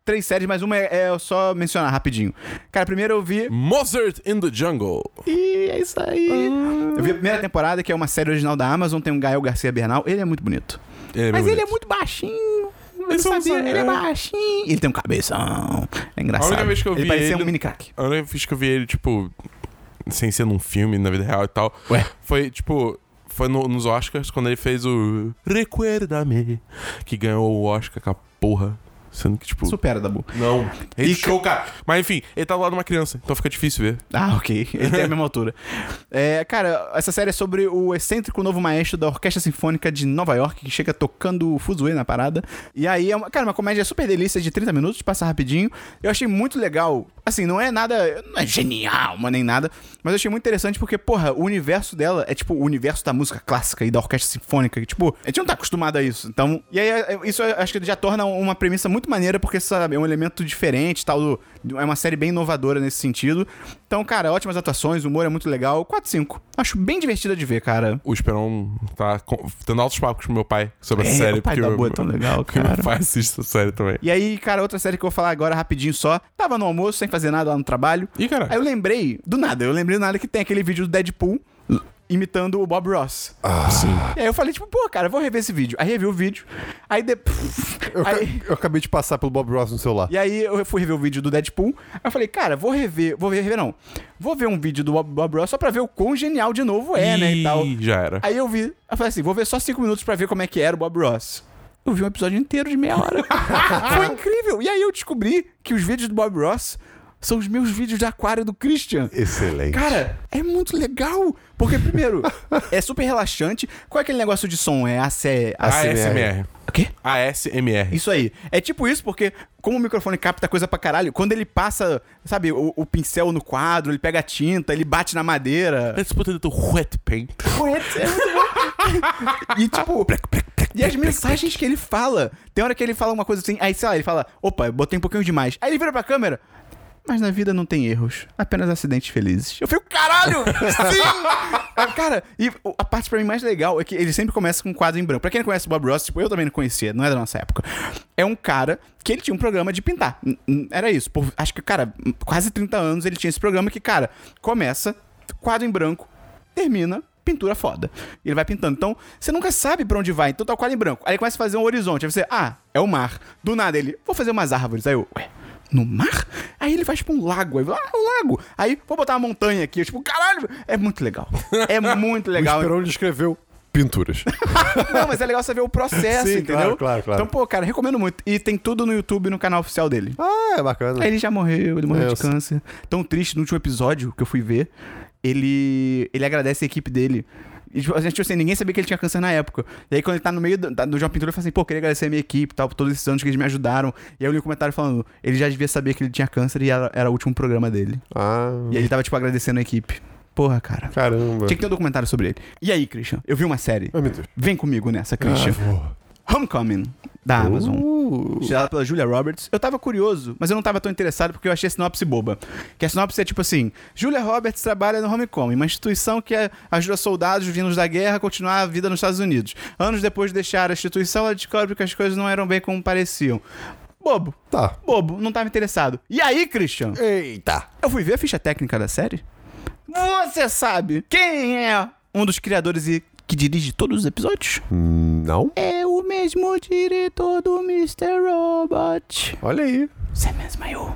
Speaker 1: três séries, mas uma é, é só mencionar rapidinho. Cara, primeiro eu vi.
Speaker 4: Mozart in the Jungle.
Speaker 1: Ih, é isso aí. Eu vi a primeira temporada, que é uma série original da Amazon, tem um Gael Garcia Bernal. Ele é muito bonito.
Speaker 4: Ele
Speaker 1: Mas
Speaker 4: muito
Speaker 1: ele é muito
Speaker 4: bonito.
Speaker 1: baixinho. Eu
Speaker 4: Ele
Speaker 1: não
Speaker 4: só não
Speaker 1: sabia,
Speaker 4: sabe,
Speaker 1: ele
Speaker 4: é.
Speaker 1: é baixinho. Ele tem um cabeção. É engraçado.
Speaker 4: A única vez que eu vi
Speaker 1: ele parecia
Speaker 4: ele-
Speaker 1: um mini crack.
Speaker 4: A única vez que eu vi ele, tipo, sem ser num filme, na vida real e tal,
Speaker 1: Ué.
Speaker 4: foi, tipo, foi no- nos Oscars, quando ele fez o Recuerda-me, que ganhou o Oscar com a porra. Sendo que, tipo,
Speaker 1: Supera, Dabu.
Speaker 4: não. Ele
Speaker 1: E-
Speaker 4: show, cara. Mas enfim, ele tá do lado de uma criança, então fica difícil ver.
Speaker 1: Ah, ok. Ele tem a mesma [laughs] altura. É, cara, essa série é sobre o excêntrico novo maestro da Orquestra Sinfônica de Nova York, que chega tocando o fuzuê na parada. E aí, é uma, cara, uma comédia super delícia de 30 minutos, passa rapidinho. Eu achei muito legal. Assim, não é nada... Não é genial, mas nem nada. Mas eu achei muito interessante porque, porra, o universo dela é tipo o universo da música clássica e da orquestra sinfônica. Que, tipo, a gente não tá acostumado a isso. Então, e aí, é- isso eu acho que já torna uma premissa muito maneira, porque, sabe, é um elemento diferente, tal. do- É uma série bem inovadora nesse sentido. Então, cara, ótimas atuações, o humor é muito legal. 4-5. Acho bem divertida de ver, cara.
Speaker 4: O Esperon tá com- tendo altos papos com meu pai sobre a
Speaker 1: É,
Speaker 4: série.
Speaker 1: o pai
Speaker 4: porque
Speaker 1: da
Speaker 4: eu-
Speaker 1: boa é tão legal,
Speaker 4: [laughs] porque meu
Speaker 1: cara.
Speaker 4: pai assiste a série também.
Speaker 1: E aí, cara, outra série que eu vou falar agora rapidinho só. Tava no almoço, sem fazer nada lá no trabalho.
Speaker 4: Ih, cara.
Speaker 1: Aí eu lembrei, do nada, eu lembrei do nada que tem aquele vídeo do Deadpool imitando o Bob Ross.
Speaker 3: Ah,
Speaker 1: E aí eu falei, tipo, pô, cara, vou rever esse vídeo. Aí revi o vídeo. Aí depois.
Speaker 3: Eu, ca- eu acabei de passar pelo Bob Ross no celular.
Speaker 1: [laughs] E aí eu fui rever o vídeo do Deadpool. Aí eu falei, cara, vou rever, vou rever, não. Vou ver um vídeo do Bob, Bob Ross só pra ver o quão genial de novo é, né? E tal.
Speaker 4: Ih, Já era.
Speaker 1: Aí eu vi, eu falei assim, vou ver só cinco minutos pra ver como é que era o Bob Ross. Eu vi um episódio inteiro de meia hora. Foi incrível. E aí eu descobri que os vídeos do Bob Ross são os meus vídeos de aquário do Christian.
Speaker 3: Excelente.
Speaker 1: Cara, é muito legal. Porque, primeiro, é super relaxante. Qual é aquele negócio de som? É AC...
Speaker 4: ASMR.
Speaker 1: O quê?
Speaker 4: ASMR.
Speaker 1: Isso aí. É tipo isso, porque como o microfone capta coisa pra caralho, quando ele passa, sabe, o, o pincel no quadro, ele pega a tinta, ele bate na madeira.
Speaker 4: Let's put it into wet paint.
Speaker 1: É muito bom. [laughs] e tipo. [laughs] E as mensagens que ele fala. Tem hora que ele fala uma coisa assim, aí sei lá, ele fala, opa, eu botei um pouquinho demais. Aí ele vira pra câmera. Mas na vida não tem erros, apenas acidentes felizes. Eu fico, caralho! Sim! [laughs] Ah, Cara, e o- a parte pra mim mais legal é que ele sempre começa com um quadro em branco. Pra quem não conhece o Bob Ross, tipo, eu também não conhecia, não é da nossa época. É um cara que ele tinha um programa de pintar. N- n- Era isso. Por- acho que, cara, quase 30 anos ele tinha esse programa que, cara, começa, quadro em branco, termina, pintura foda. E ele vai pintando. Então, você nunca sabe pra onde vai. Então tá o quadro em branco. Aí ele começa a fazer um horizonte. Aí você, ah, é o mar. Do nada ele, vou fazer umas árvores. Aí eu, ué. No mar? Aí ele vai, tipo, um lago. Aí, eu, ah, um lago. Aí, vou botar uma montanha aqui. Eu, tipo, caralho. É muito legal.
Speaker 3: [laughs]
Speaker 1: É muito
Speaker 3: O
Speaker 1: legal.
Speaker 3: Esperon descreveu pinturas.
Speaker 1: [laughs] Não, mas é legal você ver o processo,
Speaker 3: Sim,
Speaker 1: entendeu?
Speaker 3: claro, claro, claro.
Speaker 1: Então, pô, cara, recomendo muito. E tem tudo no YouTube, no canal oficial dele.
Speaker 3: [laughs] ah, é bacana.
Speaker 1: Aí ele já morreu, ele morreu
Speaker 3: É, eu
Speaker 1: de câncer. Tão triste, no último episódio que eu fui ver, ele ele agradece a equipe dele. E, tipo, a gente, assim, ninguém sabia que ele tinha câncer na época. E aí, quando ele tá no meio do, da- do João Pintura, ele fala assim: pô, queria agradecer a minha equipe, tal, por todos esses anos que eles me ajudaram. E aí eu li um comentário falando: ele já devia saber que ele tinha câncer e era, era o último programa dele.
Speaker 3: Ah,
Speaker 1: E aí ele tava, tipo, agradecendo a equipe. Porra, cara.
Speaker 3: caramba.
Speaker 1: Tinha que ter um documentário sobre ele. E aí, Christian? Eu vi uma série.
Speaker 3: Ai, meu Deus. Ah,
Speaker 1: Vem comigo nessa, Christian. Homecoming, da Amazon.
Speaker 3: Uh.
Speaker 1: Estrelada pela Julia Roberts. Eu tava curioso, mas eu não tava tão interessado porque eu achei a sinopse boba. Que a sinopse é tipo assim: Julia Roberts trabalha no Homecoming, uma instituição que é- ajuda soldados vindos da guerra a continuar a vida nos Estados Unidos. Anos depois de deixar a instituição, ela descobre que as coisas não eram bem como pareciam. Bobo,
Speaker 3: Tá.
Speaker 1: bobo, não tava interessado. E aí, Christian?
Speaker 3: Eita.
Speaker 1: Eu fui ver a ficha técnica da série. Você sabe quem é um dos criadores e que dirige todos os episódios?
Speaker 3: Hum, Não?
Speaker 1: É o mesmo diretor do Mr. Robot.
Speaker 3: Olha aí.
Speaker 1: Sam Esmail.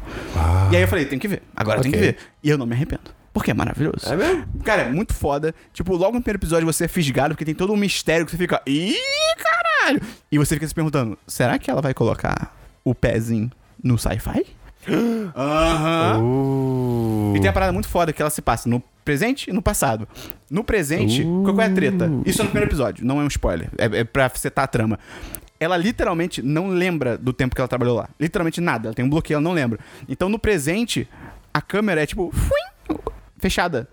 Speaker 1: E aí eu falei, tem que ver. Agora tem que
Speaker 3: Ah. Ok.
Speaker 1: ver. E eu não me arrependo. Porque é maravilhoso.
Speaker 3: É mesmo?
Speaker 1: Cara, é muito foda. Tipo, logo no primeiro episódio você é fisgado, porque tem todo um mistério que você fica. Ih, caralho! E você fica se perguntando: será que ela vai colocar o pezinho no
Speaker 3: [gasps]
Speaker 1: sci-fi? Aham.
Speaker 3: Uh.
Speaker 1: E tem a parada muito foda que ela se passa no presente e no passado. No presente, qual qual é a treta? Isso é no primeiro episódio, não é um spoiler. É, é pra setar a trama. Ela literalmente não lembra do tempo que ela trabalhou lá. Literalmente nada. Ela tem um bloqueio, ela não lembra. Então no presente, a câmera é tipo. fuim, fechada.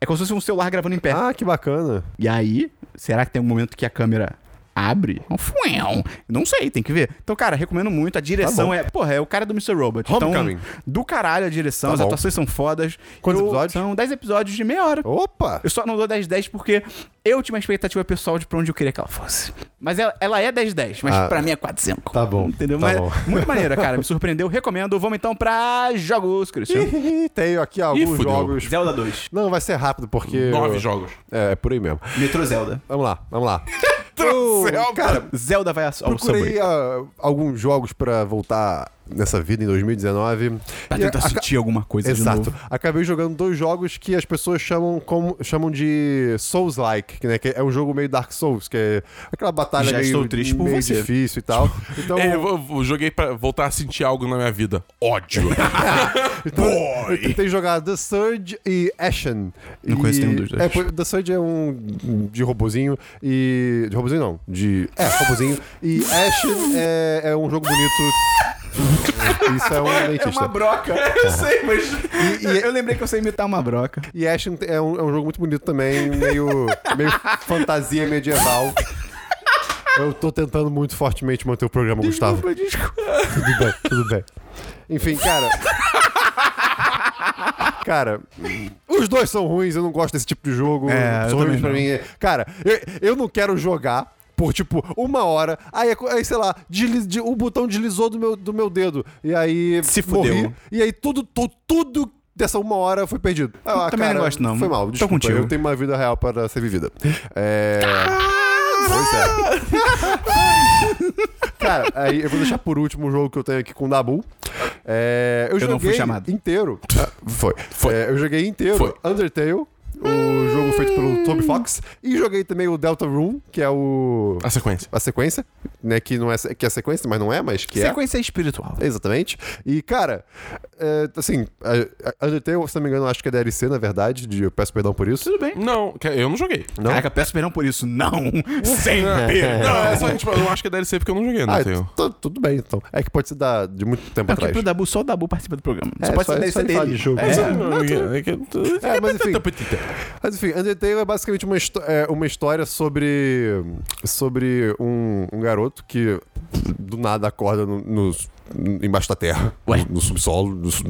Speaker 1: É como se fosse um celular gravando em pé.
Speaker 3: Ah, que bacana.
Speaker 1: E aí, será que tem um momento que a câmera abre? Um fuéu. Não sei, tem que ver. Então, cara, recomendo muito. A direção
Speaker 3: Tá bom.
Speaker 1: é. Porra, é o cara do Mr. Robot.
Speaker 3: Homecoming.
Speaker 1: Então, do caralho a direção,
Speaker 3: Tá
Speaker 1: as
Speaker 3: bom.
Speaker 1: atuações são fodas.
Speaker 3: Quantos
Speaker 1: Eu-
Speaker 3: episódios?
Speaker 1: São 10 episódios de meia hora.
Speaker 3: Opa!
Speaker 1: Eu só não dou 10-10 porque eu tinha uma expectativa pessoal de pra onde eu queria que ela fosse. Mas ela, ela é 10-10, mas
Speaker 3: Ah,
Speaker 1: pra mim é 4-5.
Speaker 3: tá bom,
Speaker 1: Entendeu?
Speaker 3: tá
Speaker 1: mas é
Speaker 3: bom.
Speaker 1: muito maneira, cara. Me surpreendeu. Recomendo. Vamos então pra jogos, Cristiano.
Speaker 3: [laughs] Ih, Tenho aqui alguns
Speaker 4: fudeu.
Speaker 3: jogos.
Speaker 1: Zelda 2.
Speaker 3: Não, vai ser rápido, porque.
Speaker 4: Nove jogos.
Speaker 3: É, é por aí mesmo.
Speaker 1: Metrô Zelda.
Speaker 3: Vamos lá, vamos lá.
Speaker 4: céu,
Speaker 3: cara,
Speaker 1: Zelda vai ao ao Subway.
Speaker 3: procurei ah, alguns jogos pra voltar nessa vida em 2019.
Speaker 1: Pra
Speaker 3: E
Speaker 1: tentar
Speaker 3: aca-
Speaker 1: sentir alguma coisa de novo.
Speaker 3: Exato. Acabei jogando dois jogos que as pessoas chamam, como, chamam de Souls-like, que, né, que é um jogo meio Dark Souls, que é aquela batalha
Speaker 1: Já
Speaker 3: meio,
Speaker 1: estou triste por
Speaker 3: meio
Speaker 1: você.
Speaker 3: difícil
Speaker 1: [laughs]
Speaker 3: e tal. Então,
Speaker 4: É, eu, eu joguei pra voltar a sentir algo na minha vida. Ódio.
Speaker 3: Então, eu tentei jogar The Surge e Ashen.
Speaker 1: Não
Speaker 3: E-
Speaker 1: conheço nenhum dos dois.
Speaker 3: É, pô, The Surge é um de robozinho e... De robozinho não, de... É, robozinho. E Ashen é, é um jogo bonito.
Speaker 1: [laughs]
Speaker 3: Isso é um
Speaker 1: É
Speaker 3: dentista.
Speaker 1: uma broca. [laughs] Eu sei, mas.
Speaker 3: e-
Speaker 1: Eu lembrei que eu sei imitar uma broca.
Speaker 3: E Ashen é um, é um jogo muito bonito também, meio, meio fantasia medieval. Eu tô tentando muito fortemente manter o programa, Gustavo.
Speaker 1: Desculpa, desculpa.
Speaker 3: Tudo bem, tudo bem. Enfim, cara. Cara, os dois são ruins, eu não gosto desse tipo de jogo.
Speaker 1: É, eu
Speaker 3: são
Speaker 1: também
Speaker 3: ruins pra
Speaker 1: não.
Speaker 3: mim. é- Cara, eu, eu não quero jogar por tipo uma hora. Aí, é co- aí, sei lá, desli- de- o botão deslizou do meu, do meu dedo. E aí.
Speaker 1: Se fudeu.
Speaker 3: morri, e aí tudo, tu- tudo dessa uma hora foi perdido. Ah,
Speaker 1: também não
Speaker 3: cara,
Speaker 1: gosto, não.
Speaker 3: Foi mal,
Speaker 1: Tô
Speaker 3: desculpa.
Speaker 1: contigo.
Speaker 3: Eu tenho uma vida real para ser vivida. É. Pois é. Cara, aí eu vou deixar por último o jogo que eu tenho aqui com o Dabu. É, eu,
Speaker 1: Eu
Speaker 3: joguei
Speaker 1: não fui chamado.
Speaker 3: inteiro. Ah, foi. É, eu joguei inteiro
Speaker 4: Foi.
Speaker 3: Undertale, o jogo jogo feito pelo Toby Fox. E joguei também o Delta Room, que é o.
Speaker 4: A sequência.
Speaker 3: A sequência, né? Que não é, se- que é sequência, mas não é, mas que é.
Speaker 1: Sequência espiritual.
Speaker 3: Exatamente. E, cara, é, assim, a- a Undertale, se não me engano, acho que é DLC, na verdade. de- eu peço perdão por isso.
Speaker 1: Tudo bem.
Speaker 4: Não, que- eu não joguei.
Speaker 3: Não?
Speaker 1: Caraca, peço perdão por isso. [laughs] Não! Sempre!
Speaker 4: Não, é só, tipo, eu acho que é DLC porque eu não joguei, não
Speaker 3: Ah,
Speaker 4: tenho.
Speaker 3: tu- tudo bem, então. É que pode ser da, de muito tempo
Speaker 1: É porque
Speaker 3: atrás.
Speaker 1: pro Dabu, só o Dabu participa do programa. Só
Speaker 3: É,
Speaker 1: pode
Speaker 3: só-
Speaker 1: ser
Speaker 3: só
Speaker 1: deve ser
Speaker 3: ele fala
Speaker 1: dele.
Speaker 3: de jogo.
Speaker 1: É.
Speaker 3: Mas
Speaker 4: eu não joguei, é que-
Speaker 3: É, mas enfim. Mas enfim, Undertale é basicamente uma, histó- é, uma história sobre, sobre um, um garoto que do nada acorda no, nos- embaixo da terra,
Speaker 1: Ué.
Speaker 3: no, no subsolo, no su-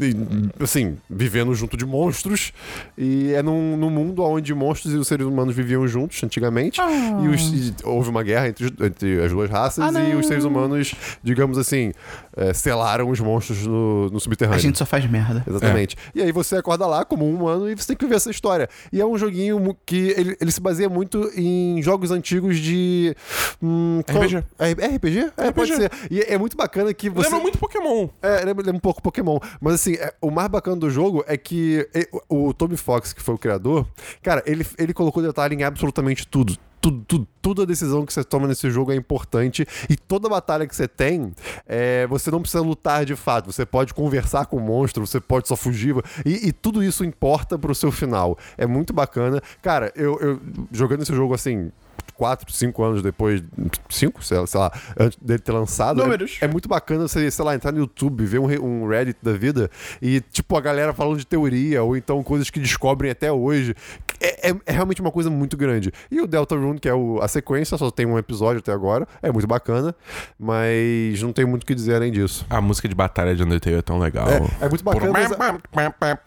Speaker 3: e, assim, vivendo junto de monstros. E é num, num mundo onde monstros e os seres humanos viviam juntos antigamente. E, os- e houve uma guerra entre, os- entre as duas raças
Speaker 1: Ah,
Speaker 3: e
Speaker 1: não.
Speaker 3: os seres humanos, digamos assim, é, selaram os monstros no, no subterrâneo.
Speaker 1: É, A gente só faz merda.
Speaker 3: Exatamente. E aí você acorda lá como um humano e você tem que viver essa história. E é um joguinho mu- que ele, ele se baseia muito em jogos antigos de. hum, qual-
Speaker 4: RPG.
Speaker 3: É, é RPG? É, pode
Speaker 4: RPG.
Speaker 3: ser. E é muito bacana que você.
Speaker 4: Lembra muito Pokémon.
Speaker 3: É, lembra, lembra um pouco Pokémon. Mas assim, é, o mais bacana do jogo é que e- o, o Toby Fox, que foi o criador, cara, ele, ele colocou detalhe em absolutamente tudo. Tudo, tudo, toda decisão que você toma nesse jogo é importante e toda batalha que você tem, é, você não precisa lutar de fato, você pode conversar com o monstro, você pode só fugir e, e tudo isso importa pro seu final. É muito bacana. Cara, eu, eu jogando esse jogo assim, 4, 5 anos depois, 5, sei lá, sei lá, antes dele ter lançado,
Speaker 1: Números.
Speaker 3: é, é muito bacana você, sei lá, entrar no YouTube, ver um, re- um Reddit da vida e, tipo, a galera falando de teoria ou então coisas que descobrem até hoje. É, é- é realmente uma coisa muito grande. E o Delta Rune, que é o- a sequência, só tem um episódio até agora, é muito bacana, mas não tem muito o que dizer além disso.
Speaker 4: A música de batalha de Undertale é tão legal.
Speaker 3: É, é muito bacana, mas
Speaker 4: Caraca,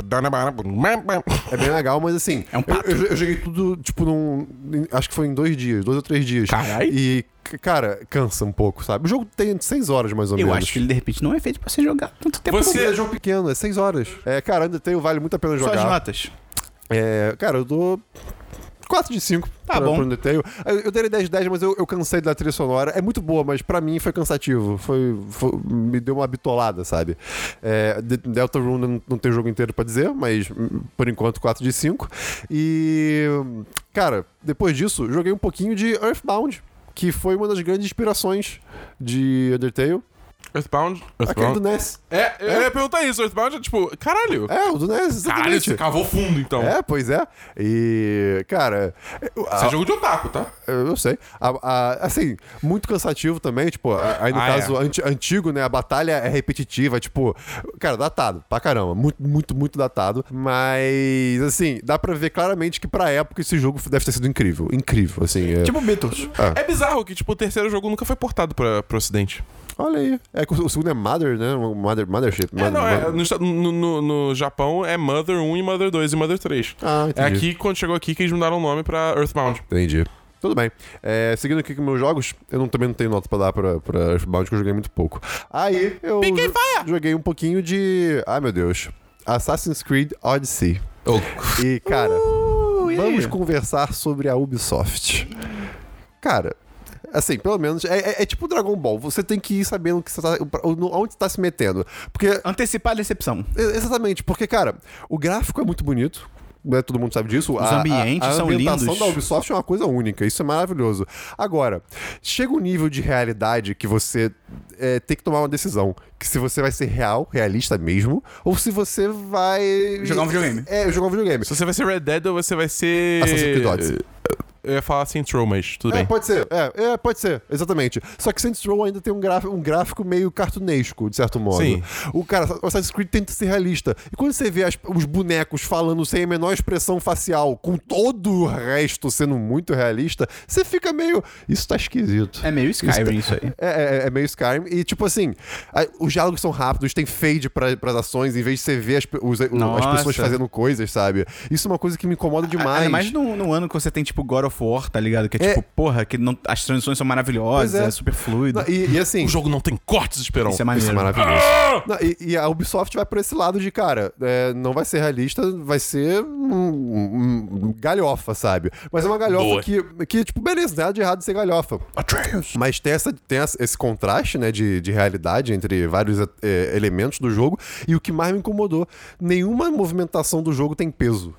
Speaker 3: é bem legal, mas assim,
Speaker 1: É um pato.
Speaker 3: eu, eu- eu joguei tudo, tipo, num. em- Acho que foi em dois dias, dois ou três dias.
Speaker 4: Carai.
Speaker 3: E, c- cara, cansa um pouco, sabe? O jogo tem seis horas, mais ou
Speaker 1: Eu
Speaker 3: menos.
Speaker 1: acho que ele, de repente, não é feito pra ser jogado tanto tempo.
Speaker 4: Você-
Speaker 1: assim.
Speaker 3: É jogo pequeno, é 6 horas. É, cara, Undertale vale muito a pena
Speaker 1: Só as
Speaker 3: jogar.
Speaker 1: notas.
Speaker 3: É, cara, eu dou 4 de 5
Speaker 1: Tá bom.
Speaker 3: pro Undertale. Eu, eu daria 10 de 10, mas eu, eu cansei da trilha sonora. É muito boa, mas pra mim foi cansativo. Foi, foi- me deu uma bitolada, sabe? É, De- Delta Rune não, não tem o jogo inteiro pra dizer, mas hum, por enquanto 4 de 5. E, cara, depois disso, joguei um pouquinho de Earthbound. Que foi uma das grandes inspirações de Undertale.
Speaker 4: Earthbound.
Speaker 3: Aquele do
Speaker 4: Earthbound.
Speaker 3: NES.
Speaker 4: É, eu ia perguntar isso. Earthbound é tipo, caralho.
Speaker 3: É, o do NES,
Speaker 4: Caralho,
Speaker 3: exatamente.
Speaker 4: você cavou fundo então.
Speaker 3: É, pois é. E, cara, eu,
Speaker 4: Isso
Speaker 3: a-
Speaker 4: é jogo de otaku, tá?
Speaker 3: eu- eu sei. A- a- assim, muito cansativo também, tipo, a- aí no
Speaker 4: Ah,
Speaker 3: caso
Speaker 4: é.
Speaker 3: anti- antigo, né, a batalha é repetitiva, tipo, cara, datado, pra caramba, muito, muito, muito datado, mas, assim, dá pra ver claramente que pra época esse jogo deve ter sido incrível, incrível, assim, é-
Speaker 1: Tipo Beatles.
Speaker 4: É bizarro que, tipo, o terceiro jogo nunca foi portado pra, pro ocidente.
Speaker 3: olha aí. É que o, o segundo é Mother, né, o Mother, Mothership.
Speaker 4: É, não, é,
Speaker 3: Mother-
Speaker 4: no, esta- no, no- no Japão é Mother 1 e Mother 2 e Mother 3.
Speaker 3: Ah,
Speaker 4: É
Speaker 3: entendi.
Speaker 4: aqui, quando chegou aqui, que eles mudaram o nome pra Earthbound.
Speaker 3: Entendi. Tudo bem. É, seguindo aqui com meus jogos, eu não- também não tenho nota pra dar pra, pra Earthbound, que eu joguei muito pouco. Aí eu
Speaker 4: Pinky
Speaker 3: jo- joguei um pouquinho de. Ai meu Deus. Assassin's Creed Odyssey. E, cara,
Speaker 1: Uh, e aí?
Speaker 3: vamos conversar sobre a Ubisoft. Cara. Assim, pelo menos, é, é- é tipo Dragon Ball. Você tem que ir sabendo o que você tá, onde você tá se metendo. Porque
Speaker 1: Antecipar a decepção.
Speaker 3: E- É, Exatamente, porque, cara, o gráfico é muito bonito. Né, todo mundo sabe disso. Os
Speaker 1: ambientes são lindos.
Speaker 3: da Ubisoft é uma coisa única. Isso é maravilhoso. Agora, chega um nível de realidade que você é, tem que tomar uma decisão. Que se você vai ser real, realista mesmo, ou se você vai...
Speaker 1: Jogar um videogame.
Speaker 3: É, jogar um videogame.
Speaker 4: Se você vai ser Red Dead ou você vai ser.
Speaker 3: Assassin's Creed Odyssey.
Speaker 4: Eu ia falar Saints Row, mas tudo
Speaker 3: É,
Speaker 4: bem.
Speaker 3: pode ser. É, é, pode ser. Exatamente. Só que Saints Row ainda tem um, graf- um gráfico meio cartunesco, de certo modo.
Speaker 4: Sim.
Speaker 3: O cara, o Assassin's Creed tenta ser realista. E quando você vê as- os bonecos falando sem a menor expressão facial, com todo o resto sendo muito realista, você fica meio... Isso tá esquisito.
Speaker 1: É meio Skyrim [laughs] isso aí.
Speaker 3: É, é- é meio Skyrim. E, tipo assim, a- os diálogos são rápidos, tem fade pra, pras ações, em vez de você ver as, pe- os- as
Speaker 1: Nossa.
Speaker 3: pessoas fazendo coisas, sabe? Isso é uma coisa que me incomoda demais.
Speaker 1: Ainda mais num, num ano que você tem, tipo, God of War, tá ligado? Que é, tipo, porra, que não, as transições são maravilhosas,
Speaker 3: Pois é.
Speaker 1: é. super fluido.
Speaker 3: Não, e, e assim...
Speaker 4: O jogo não tem cortes, Esperão.
Speaker 1: Isso é maneiro.
Speaker 3: Isso é maravilhoso. Não, e, e a Ubisoft vai por esse lado de, cara, é, não vai ser realista, vai ser um, um- um galhofa, sabe? Mas é uma galhofa
Speaker 4: Boa.
Speaker 3: que, que, tipo, beleza, nada de errado em ser galhofa. Mas tem, essa, tem essa- esse contraste, né, de, de realidade entre vários é, elementos do jogo. E o que mais me incomodou, nenhuma movimentação do jogo tem peso.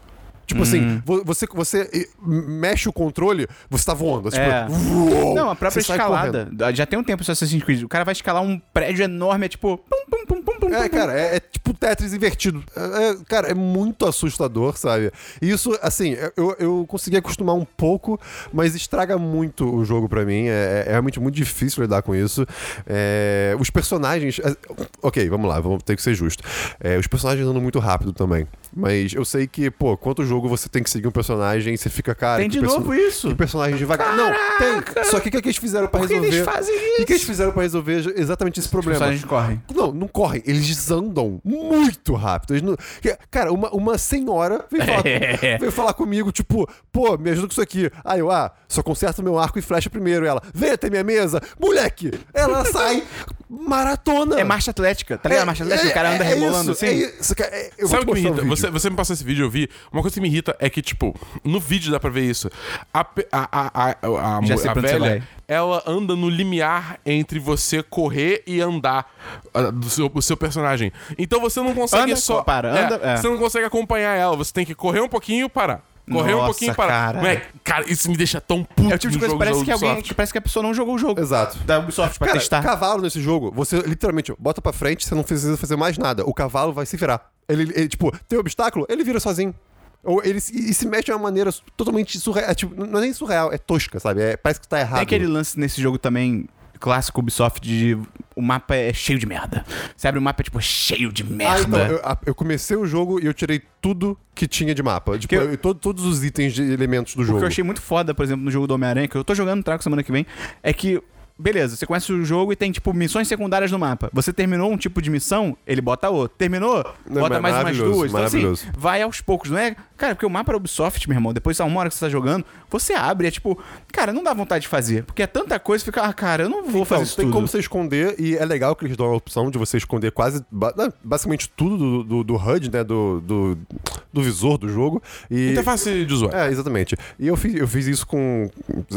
Speaker 3: Tipo assim, vo- você, você eh, mexe o controle, você tá voando. Tipo,
Speaker 1: É.
Speaker 3: uou,
Speaker 1: Não, a própria
Speaker 3: você sai
Speaker 1: escalada. Já tem um tempo isso Assassin's Creed. O cara vai escalar um prédio enorme, é tipo. Pum, pum, pum, pum, pum,
Speaker 3: É,
Speaker 1: pum,
Speaker 3: cara, é, é tipo Tetris invertido. É, é, cara, é muito assustador, sabe? E isso, assim, eu, eu consegui acostumar um pouco, mas estraga muito o jogo pra mim. É, é realmente muito difícil lidar com isso. É, os personagens. é, ok, vamos lá, vamos ter que ser justo. É, os personagens andam muito rápido também. Mas eu sei que, pô, quanto jogo você tem que seguir um personagem, você fica, cara.
Speaker 1: Tem
Speaker 3: que
Speaker 1: de
Speaker 3: perso-
Speaker 1: novo isso?
Speaker 3: Que personagem devagar. Não, tem. Só que o que, que eles fizeram pra
Speaker 1: Por que
Speaker 3: resolver?
Speaker 1: eles fazem
Speaker 3: O que, que eles
Speaker 1: isso?
Speaker 3: fizeram pra resolver exatamente esse
Speaker 1: Os
Speaker 3: problema?
Speaker 1: personagens correm.
Speaker 3: Não, não correm, eles andam muito rápido. Eles não- que- Cara, uma, uma senhora veio falar, com-
Speaker 1: [laughs]
Speaker 3: veio falar comigo, tipo, pô, me ajuda com isso aqui. Aí eu, ah, só conserta meu arco e flecha primeiro. Ela, vem até minha mesa, moleque!
Speaker 1: [laughs]
Speaker 3: Ela sai maratona.
Speaker 1: É marcha atlética, tá ligado? marcha atlética, o cara anda
Speaker 3: é
Speaker 1: rebolando
Speaker 3: isso,
Speaker 1: assim.
Speaker 3: É isso, cara, é- eu
Speaker 4: Sabe o
Speaker 3: vou te
Speaker 4: que me
Speaker 3: mostrar
Speaker 4: irrita?
Speaker 3: um vídeo.
Speaker 4: você, você me passou esse vídeo, eu vi. Uma coisa que me irrita é que, tipo, no vídeo dá pra ver isso. A, pe- a, a, a, a, a,
Speaker 1: Já
Speaker 4: mu-
Speaker 1: sei
Speaker 4: a
Speaker 1: pra onde você vai.
Speaker 4: velha, ela anda no limiar entre você correr e andar ah, do seu, do seu personagem. Então você não consegue
Speaker 1: Anda,
Speaker 4: só.
Speaker 1: para,
Speaker 4: é,
Speaker 1: anda, é.
Speaker 4: Você não consegue acompanhar ela. Você tem que correr um pouquinho e parar. Correr um
Speaker 1: Nossa,
Speaker 4: pouquinho e parar.
Speaker 1: cara.
Speaker 4: Moleque, cara, isso me deixa tão puto.
Speaker 1: É o tipo de coisa
Speaker 4: no
Speaker 1: que
Speaker 4: Um jogo
Speaker 1: parece
Speaker 4: da
Speaker 1: que alguém.
Speaker 4: Ubisoft.
Speaker 1: que parece que a pessoa não jogou o jogo.
Speaker 3: Exato.
Speaker 1: Da Ubisoft pra
Speaker 3: Cara,
Speaker 1: testar.
Speaker 3: cavalo nesse jogo, você literalmente bota pra frente, você não precisa fazer mais nada. O cavalo vai se virar. Ele, ele, tipo, tem obstáculo, ele vira sozinho. Ou ele se, e se mexe de uma maneira totalmente surreal. é, tipo, não é nem surreal, é tosca, sabe? É, parece que tá errado.
Speaker 1: Tem aquele lance nesse jogo também, clássico Ubisoft, de o mapa é cheio de merda. Você abre o mapa, é tipo, cheio de
Speaker 3: Ah, então,
Speaker 1: merda.
Speaker 3: eu, a- eu comecei o jogo e eu tirei tudo que tinha de mapa. Tipo,
Speaker 1: eu-
Speaker 3: eu- todo- todos os itens de elementos do
Speaker 1: O
Speaker 3: jogo.
Speaker 1: que eu achei muito foda, por exemplo, no jogo do Homem-Aranha, que eu tô jogando trago semana que vem, é que. Beleza, você conhece o jogo e tem, tipo, missões secundárias no mapa. Você terminou um tipo de missão, ele bota outro. Terminou, bota mais umas
Speaker 3: É maravilhoso,
Speaker 1: duas. Então, assim,
Speaker 3: maravilhoso.
Speaker 1: vai aos poucos, não é? Cara, porque o mapa era Ubisoft, meu irmão. Depois, a uma hora que você tá jogando, você abre, é tipo... Cara, não dá vontade de fazer. Porque é tanta coisa, fica... Ah, cara, eu não vou fazer
Speaker 3: Então,
Speaker 1: isso
Speaker 3: tem
Speaker 1: tudo.
Speaker 3: como você esconder, e é legal que eles dão a opção de você esconder quase ba- não, basicamente tudo do, do, do HUD, né? Do, do, do visor do jogo. E,
Speaker 1: Então,
Speaker 4: Interface de usuário.
Speaker 3: É, exatamente. E eu fiz, eu fiz isso com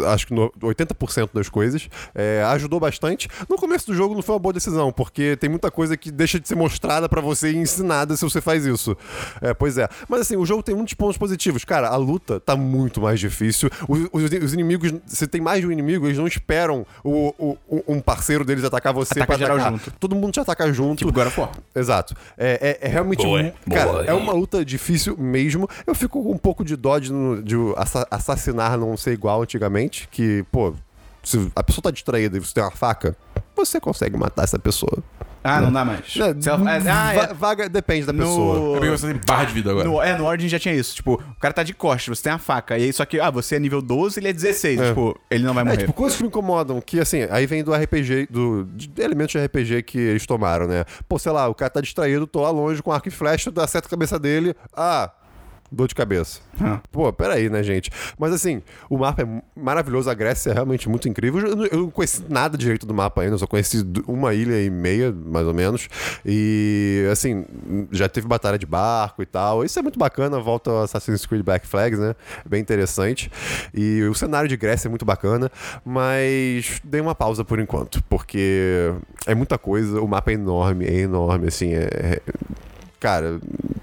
Speaker 3: acho que no- 80% das coisas. É, ajudou bastante. No começo do jogo não foi uma boa decisão, porque tem muita coisa que deixa de ser mostrada pra você e ensinada se você faz isso. É, pois é. Mas assim, o jogo tem muitos pontos positivos. Cara, a luta tá muito mais difícil. Os, os- os inimigos, se tem mais de um inimigo, eles não esperam o, o- o- um parceiro deles atacar você
Speaker 1: Ataca
Speaker 3: pra
Speaker 1: geral
Speaker 3: atacar.
Speaker 1: junto.
Speaker 3: Todo mundo te ataca junto.
Speaker 1: Tipo, agora, pô.
Speaker 3: Exato. É, é- é realmente.
Speaker 2: Boa,
Speaker 3: mu- cara,
Speaker 2: boa.
Speaker 3: é uma luta difícil mesmo. Eu fico com um pouco de dó de, não- de assa- assassinar não ser igual antigamente. Que, pô, se a pessoa tá distraída e você tem uma faca, você consegue matar essa pessoa.
Speaker 1: Ah, não dá mais.
Speaker 3: É,
Speaker 1: Você- ah, é.
Speaker 3: va- Vaga depende da
Speaker 1: No-
Speaker 3: pessoa.
Speaker 4: É porque você tem barra de vida agora.
Speaker 1: No, é, no Origin já tinha isso. Tipo, o cara tá de costas, você tem a faca. E aí, só que, ah, você é nível 12, ele é 16. Tipo, ele não vai
Speaker 3: É,
Speaker 1: morrer.
Speaker 3: tipo, coisas que me incomodam, que assim, aí vem do RPG, do, de de elementos de RPG que eles tomaram, né? Pô, sei lá, o cara tá distraído, tô lá longe com arco e flecha, acerta a cabeça dele, ah, dor de cabeça.
Speaker 1: Ah.
Speaker 3: Pô, peraí, né, gente? Mas assim, o mapa é maravilhoso, a Grécia é realmente muito incrível. Eu, não- eu não conheci nada direito do mapa ainda, eu só conheci du- uma ilha e meia, mais ou menos. E, assim, já teve batalha de barco e tal. Isso é muito bacana, volta ao Assassin's Creed Black Flags, né? Bem interessante. E o cenário de Grécia é muito bacana, mas dei uma pausa por enquanto, porque é muita coisa, o mapa é enorme, é enorme, assim, é- é Cara,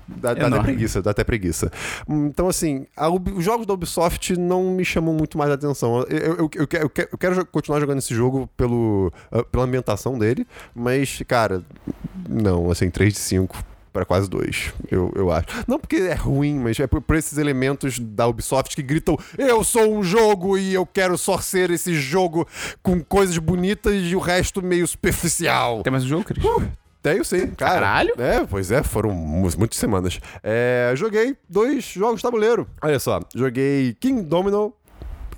Speaker 3: dá, dá até
Speaker 1: Enorme.
Speaker 3: preguiça, dá até preguiça. Hum, Então, assim, a Ubi- os jogos da Ubisoft não me chamam muito mais a atenção. Eu, eu, eu, eu quero, eu quero jo- continuar jogando esse jogo pelo, ah, pela ambientação dele, mas, cara, não, assim, 3 de 5 para quase 2, eu, eu acho. Não porque é ruim, mas é por, por esses elementos da Ubisoft que gritam: eu sou um jogo e eu quero só ser esse jogo com coisas bonitas e o resto meio superficial.
Speaker 1: Tem mais um jogo, Cris?
Speaker 3: Até eu sei, cara.
Speaker 1: Caralho.
Speaker 3: É, pois é, foram mu- muitas semanas. É, joguei dois jogos de tabuleiro. Olha só, joguei King Domino,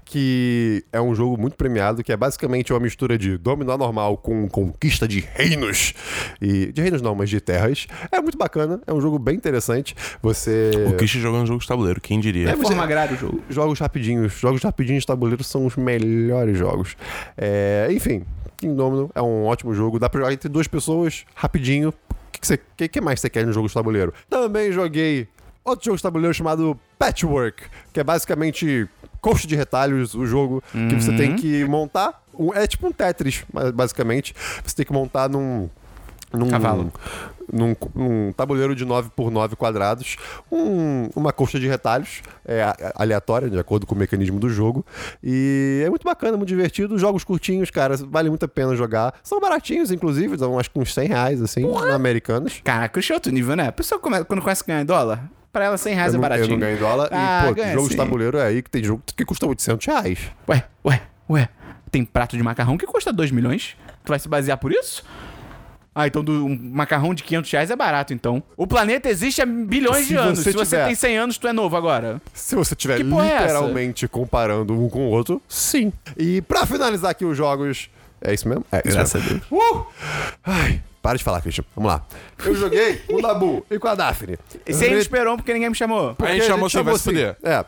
Speaker 3: que é um jogo muito premiado, que é basicamente uma mistura de dominó normal com conquista de reinos. E, de reinos não, mas de terras. É muito bacana, é um jogo bem interessante. Você...
Speaker 4: O Christian jogando jogo de tabuleiro, quem diria?
Speaker 1: É forma agrária o jogo.
Speaker 3: Jogos rapidinhos. Jogos rapidinhos de tabuleiro são os melhores jogos. É, enfim, King Domino é um ótimo jogo. Dá pra jogar entre duas pessoas rapidinho. O que, que, você- que- que mais você quer no jogo de tabuleiro? Também joguei outro jogo de tabuleiro chamado Patchwork, que é basicamente coxa de retalhos o jogo que você tem que montar. um- É tipo um Tetris, mas basicamente. Você tem que montar num num,
Speaker 1: Cavalo.
Speaker 3: Num, num tabuleiro de 9 por 9 quadrados, um- uma coxa de retalhos, é, a- a- aleatória, de acordo com o mecanismo do jogo. E é muito bacana, muito divertido. Jogos curtinhos, cara, vale muito a pena jogar. São baratinhos, inclusive, dão acho que uns 100 reais, assim, na Americanas.
Speaker 1: Caraca, isso é outro nível, né? A pessoa come- quando começa a ganhar em dólar, pra ela 100
Speaker 3: Eu
Speaker 1: reais
Speaker 3: não,
Speaker 1: é
Speaker 3: eu
Speaker 1: baratinho.
Speaker 3: não ganho em dólar.
Speaker 1: Ah,
Speaker 3: e, pô,
Speaker 1: ganha
Speaker 3: jogo de
Speaker 1: sim.
Speaker 3: tabuleiro é aí que tem jogo que custa 800 reais.
Speaker 1: Ué, ué, ué. Tem prato de macarrão que custa 2 milhões? Tu vai se basear por isso? Ah, então do, um macarrão de 500 reais é barato, então. O planeta existe há bilhões
Speaker 3: Se
Speaker 1: de anos.
Speaker 3: você
Speaker 1: Se você
Speaker 3: tiver-
Speaker 1: tem 100 anos, tu é novo agora.
Speaker 3: Se você tiver
Speaker 1: Que porra é essa?
Speaker 3: literalmente comparando um com o outro, sim. E pra finalizar aqui os jogos. É isso mesmo? É isso
Speaker 1: Graças
Speaker 3: mesmo. a Deus. Uh! Ai, para de falar, Christian. Vamos lá. Eu joguei com o Dabu e com a Daphne.
Speaker 1: Sem
Speaker 3: Re-
Speaker 1: esperou porque ninguém me chamou.
Speaker 4: A gente chamou assim, vai se fuder.
Speaker 3: É.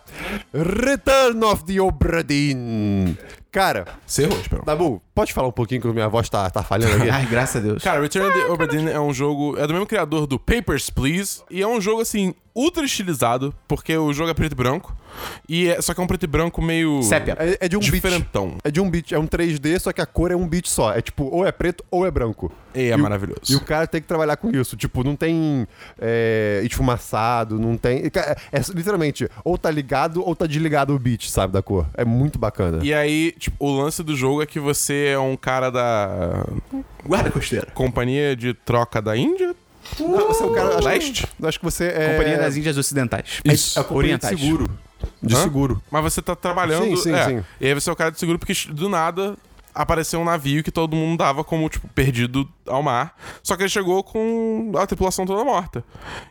Speaker 3: Return of the Obra Dinn. Cara,
Speaker 4: Você errou, espera.
Speaker 3: Dabu, pode falar um pouquinho que minha voz tá, tá falhando aqui?
Speaker 1: Ai, graças a Deus.
Speaker 4: Cara, Return of the Obra Dinn é um jogo... É do mesmo criador do Papers, Please. E é um jogo, assim, ultra estilizado. Porque o jogo é preto e branco. E é, só que é um preto e branco meio...
Speaker 1: Sépia.
Speaker 3: É, é de um beat.
Speaker 4: Diferentão.
Speaker 3: É de um beat. É um 3D, só que a cor é um beat só. É tipo, ou é preto ou é branco.
Speaker 4: E é
Speaker 3: o-
Speaker 4: maravilhoso.
Speaker 3: E o cara tem que trabalhar com isso. Tipo, não tem é, esfumaçado, não tem. É, é literalmente, ou tá ligado ou tá desligado o beat, sabe, da cor. É muito bacana.
Speaker 4: E aí, tipo, o lance do jogo é que você é um cara da
Speaker 1: Guarda costeira.
Speaker 4: companhia de troca da Índia?
Speaker 3: Não, você é o cara. Acho,
Speaker 4: Leste?
Speaker 3: que- acho que você é.
Speaker 1: Companhia das Índias Ocidentais.
Speaker 4: Isso.
Speaker 1: É, é orientais.
Speaker 3: De seguro. De
Speaker 4: Hã?
Speaker 3: seguro.
Speaker 4: Mas você tá trabalhando.
Speaker 3: Sim, sim,
Speaker 4: é.
Speaker 3: sim.
Speaker 4: E aí você é o cara de seguro porque do nada apareceu um navio que todo mundo dava como, tipo, perdido ao mar. Só que ele chegou com a tripulação toda morta.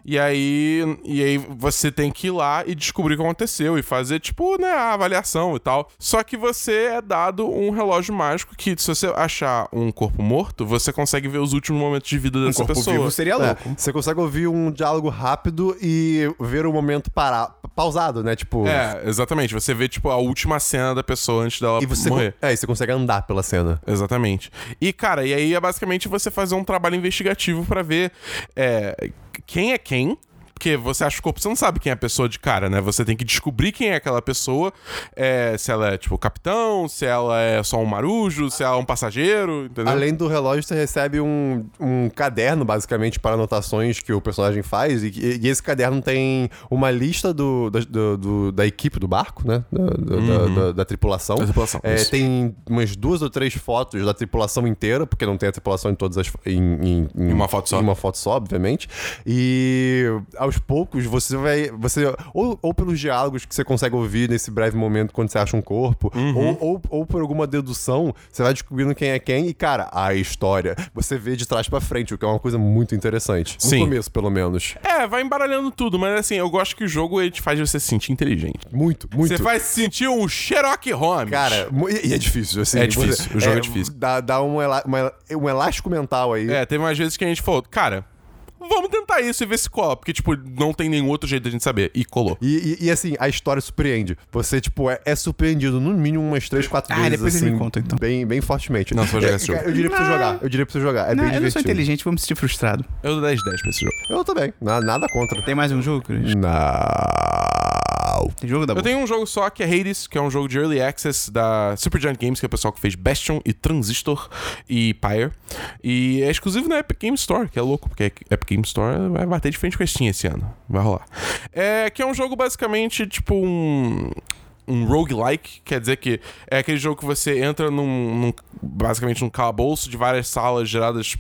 Speaker 4: E aí, e aí você tem que ir lá e descobrir o que aconteceu e fazer, tipo, né, a avaliação e tal. Só que você é dado um relógio mágico que, se você achar um corpo morto, você consegue ver os últimos momentos de
Speaker 3: Um
Speaker 4: vida dessa
Speaker 1: corpo
Speaker 4: pessoa.
Speaker 1: vivo seria
Speaker 3: É,
Speaker 1: louco.
Speaker 3: você consegue ouvir um diálogo rápido e ver o momento para, pausado, né? Tipo.
Speaker 4: É, exatamente. Você vê, tipo, a última cena da pessoa antes dela
Speaker 3: E você,
Speaker 4: morrer.
Speaker 3: é, e você consegue andar pela cena.
Speaker 4: Exatamente. E, cara, e aí é basicamente você fazer um trabalho investigativo pra ver é, quem é quem. Porque você acha o corpo, você não sabe quem é a pessoa de cara, né? Você tem que descobrir quem é aquela pessoa. é, se ela é, tipo, capitão, se ela é só um marujo, se ela é um passageiro, entendeu?
Speaker 3: Além do relógio, você recebe um, um caderno, basicamente, para anotações que o personagem faz. E, e esse caderno tem uma lista do, da, do- do- da equipe do barco, né? Da, da- da- da- da tripulação.
Speaker 4: Uhum. Da tripulação,
Speaker 3: É,
Speaker 4: isso.
Speaker 3: tem umas duas ou três fotos da tripulação inteira, porque não tem a tripulação em todas as. Em, em- em-
Speaker 4: Em uma foto só.
Speaker 3: Em uma foto só, obviamente. E aos poucos você vai. Você, ou, ou pelos diálogos que você consegue ouvir nesse breve momento quando você acha um corpo,
Speaker 4: Uhum.
Speaker 3: ou, ou, ou por alguma dedução, você vai descobrindo quem é quem. E, cara, a história. Você vê de trás pra frente, o que é uma coisa muito interessante.
Speaker 4: Sim.
Speaker 3: No começo, pelo menos.
Speaker 4: É, vai embaralhando tudo, mas assim, eu gosto que o jogo ele te faz você se sentir inteligente.
Speaker 3: Muito, muito.
Speaker 4: Você faz se sentir um Sherlock Holmes.
Speaker 3: Cara, mu- e e é difícil, assim.
Speaker 4: É difícil, o jogo é difícil.
Speaker 3: Dá, dá um, ela- uma- um elástico mental aí.
Speaker 4: É, teve umas vezes que a gente falou, cara, vamos tentar isso e ver se cola. Porque, tipo, não tem nenhum outro jeito da gente saber. E colou.
Speaker 3: E, e- e, assim, a história surpreende. Você, tipo, é, é surpreendido no mínimo umas 3, 4
Speaker 1: Ah,
Speaker 3: vezes.
Speaker 1: depois
Speaker 3: assim,
Speaker 1: ele me conta, então.
Speaker 3: Bem, bem fortemente.
Speaker 4: Não, você vai jogar
Speaker 3: É,
Speaker 4: esse jogo.
Speaker 3: Eu diria pra você jogar. Eu diria pra você jogar. É
Speaker 1: Não,
Speaker 3: bem
Speaker 1: eu não
Speaker 3: divertido.
Speaker 1: sou inteligente, vou me sentir frustrado.
Speaker 4: Eu dou 10 10 pra esse jogo.
Speaker 3: Eu também. Na- nada contra.
Speaker 1: Tem mais um jogo, Cris?
Speaker 3: Não.
Speaker 1: Tem jogo da
Speaker 4: Eu
Speaker 1: boa.
Speaker 4: tenho um jogo só que é Hades, que é um jogo de Early Access da Supergiant Games, que é o pessoal que fez Bastion e Transistor e Pyre. E é exclusivo na Epic Game Store, que é louco, porque a Epic Game Store vai bater de frente com a Steam esse ano. Vai rolar. É, que é um jogo basicamente tipo um... Um roguelike, quer dizer que é aquele jogo que você entra num, num- basicamente num calabouço de várias salas geradas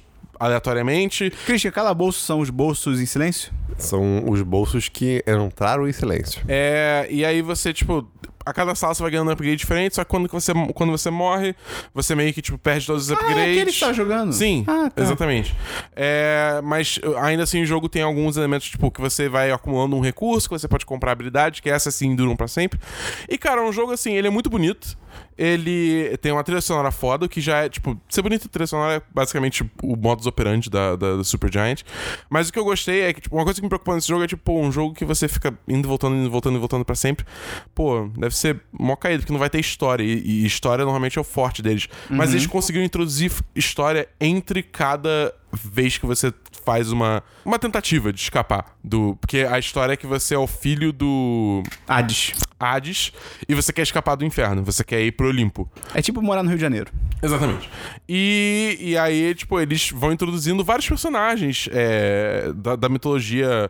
Speaker 4: aleatoriamente
Speaker 1: Christian, calabouços são os bolsos em silêncio?
Speaker 3: São os bolsos que entraram em silêncio.
Speaker 4: É, e aí você, tipo, a cada sala você vai ganhando um upgrade diferente, só que quando que você, quando você morre, você meio que, tipo, perde todos os upgrades.
Speaker 1: é aquele que tá jogando?
Speaker 4: Sim,
Speaker 1: Ah, tá.
Speaker 4: exatamente. É, mas uh, ainda assim o jogo tem alguns elementos, tipo, que você vai acumulando um recurso, que você pode comprar habilidade, que essas sim duram pra sempre. E, cara, é um jogo assim, ele é muito bonito. Ele tem uma trilha sonora foda, que já é, tipo, ser bonito e trilha sonora é basicamente o modus operandi da, da, da Supergiant. Mas o que eu gostei é que, tipo, uma coisa que me preocupa nesse jogo é, tipo, pô, um jogo que você fica indo, voltando, indo, voltando e voltando pra sempre. Pô, deve ser mó caído, porque não vai ter história. E, e história normalmente é o forte deles. Mas eles conseguiram introduzir f- história entre cada vez que você faz uma, uma tentativa de escapar do. Porque a história é que você é o filho do
Speaker 1: Hades.
Speaker 4: Hades e você quer escapar do inferno, você quer ir pro Olimpo.
Speaker 1: É tipo morar no Rio de Janeiro.
Speaker 4: Exatamente. E, e aí, tipo, eles vão introduzindo vários personagens é, da, da mitologia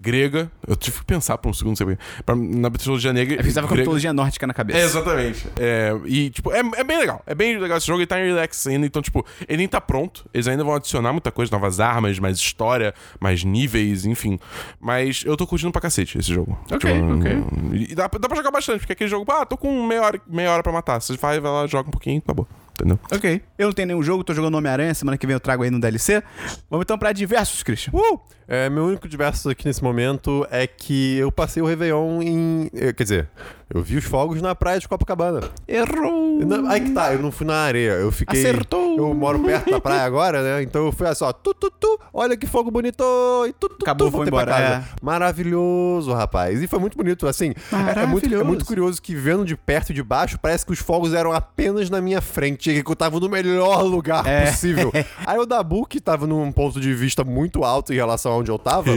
Speaker 4: grega. Eu tive que pensar por um segundo, sabe? Pra, na mitologia negra.
Speaker 1: É porque tava com a
Speaker 4: grega.
Speaker 1: mitologia nórdica na cabeça.
Speaker 4: É, exatamente. É, e, tipo, é, é bem legal. É bem legal esse jogo. Ele tá em relax ainda. Então, tipo, ele nem tá pronto. Eles ainda vão adicionar muita coisa. Novas armas, mais história, mais níveis, enfim. Mas eu tô curtindo pra cacete esse jogo. Tipo,
Speaker 1: Ok, ok.
Speaker 4: E dá, dá pra jogar bastante. Porque aquele jogo, ah, tô com meia hora, meia hora pra matar. Você vai, vai lá, joga um pouquinho, acabou. Entendeu?
Speaker 1: Ok. Eu não tenho nenhum jogo, tô jogando Homem-Aranha, semana que vem eu trago aí no DLC. Vamos então pra diversos, Christian. Uh!
Speaker 3: É, meu único diverso aqui nesse momento é que eu passei o Réveillon em. eh, Quer dizer, eu vi os fogos na praia de Copacabana.
Speaker 1: Errou!
Speaker 3: Não, aí que tá, eu não fui na areia. Eu fiquei.
Speaker 1: Acertou!
Speaker 3: Eu moro perto da praia agora, né? Então eu fui assim, ó, tu, tu, tu, olha que fogo bonito! E tu, tu, tu,
Speaker 1: Acabou, foi
Speaker 3: voltei pra
Speaker 1: embora, é.
Speaker 3: casa. Maravilhoso, rapaz. E foi muito bonito, assim. É, é muito, é muito
Speaker 1: Maravilhoso.
Speaker 3: curioso que vendo de perto e de baixo, parece que os fogos eram apenas na minha frente, e que eu tava no melhor lugar
Speaker 1: É. [laughs]
Speaker 3: possível. Aí o Dabu, que tava num ponto de vista muito alto em relação a onde eu tava,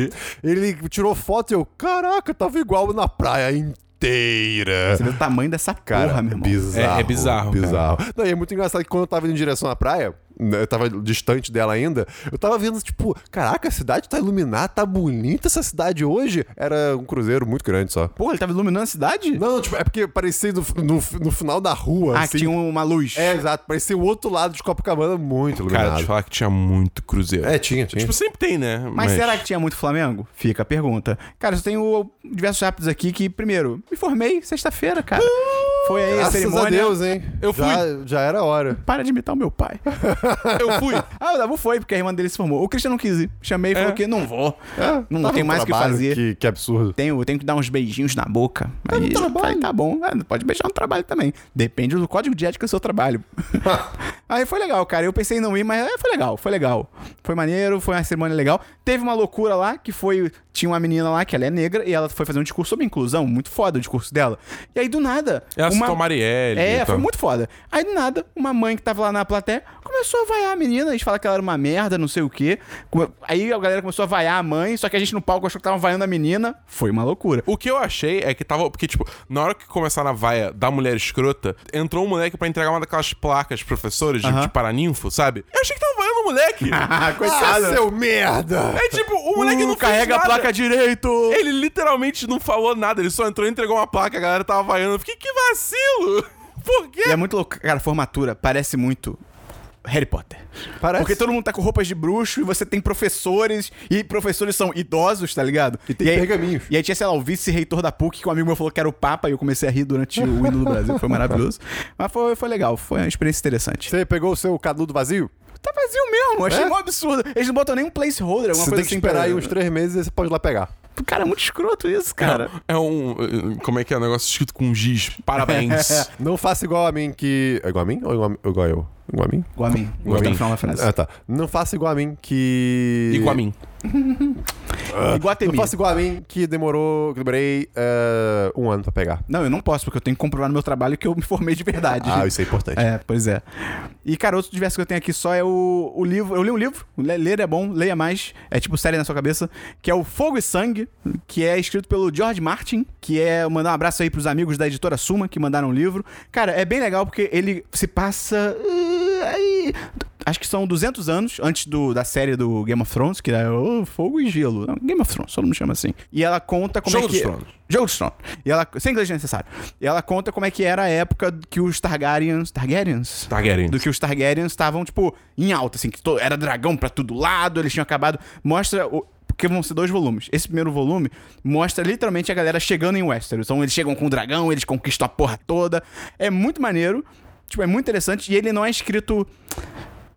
Speaker 3: ele tirou foto e eu, caraca, tava igual na praia inteira.
Speaker 1: Você vê o tamanho dessa
Speaker 3: Cara,
Speaker 1: porra, meu
Speaker 3: é
Speaker 1: irmão.
Speaker 3: bizarro.
Speaker 4: É- é bizarro, cara.
Speaker 3: bizarro. Não, e é muito engraçado que quando eu tava indo em direção à praia, né, eu tava distante dela ainda, eu tava vendo, tipo, caraca, a cidade tá iluminada, tá bonita essa cidade hoje. Era um cruzeiro muito grande só.
Speaker 1: Porra, ele tava iluminando a cidade?
Speaker 3: Não, tipo, é porque parecia no, no- no final da rua,
Speaker 1: ah, que
Speaker 3: assim.
Speaker 1: tinha uma luz.
Speaker 3: É, exato, parecia o outro lado de Copacabana muito
Speaker 4: Cara,
Speaker 3: iluminado.
Speaker 4: deixa eu falar que tinha muito cruzeiro.
Speaker 3: é, tinha, tinha.
Speaker 4: Tipo, sempre tem, né?
Speaker 1: Mas, será que tinha muito Flamengo? Fica a pergunta. Cara, eu tenho diversos rápidos aqui que, primeiro, me formei sexta-feira, cara. Foi aí a
Speaker 3: Uh, Graças
Speaker 1: cerimônia.
Speaker 3: a Deus, hein?
Speaker 4: Eu
Speaker 3: já, já era hora.
Speaker 1: Para de imitar o meu
Speaker 3: [laughs]
Speaker 1: pai.
Speaker 4: Eu fui.
Speaker 1: ah, o Dabu foi, porque a irmã dele se formou. O Christian não quis ir. Chamei e falou que não vou.
Speaker 4: É,
Speaker 1: não
Speaker 3: É? Tava
Speaker 1: tem
Speaker 3: um
Speaker 1: mais o que
Speaker 3: trabalho,
Speaker 1: fazer.
Speaker 3: Que, que absurdo.
Speaker 1: Tenho, tenho que dar uns beijinhos na boca. Aí
Speaker 3: no
Speaker 1: eu
Speaker 3: trabalho.
Speaker 1: falei, tá bom. Ah, pode beijar no trabalho também. Depende do código de ética do seu
Speaker 3: [laughs]
Speaker 1: trabalho. aí foi legal, cara. Eu pensei em não ir, mas é, foi legal, foi legal. Foi maneiro, foi uma cerimônia legal. Teve uma loucura lá que foi. Tinha uma menina lá que ela é negra e ela foi fazer um discurso sobre inclusão. Muito foda o discurso dela. E aí, do nada.
Speaker 4: Ela
Speaker 1: uma...
Speaker 4: citou a é Marielle.
Speaker 1: É,
Speaker 4: então.
Speaker 1: foi muito foda. Aí do nada, uma mãe que tava lá na plateia começou a vaiar a menina, eles falaram que ela era uma merda, não sei o quê. Come- Aí a galera começou a vaiar a mãe, só que a gente no palco achou que tava vaiando a menina. Foi uma
Speaker 4: [laughs]
Speaker 1: loucura.
Speaker 4: O que eu achei é que tava. Porque, tipo, na hora que começaram a vaia da mulher escrota, entrou um moleque pra entregar uma daquelas placas professores de, de paraninfo, sabe? Eu achei que tava vaiando o
Speaker 1: [laughs]
Speaker 4: moleque.
Speaker 3: Ah, seu merda!
Speaker 4: é tipo, o moleque não fez
Speaker 1: carrega
Speaker 4: nada.
Speaker 1: a placa direito!
Speaker 4: Ele literalmente não falou nada, ele só entrou e entregou uma placa, a galera tava vaiando. Eu Fiquei, que vacilo! [laughs] Por quê?
Speaker 1: E é muito louco. Cara, a formatura parece muito Harry Potter.
Speaker 3: Parece.
Speaker 1: Porque todo mundo tá com roupas de bruxo e você tem professores, e professores são idosos, tá ligado? E
Speaker 3: tem
Speaker 1: aí-
Speaker 3: pergaminhos.
Speaker 1: E aí tinha, sei lá, o vice-reitor da PUC, que um amigo meu falou que era o Papa, e eu comecei a rir durante o hino do Brasil. Foi
Speaker 3: [laughs]
Speaker 1: maravilhoso. Mas foi, foi legal, foi uma experiência interessante.
Speaker 3: Você pegou o seu canudo vazio?
Speaker 1: Tá vazio mesmo, achei
Speaker 3: É?
Speaker 1: mó absurdo. Eles não botam nem um placeholder, alguma
Speaker 3: Você
Speaker 1: coisa
Speaker 3: tem que
Speaker 1: assim.
Speaker 3: esperar
Speaker 1: pra-
Speaker 3: aí uns três meses e você pode ir lá pegar.
Speaker 1: Cara, é muito escroto isso, cara.
Speaker 4: É um. Como é que é? Um negócio escrito com giz.
Speaker 1: [laughs]
Speaker 4: Parabéns.
Speaker 3: Não faça igual a mim que. É igual a mim ou igual a, mim- ou igual a eu? Igual a mim?
Speaker 1: Igual a mim. Gostei do final da frase.
Speaker 3: Ah, tá. Não faça igual a mim que.
Speaker 4: e com a mim.
Speaker 1: Igual a
Speaker 3: Não
Speaker 1: Temi.
Speaker 3: faça igual a mim que demorou. Que demorei eh, um ano pra pegar.
Speaker 1: Não, eu não posso, porque eu tenho que comprovar no meu trabalho que eu me formei de verdade.
Speaker 3: Ah, isso é importante.
Speaker 1: É, pois é. E, cara, outro diverso que eu tenho aqui só é o, o livro. Eu li um livro, le- ler é bom, leia mais. É tipo série na sua cabeça. Que é o Fogo e Sangue, que é escrito pelo George Martin, que é. Mandar um abraço aí pros amigos da editora Suma que mandaram o livro. Cara, é bem legal porque ele se passa. uh, aí, Acho que são 200 anos antes do, da série do Game of Thrones, que é oh, Fogo e Gelo. Não, Game of Thrones, todo mundo chama assim. E ela conta como
Speaker 4: Jogo
Speaker 1: é que.
Speaker 4: dos Tronos.
Speaker 1: Jogo dos Tronos. E ela, sem inglês necessário. E ela conta como é que era a época que os Targaryens. Targaryens?
Speaker 4: Targaryen.
Speaker 1: Do que os Targaryens estavam, tipo, em alta, assim, que to- era dragão pra todo lado, eles tinham acabado. Mostra. O, porque vão ser dois volumes. Esse primeiro volume mostra literalmente a galera chegando em Westeros. Então eles chegam com o dragão, eles conquistam a porra toda. É muito maneiro. Tipo, é muito interessante. E ele não é escrito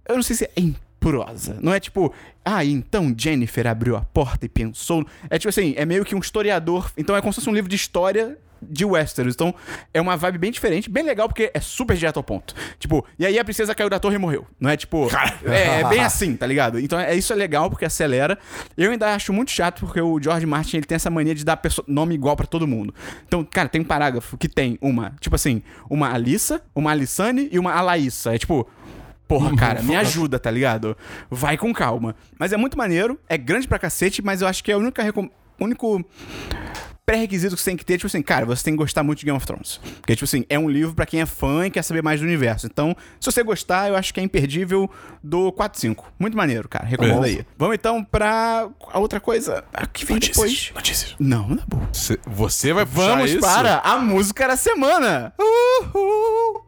Speaker 1: eu não sei se é improsa. Não é tipo, ah, então Jennifer abriu a porta e pensou. É tipo assim, é meio que um historiador. Então é como se fosse um livro de história de Westeros. Então é uma vibe bem diferente, bem legal, porque é super direto ao ponto. Tipo, e aí a princesa caiu da torre e morreu. Não é tipo. É, é bem assim, tá ligado? Então é isso é legal, porque acelera. Eu ainda acho muito chato, porque o George Martin ele tem essa mania de dar perso- nome igual pra todo mundo. Então, cara, tem um parágrafo que tem uma, tipo assim, uma Alissa, uma Alissane e uma Alaissa. É tipo. Porra,
Speaker 4: Uhum.
Speaker 1: cara, me ajuda, tá ligado? Vai com calma. Mas é muito maneiro, é grande pra cacete, mas eu acho que é a única recom... único pré-requisito que você tem que ter, tipo assim, cara, você tem que gostar muito de Game of Thrones. Porque, tipo assim, é um livro pra quem é fã e quer saber mais do universo. Então, se você gostar, eu acho que é imperdível do 4-5. Muito maneiro, cara. Recomendo
Speaker 4: É.
Speaker 1: aí. Vamos então pra a outra coisa. Ah, que vem depois.
Speaker 4: Notícias.
Speaker 1: Não, na boa.
Speaker 4: Cê- Você vai puxar
Speaker 1: Vamos
Speaker 4: isso?
Speaker 1: para a música da semana.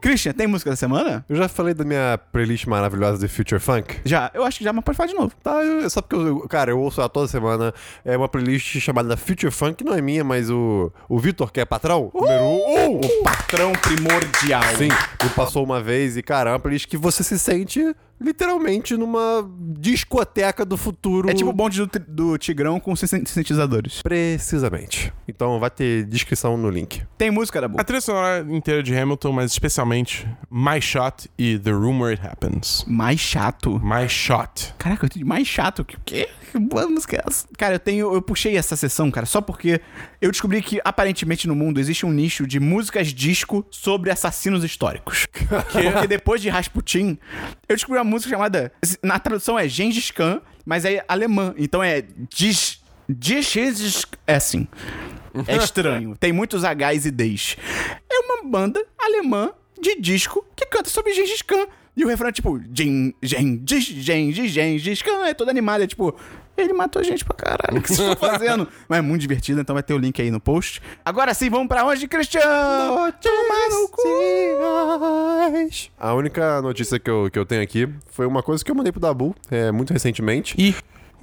Speaker 1: Christian, tem música da semana?
Speaker 3: Eu já falei da minha playlist maravilhosa de Future Funk.
Speaker 1: Já, eu acho que já, mas pode falar de novo.
Speaker 3: Tá, eu, só porque, eu, eu- cara, eu ouço ela toda semana. É uma playlist chamada Future Funk, que não é minha, mas o, o Vitor, que é patrão, número um,
Speaker 1: Uh!
Speaker 3: o
Speaker 1: Patrão primordial.
Speaker 3: Sim, me passou uma vez e, cara, é uma playlist que você se sente literalmente numa discoteca do futuro.
Speaker 1: É tipo o bonde do, tri- do Tigrão com sin- sintetizadores.
Speaker 3: Precisamente. Então vai ter descrição no link.
Speaker 1: Tem música da boa.
Speaker 4: A trilha sonora inteira de Hamilton, mas especialmente My Shot e The Room Where It Happens.
Speaker 1: Mais chato.
Speaker 4: My Shot.
Speaker 1: Caraca, eu tô de mais chato que o quê? Que boa música é essa? Cara, eu tenho. Eu puxei essa sessão, cara, só porque eu descobri que aparentemente no mundo existe um nicho de músicas disco sobre assassinos históricos. Porque depois de Rasputin, eu descobri uma música chamada. Na tradução é Gengis Khan, mas é alemã. Então é Dis. Dis. É assim. É estranho. Tem muitos H's e D's. É uma banda alemã de disco que canta sobre Gengis Khan. E o refrão é tipo, Gen- Gengis, Gengis, Gengis Khan. É todo animado, é tipo, ele matou gente pra caralho, o que vocês estão fazendo? Mas é muito divertido, então vai ter o link aí no post. Agora sim, vamos pra onde, Christian? Tomar no cu.
Speaker 3: A única notícia que eu, que eu tenho aqui foi uma coisa que eu mandei pro Dabu é, muito recentemente.
Speaker 4: E.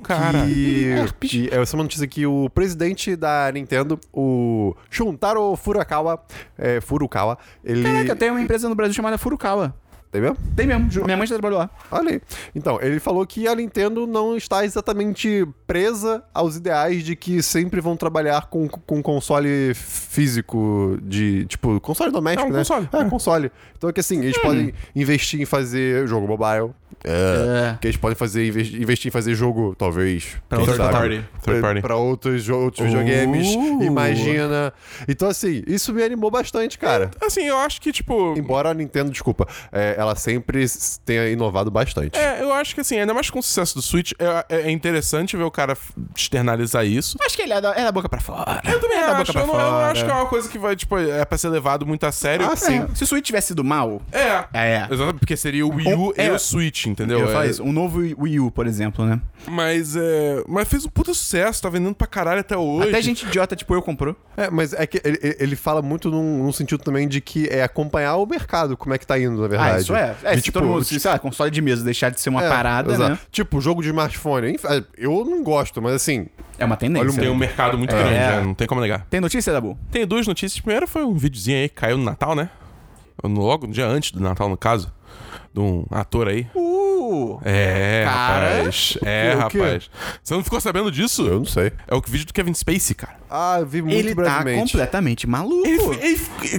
Speaker 4: Cara.
Speaker 3: Que, que é essa notícia que o presidente da Nintendo, o Shuntaro Furukawa, é, Furukawa, ele...
Speaker 1: Caraca, É eu tenho uma empresa no Brasil chamada Furukawa.
Speaker 3: Tem mesmo?
Speaker 1: Tem mesmo, juro. minha mãe já trabalhou lá.
Speaker 3: Olha aí. Então, ele falou que a Nintendo não está exatamente presa aos ideais de que sempre vão trabalhar com, com console físico de. Tipo, console doméstico,
Speaker 4: É um
Speaker 3: né?
Speaker 4: console,
Speaker 3: É,
Speaker 4: é.
Speaker 3: console. Então é que assim, eles podem investir em fazer jogo mobile. É. Que eles podem fazer, inves- investir em fazer jogo, talvez.
Speaker 1: Pra
Speaker 3: quem
Speaker 1: outra
Speaker 3: sabe,
Speaker 4: plataforma. Third party.
Speaker 3: Pra outros, jo- outros videogames. Imagina. Então, assim, isso me animou bastante, cara.
Speaker 4: Assim, eu acho que, tipo.
Speaker 3: Embora a Nintendo, desculpa, é, ela sempre s- tenha inovado bastante.
Speaker 4: É, eu acho que assim, ainda mais com o sucesso do Switch, é, é- é interessante ver o cara f- externalizar isso.
Speaker 1: Acho que ele é da, é da boca pra fora.
Speaker 4: Eu também
Speaker 1: da boca
Speaker 4: acho,
Speaker 1: pra
Speaker 4: eu não, eu não
Speaker 1: fora.
Speaker 4: acho que é uma coisa que vai, tipo, é pra ser levado muito a sério.
Speaker 3: Ah, sim.
Speaker 1: É, Se o Switch tivesse sido mal,
Speaker 4: É.
Speaker 1: É.
Speaker 4: Exatamente, porque seria o Wii U
Speaker 1: Um- é.
Speaker 4: e o Switch, entendeu?
Speaker 1: eu ia falar
Speaker 4: É.
Speaker 1: isso, um novo Wii U, por exemplo, né?
Speaker 4: Mas é. Mas fez um puta sucesso, tá vendendo pra caralho até hoje.
Speaker 1: Até gente idiota, tipo, eu comprou.
Speaker 3: É, mas é que ele, ele- ele fala muito num, num sentido também de que é acompanhar o mercado, como é que tá indo, na verdade.
Speaker 1: Ah, isso é. É,
Speaker 3: De,
Speaker 1: se
Speaker 3: tipo,
Speaker 1: todo mundo,
Speaker 3: tipo,
Speaker 1: se, sei lá, console de mesa deixar de ser uma
Speaker 3: é,
Speaker 1: parada,
Speaker 3: exato.
Speaker 1: né?
Speaker 3: Tipo, jogo de smartphone. Enfim, Eu não gosto, mas assim,
Speaker 1: É uma tendência.
Speaker 4: Tem um
Speaker 1: né?
Speaker 4: mercado muito grande,
Speaker 1: É.
Speaker 4: né? Não tem como negar.
Speaker 1: Tem notícia, Dabu?
Speaker 4: Tem duas notícias. Primeiro foi um videozinho aí que caiu no Natal, né? Logo, no dia antes do Natal, no caso. De um ator aí.
Speaker 1: Uh!
Speaker 4: É,
Speaker 1: Cara.
Speaker 4: rapaz. É,
Speaker 3: O quê?
Speaker 4: rapaz. Você não ficou sabendo disso?
Speaker 3: eu não sei.
Speaker 4: É o vídeo do Kevin Spacey, cara.
Speaker 3: Ah, eu vi muito
Speaker 1: Ele tá
Speaker 3: brevemente.
Speaker 1: completamente maluco.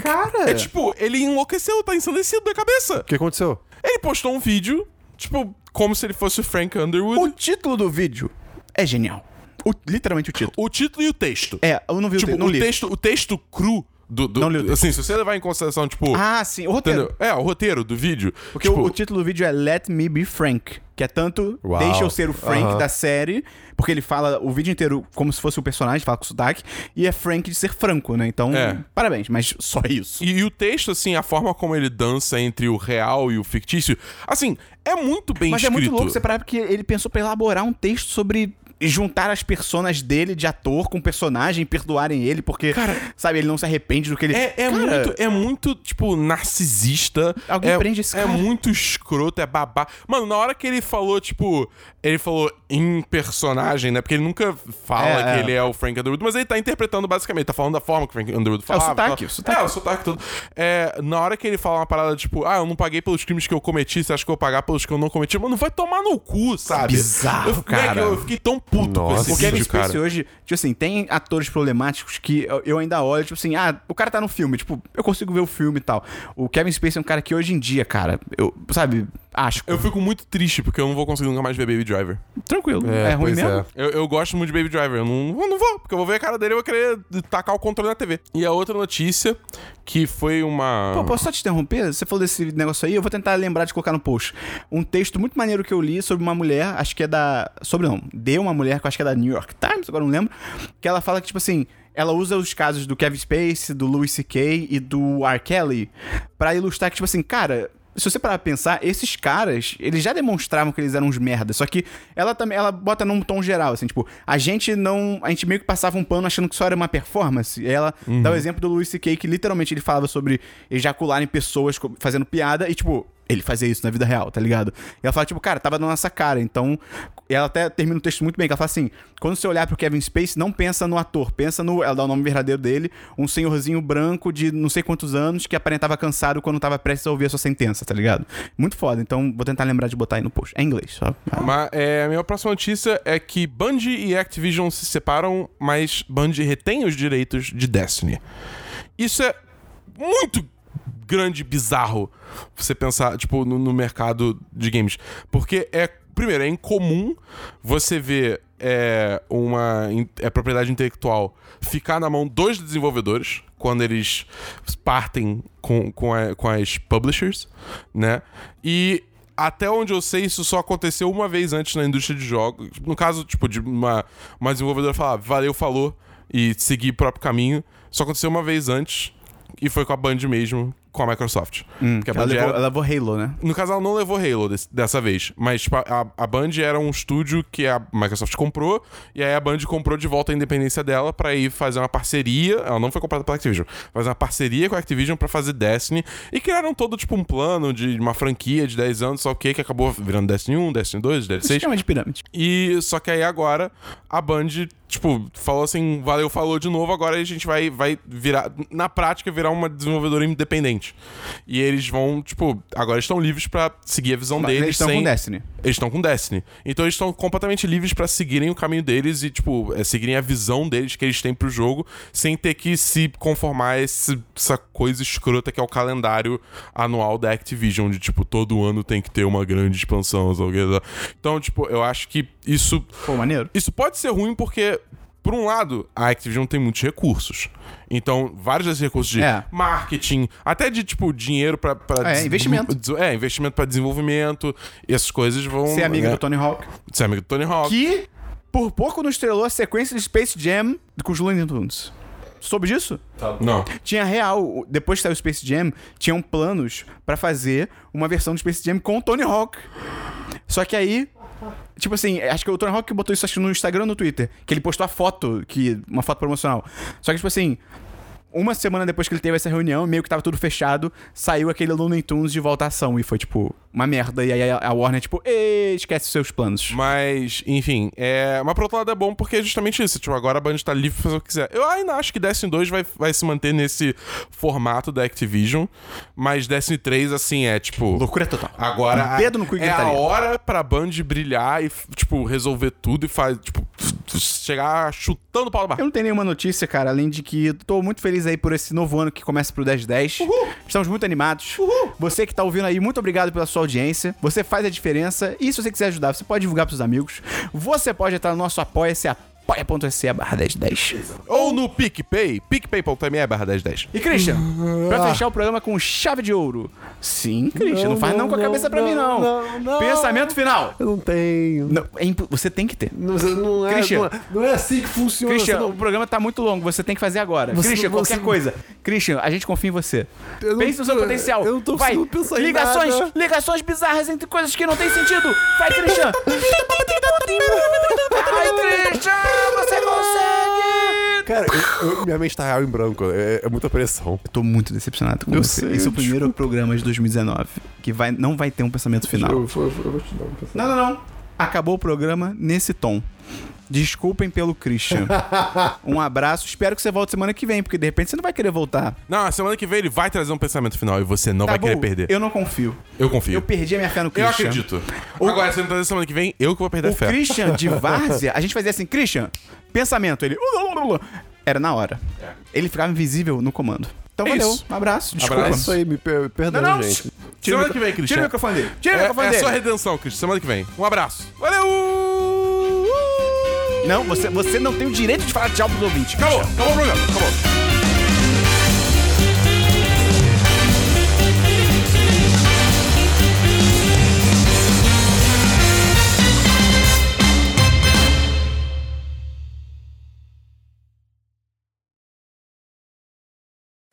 Speaker 1: Cara.
Speaker 4: É tipo, ele enlouqueceu, tá ensandecido da cabeça.
Speaker 3: o que aconteceu?
Speaker 4: Ele postou um vídeo, tipo, como se ele fosse o Frank Underwood.
Speaker 1: O título do vídeo é genial. O- literalmente o título.
Speaker 4: O título e o texto.
Speaker 1: É, eu não vi
Speaker 4: tipo,
Speaker 1: o, te não
Speaker 4: o
Speaker 1: li.
Speaker 4: texto, o texto cru do, do-
Speaker 1: Não li o texto.
Speaker 4: assim, se você levar em consideração, tipo,
Speaker 1: Ah, sim, o roteiro.
Speaker 4: entendeu? É, o roteiro do vídeo.
Speaker 1: Porque
Speaker 4: tipo,
Speaker 1: o, o título do vídeo é Let Me Be Frank, que é tanto
Speaker 3: Uau.
Speaker 1: deixa eu ser o Frank
Speaker 3: Aham.
Speaker 1: da série, porque ele fala o vídeo inteiro como se fosse o personagem, fala com sotaque, e é Frank de ser franco, né? Então,
Speaker 4: É.
Speaker 1: parabéns, mas só isso.
Speaker 4: E, e o texto, assim, a forma como ele dança entre o real e o fictício, assim, é muito bem
Speaker 1: Mas é
Speaker 4: escrito.
Speaker 1: muito louco você parar porque ele pensou pra elaborar um texto sobre juntar as personas dele de ator com personagem, perdoarem ele, porque, sabe, ele não se arrepende do que ele...
Speaker 4: É,
Speaker 1: Cara,
Speaker 4: é muito, é muito, tipo, narcisista.
Speaker 1: Alguém
Speaker 4: é,
Speaker 1: prende esse
Speaker 4: É
Speaker 1: cara.
Speaker 4: muito escroto, é babá. Mano, na hora que ele falou, tipo, ele falou em personagem, né? Porque ele nunca fala
Speaker 1: É, é.
Speaker 4: que ele é o Frank Underwood, mas ele tá interpretando basicamente, tá falando da forma que o Frank Underwood falava. e
Speaker 1: sotaque,
Speaker 4: tal.
Speaker 1: o sotaque.
Speaker 4: É, o sotaque todo. É, na hora que ele fala uma parada, tipo, ah, eu não paguei pelos crimes que eu cometi, você acha que eu vou pagar pelos que eu não cometi? Mano, vai tomar no cu, sabe?
Speaker 1: Bizarro,
Speaker 4: eu, moleque,
Speaker 1: cara.
Speaker 4: Eu, fiquei tão puto com
Speaker 3: Nossa.
Speaker 4: esse
Speaker 1: O Kevin
Speaker 4: vídeo, cara.
Speaker 1: Spacey é hoje, tipo assim, tem atores problemáticos que eu- eu ainda olho, tipo assim, ah, o cara tá no filme, tipo, eu consigo ver o filme e tal. O Kevin Spacey é um cara que hoje em dia, cara, eu, sabe, acho.
Speaker 4: Eu fico muito triste porque eu não vou conseguir nunca mais ver Baby Driver.
Speaker 1: Tranquilo, é, ruim
Speaker 3: pois
Speaker 1: mesmo.
Speaker 3: é.
Speaker 4: Eu, eu gosto muito de Baby Driver. Eu não, eu não vou, porque eu vou ver a cara dele e eu vou querer tacar o controle na TV. E a outra notícia, que foi uma.
Speaker 1: Pô, posso só te interromper? Você falou desse negócio aí, eu vou tentar lembrar de colocar no post. Um texto muito maneiro que eu li sobre uma mulher, acho que é da. Sobre não, de uma mulher, que eu acho que é da New York Times, agora não lembro. Que ela fala que, tipo assim, ela usa os casos do Kevin Space, do Louis C.K. e do R. Kelly pra ilustrar que, tipo assim, cara. Se você parar pra pensar, esses caras, eles já demonstravam que eles eram uns merdas. Só que ela também, ela bota num tom geral, assim, tipo, a gente não. A gente meio que passava um pano achando que só era uma performance. E ela dá o exemplo do Louis C.K., que literalmente ele falava sobre ejacular em pessoas co- fazendo piada e, tipo, ele fazia isso na vida real, tá ligado? E ela fala, tipo, cara, tava na nossa cara, então. E ela até termina o texto muito bem, que ela fala assim: quando você olhar pro Kevin Space, não pensa no ator, pensa no. Ela dá o nome verdadeiro dele, um senhorzinho branco de não sei quantos anos que aparentava cansado quando tava prestes a ouvir a sua sentença, tá ligado? Muito foda, então vou tentar lembrar de botar aí no post. É em inglês, só.
Speaker 4: Mas é, a minha próxima notícia é que Bungie e Activision se separam, mas Bungie retém os direitos de Destiny. Isso é muito grande e bizarro você pensar, tipo, no, no mercado de games. Porque é, primeiro, é incomum você ver é, uma in- é, propriedade intelectual ficar na mão dos desenvolvedores quando eles partem com, com, a- com as publishers, né? E até onde eu sei, isso só aconteceu uma vez antes na indústria de jogos. No caso, tipo, de uma, uma desenvolvedora falar, "Ah, valeu, falou, e seguir o próprio caminho. Só aconteceu uma vez antes, e foi com a Band mesmo, com a Microsoft. Porque a
Speaker 1: Hum,
Speaker 4: é-
Speaker 1: ela,
Speaker 4: Band
Speaker 1: levou,
Speaker 4: era-
Speaker 1: ela levou Halo, né?
Speaker 4: no caso, ela não levou Halo des- dessa vez. Mas tipo, a, a Band era um estúdio que a Microsoft comprou. E aí a Band comprou de volta a independência dela pra ir fazer uma parceria. Ela não foi comprada pela Activision. Fazer uma parceria com a Activision pra fazer Destiny. E criaram todo tipo um plano de uma franquia de 10 anos, só o que, que acabou virando Destiny 1, Destiny 2, Destiny 6.
Speaker 1: Sistema de pirâmide.
Speaker 4: E só que aí agora a Band, tipo, falou assim, valeu, falou de novo, agora a gente vai, vai virar, na prática, virar uma desenvolvedora independente. E eles vão, tipo, agora estão livres pra seguir a visão
Speaker 1: Mas
Speaker 4: Um deles
Speaker 1: eles estão
Speaker 4: sem...
Speaker 1: com Destiny.
Speaker 4: Eles estão com Destiny. Então eles estão completamente livres pra seguirem o caminho deles e, tipo, é, seguirem a visão deles que eles têm pro jogo, sem ter que se conformar a esse- essa coisa escrota que é o calendário anual da Activision, de, tipo, todo ano tem que ter uma grande expansão. sabe o quê? Então, tipo, eu acho que isso
Speaker 1: Pô, maneiro.
Speaker 4: isso pode ser ruim porque, por um lado, a Activision tem muitos recursos. Então, vários desses recursos de
Speaker 1: É.
Speaker 4: marketing, até de, tipo, dinheiro pra... pra
Speaker 1: É,
Speaker 4: des-
Speaker 1: investimento.
Speaker 4: des- É, investimento pra desenvolvimento. E essas coisas vão...
Speaker 1: Ser amiga
Speaker 4: né,
Speaker 1: do Tony Hawk.
Speaker 4: Ser amigo do Tony Hawk.
Speaker 1: Que por pouco não estrelou a sequência de Space Jam com os Looney Tunes. Soube disso?
Speaker 4: Não.
Speaker 1: Tinha real, o- depois que saiu o Space Jam, tinham planos pra fazer uma versão do Space Jam com o Tony Hawk. Só que aí, tipo assim, acho que o Tony Hawk botou isso acho que no Instagram ou no Twitter, que ele postou a foto, que uma foto promocional. Só que tipo assim, uma semana depois que ele teve essa reunião, meio que tava tudo fechado, saiu aquele Looney Tunes de volta à ação e foi tipo uma merda e aí a a Warner tipo, "Ei, esquece os seus planos.
Speaker 4: Mas, enfim, é... mas por outro lado é bom porque é justamente isso. Tipo, agora a Band tá livre pra fazer o que quiser. Eu ainda acho que Destiny 2 vai, vai se manter nesse formato da Activision, mas Destiny 3, assim, é tipo.
Speaker 1: Loucura total.
Speaker 4: Agora
Speaker 1: Um dedo no cu e
Speaker 4: é a
Speaker 1: gritaria.
Speaker 4: hora pra Band brilhar e, tipo, resolver tudo e faz, tipo, chegar chutando o pau do
Speaker 1: Eu
Speaker 4: barco.
Speaker 1: não tenho nenhuma notícia, cara, além de que tô muito feliz aí por esse novo ano que começa pro 1010. Estamos muito animados. Você que tá ouvindo aí, muito obrigado pela sua audiência. Você faz a diferença. E se você quiser ajudar, você pode divulgar pros amigos. Você pode entrar no nosso apoia-se, apoia.se barra 1010.
Speaker 4: Ou no PicPay, picpay.me é barra 1010.
Speaker 1: E Christian, pra fechar o programa com chave de ouro. Sim, Christian, não, faz não, com a cabeça pra mim, não.
Speaker 3: não, não.
Speaker 1: Pensamento final.
Speaker 3: Eu não tenho.
Speaker 1: Não, é imp- você tem que ter.
Speaker 3: Não, não, é,
Speaker 1: Christian.
Speaker 3: não, é, não é assim que funciona.
Speaker 1: Christian,
Speaker 3: você não-
Speaker 1: o programa tá muito longo, você tem que fazer agora.
Speaker 3: Você-
Speaker 1: Christian, qualquer
Speaker 3: você-
Speaker 1: coisa. Christian, a gente confia em você.
Speaker 3: Eu não
Speaker 1: Pense no seu
Speaker 3: tô-
Speaker 1: potencial.
Speaker 3: eu não tô
Speaker 1: Vai.
Speaker 3: conseguindo pensar em
Speaker 1: ligações,
Speaker 3: nada.
Speaker 1: ligações bizarras entre coisas que não tem sentido. Vai, Christian. Vai, Christian, você consegue.
Speaker 3: Cara, eu- eu- minha mente tá real em branco. É, é muita pressão.
Speaker 1: Eu tô muito decepcionado com
Speaker 3: Eu
Speaker 1: você.
Speaker 3: sei,
Speaker 1: Esse é o
Speaker 3: desculpa.
Speaker 1: primeiro programa de 2019 que vai, não vai ter um pensamento final.
Speaker 3: vou, te dar um pensamento.
Speaker 1: Não, não, não. Acabou o programa nesse tom. Desculpem pelo
Speaker 3: [laughs]
Speaker 1: Christian. um abraço. Espero que você volte semana que vem, porque de repente você não vai querer voltar.
Speaker 4: Não, semana que vem ele vai trazer um pensamento final e você não vai
Speaker 1: Acabou.
Speaker 4: querer perder. Eu,
Speaker 1: Tá Eu não confio.
Speaker 4: confio.
Speaker 1: Eu
Speaker 4: Eu,
Speaker 1: perdi a minha fé no Christian.
Speaker 4: acredito. Agora, se ele trazer semana que vem, eu que vou perder
Speaker 1: O
Speaker 4: a fé.
Speaker 1: Christian
Speaker 4: [laughs]
Speaker 1: de Várzea, a gente fazia assim, Christian, pensamento. Ele. "Uh, Era na hora. Ele ficava invisível no comando. Então
Speaker 4: É
Speaker 1: valeu.
Speaker 4: isso.
Speaker 1: Um abraço. Desculpa.
Speaker 3: É isso aí, me per perdão,
Speaker 1: Não, não.
Speaker 3: gente.
Speaker 1: Tira o
Speaker 4: Semana
Speaker 1: micro-
Speaker 4: que vem, Christian.
Speaker 1: Tira o microfone dele. Tira o
Speaker 4: É,
Speaker 1: microfone
Speaker 4: é a
Speaker 1: dele.
Speaker 4: sua redenção, Christian. Semana que vem. Um abraço. Valeu!
Speaker 1: Não, você, você não tem o direito de falar tchau pros ouvintes.
Speaker 4: Acabou, acabou o programa, acabou.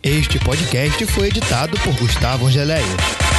Speaker 5: Este podcast foi editado por Gustavo Angeléia.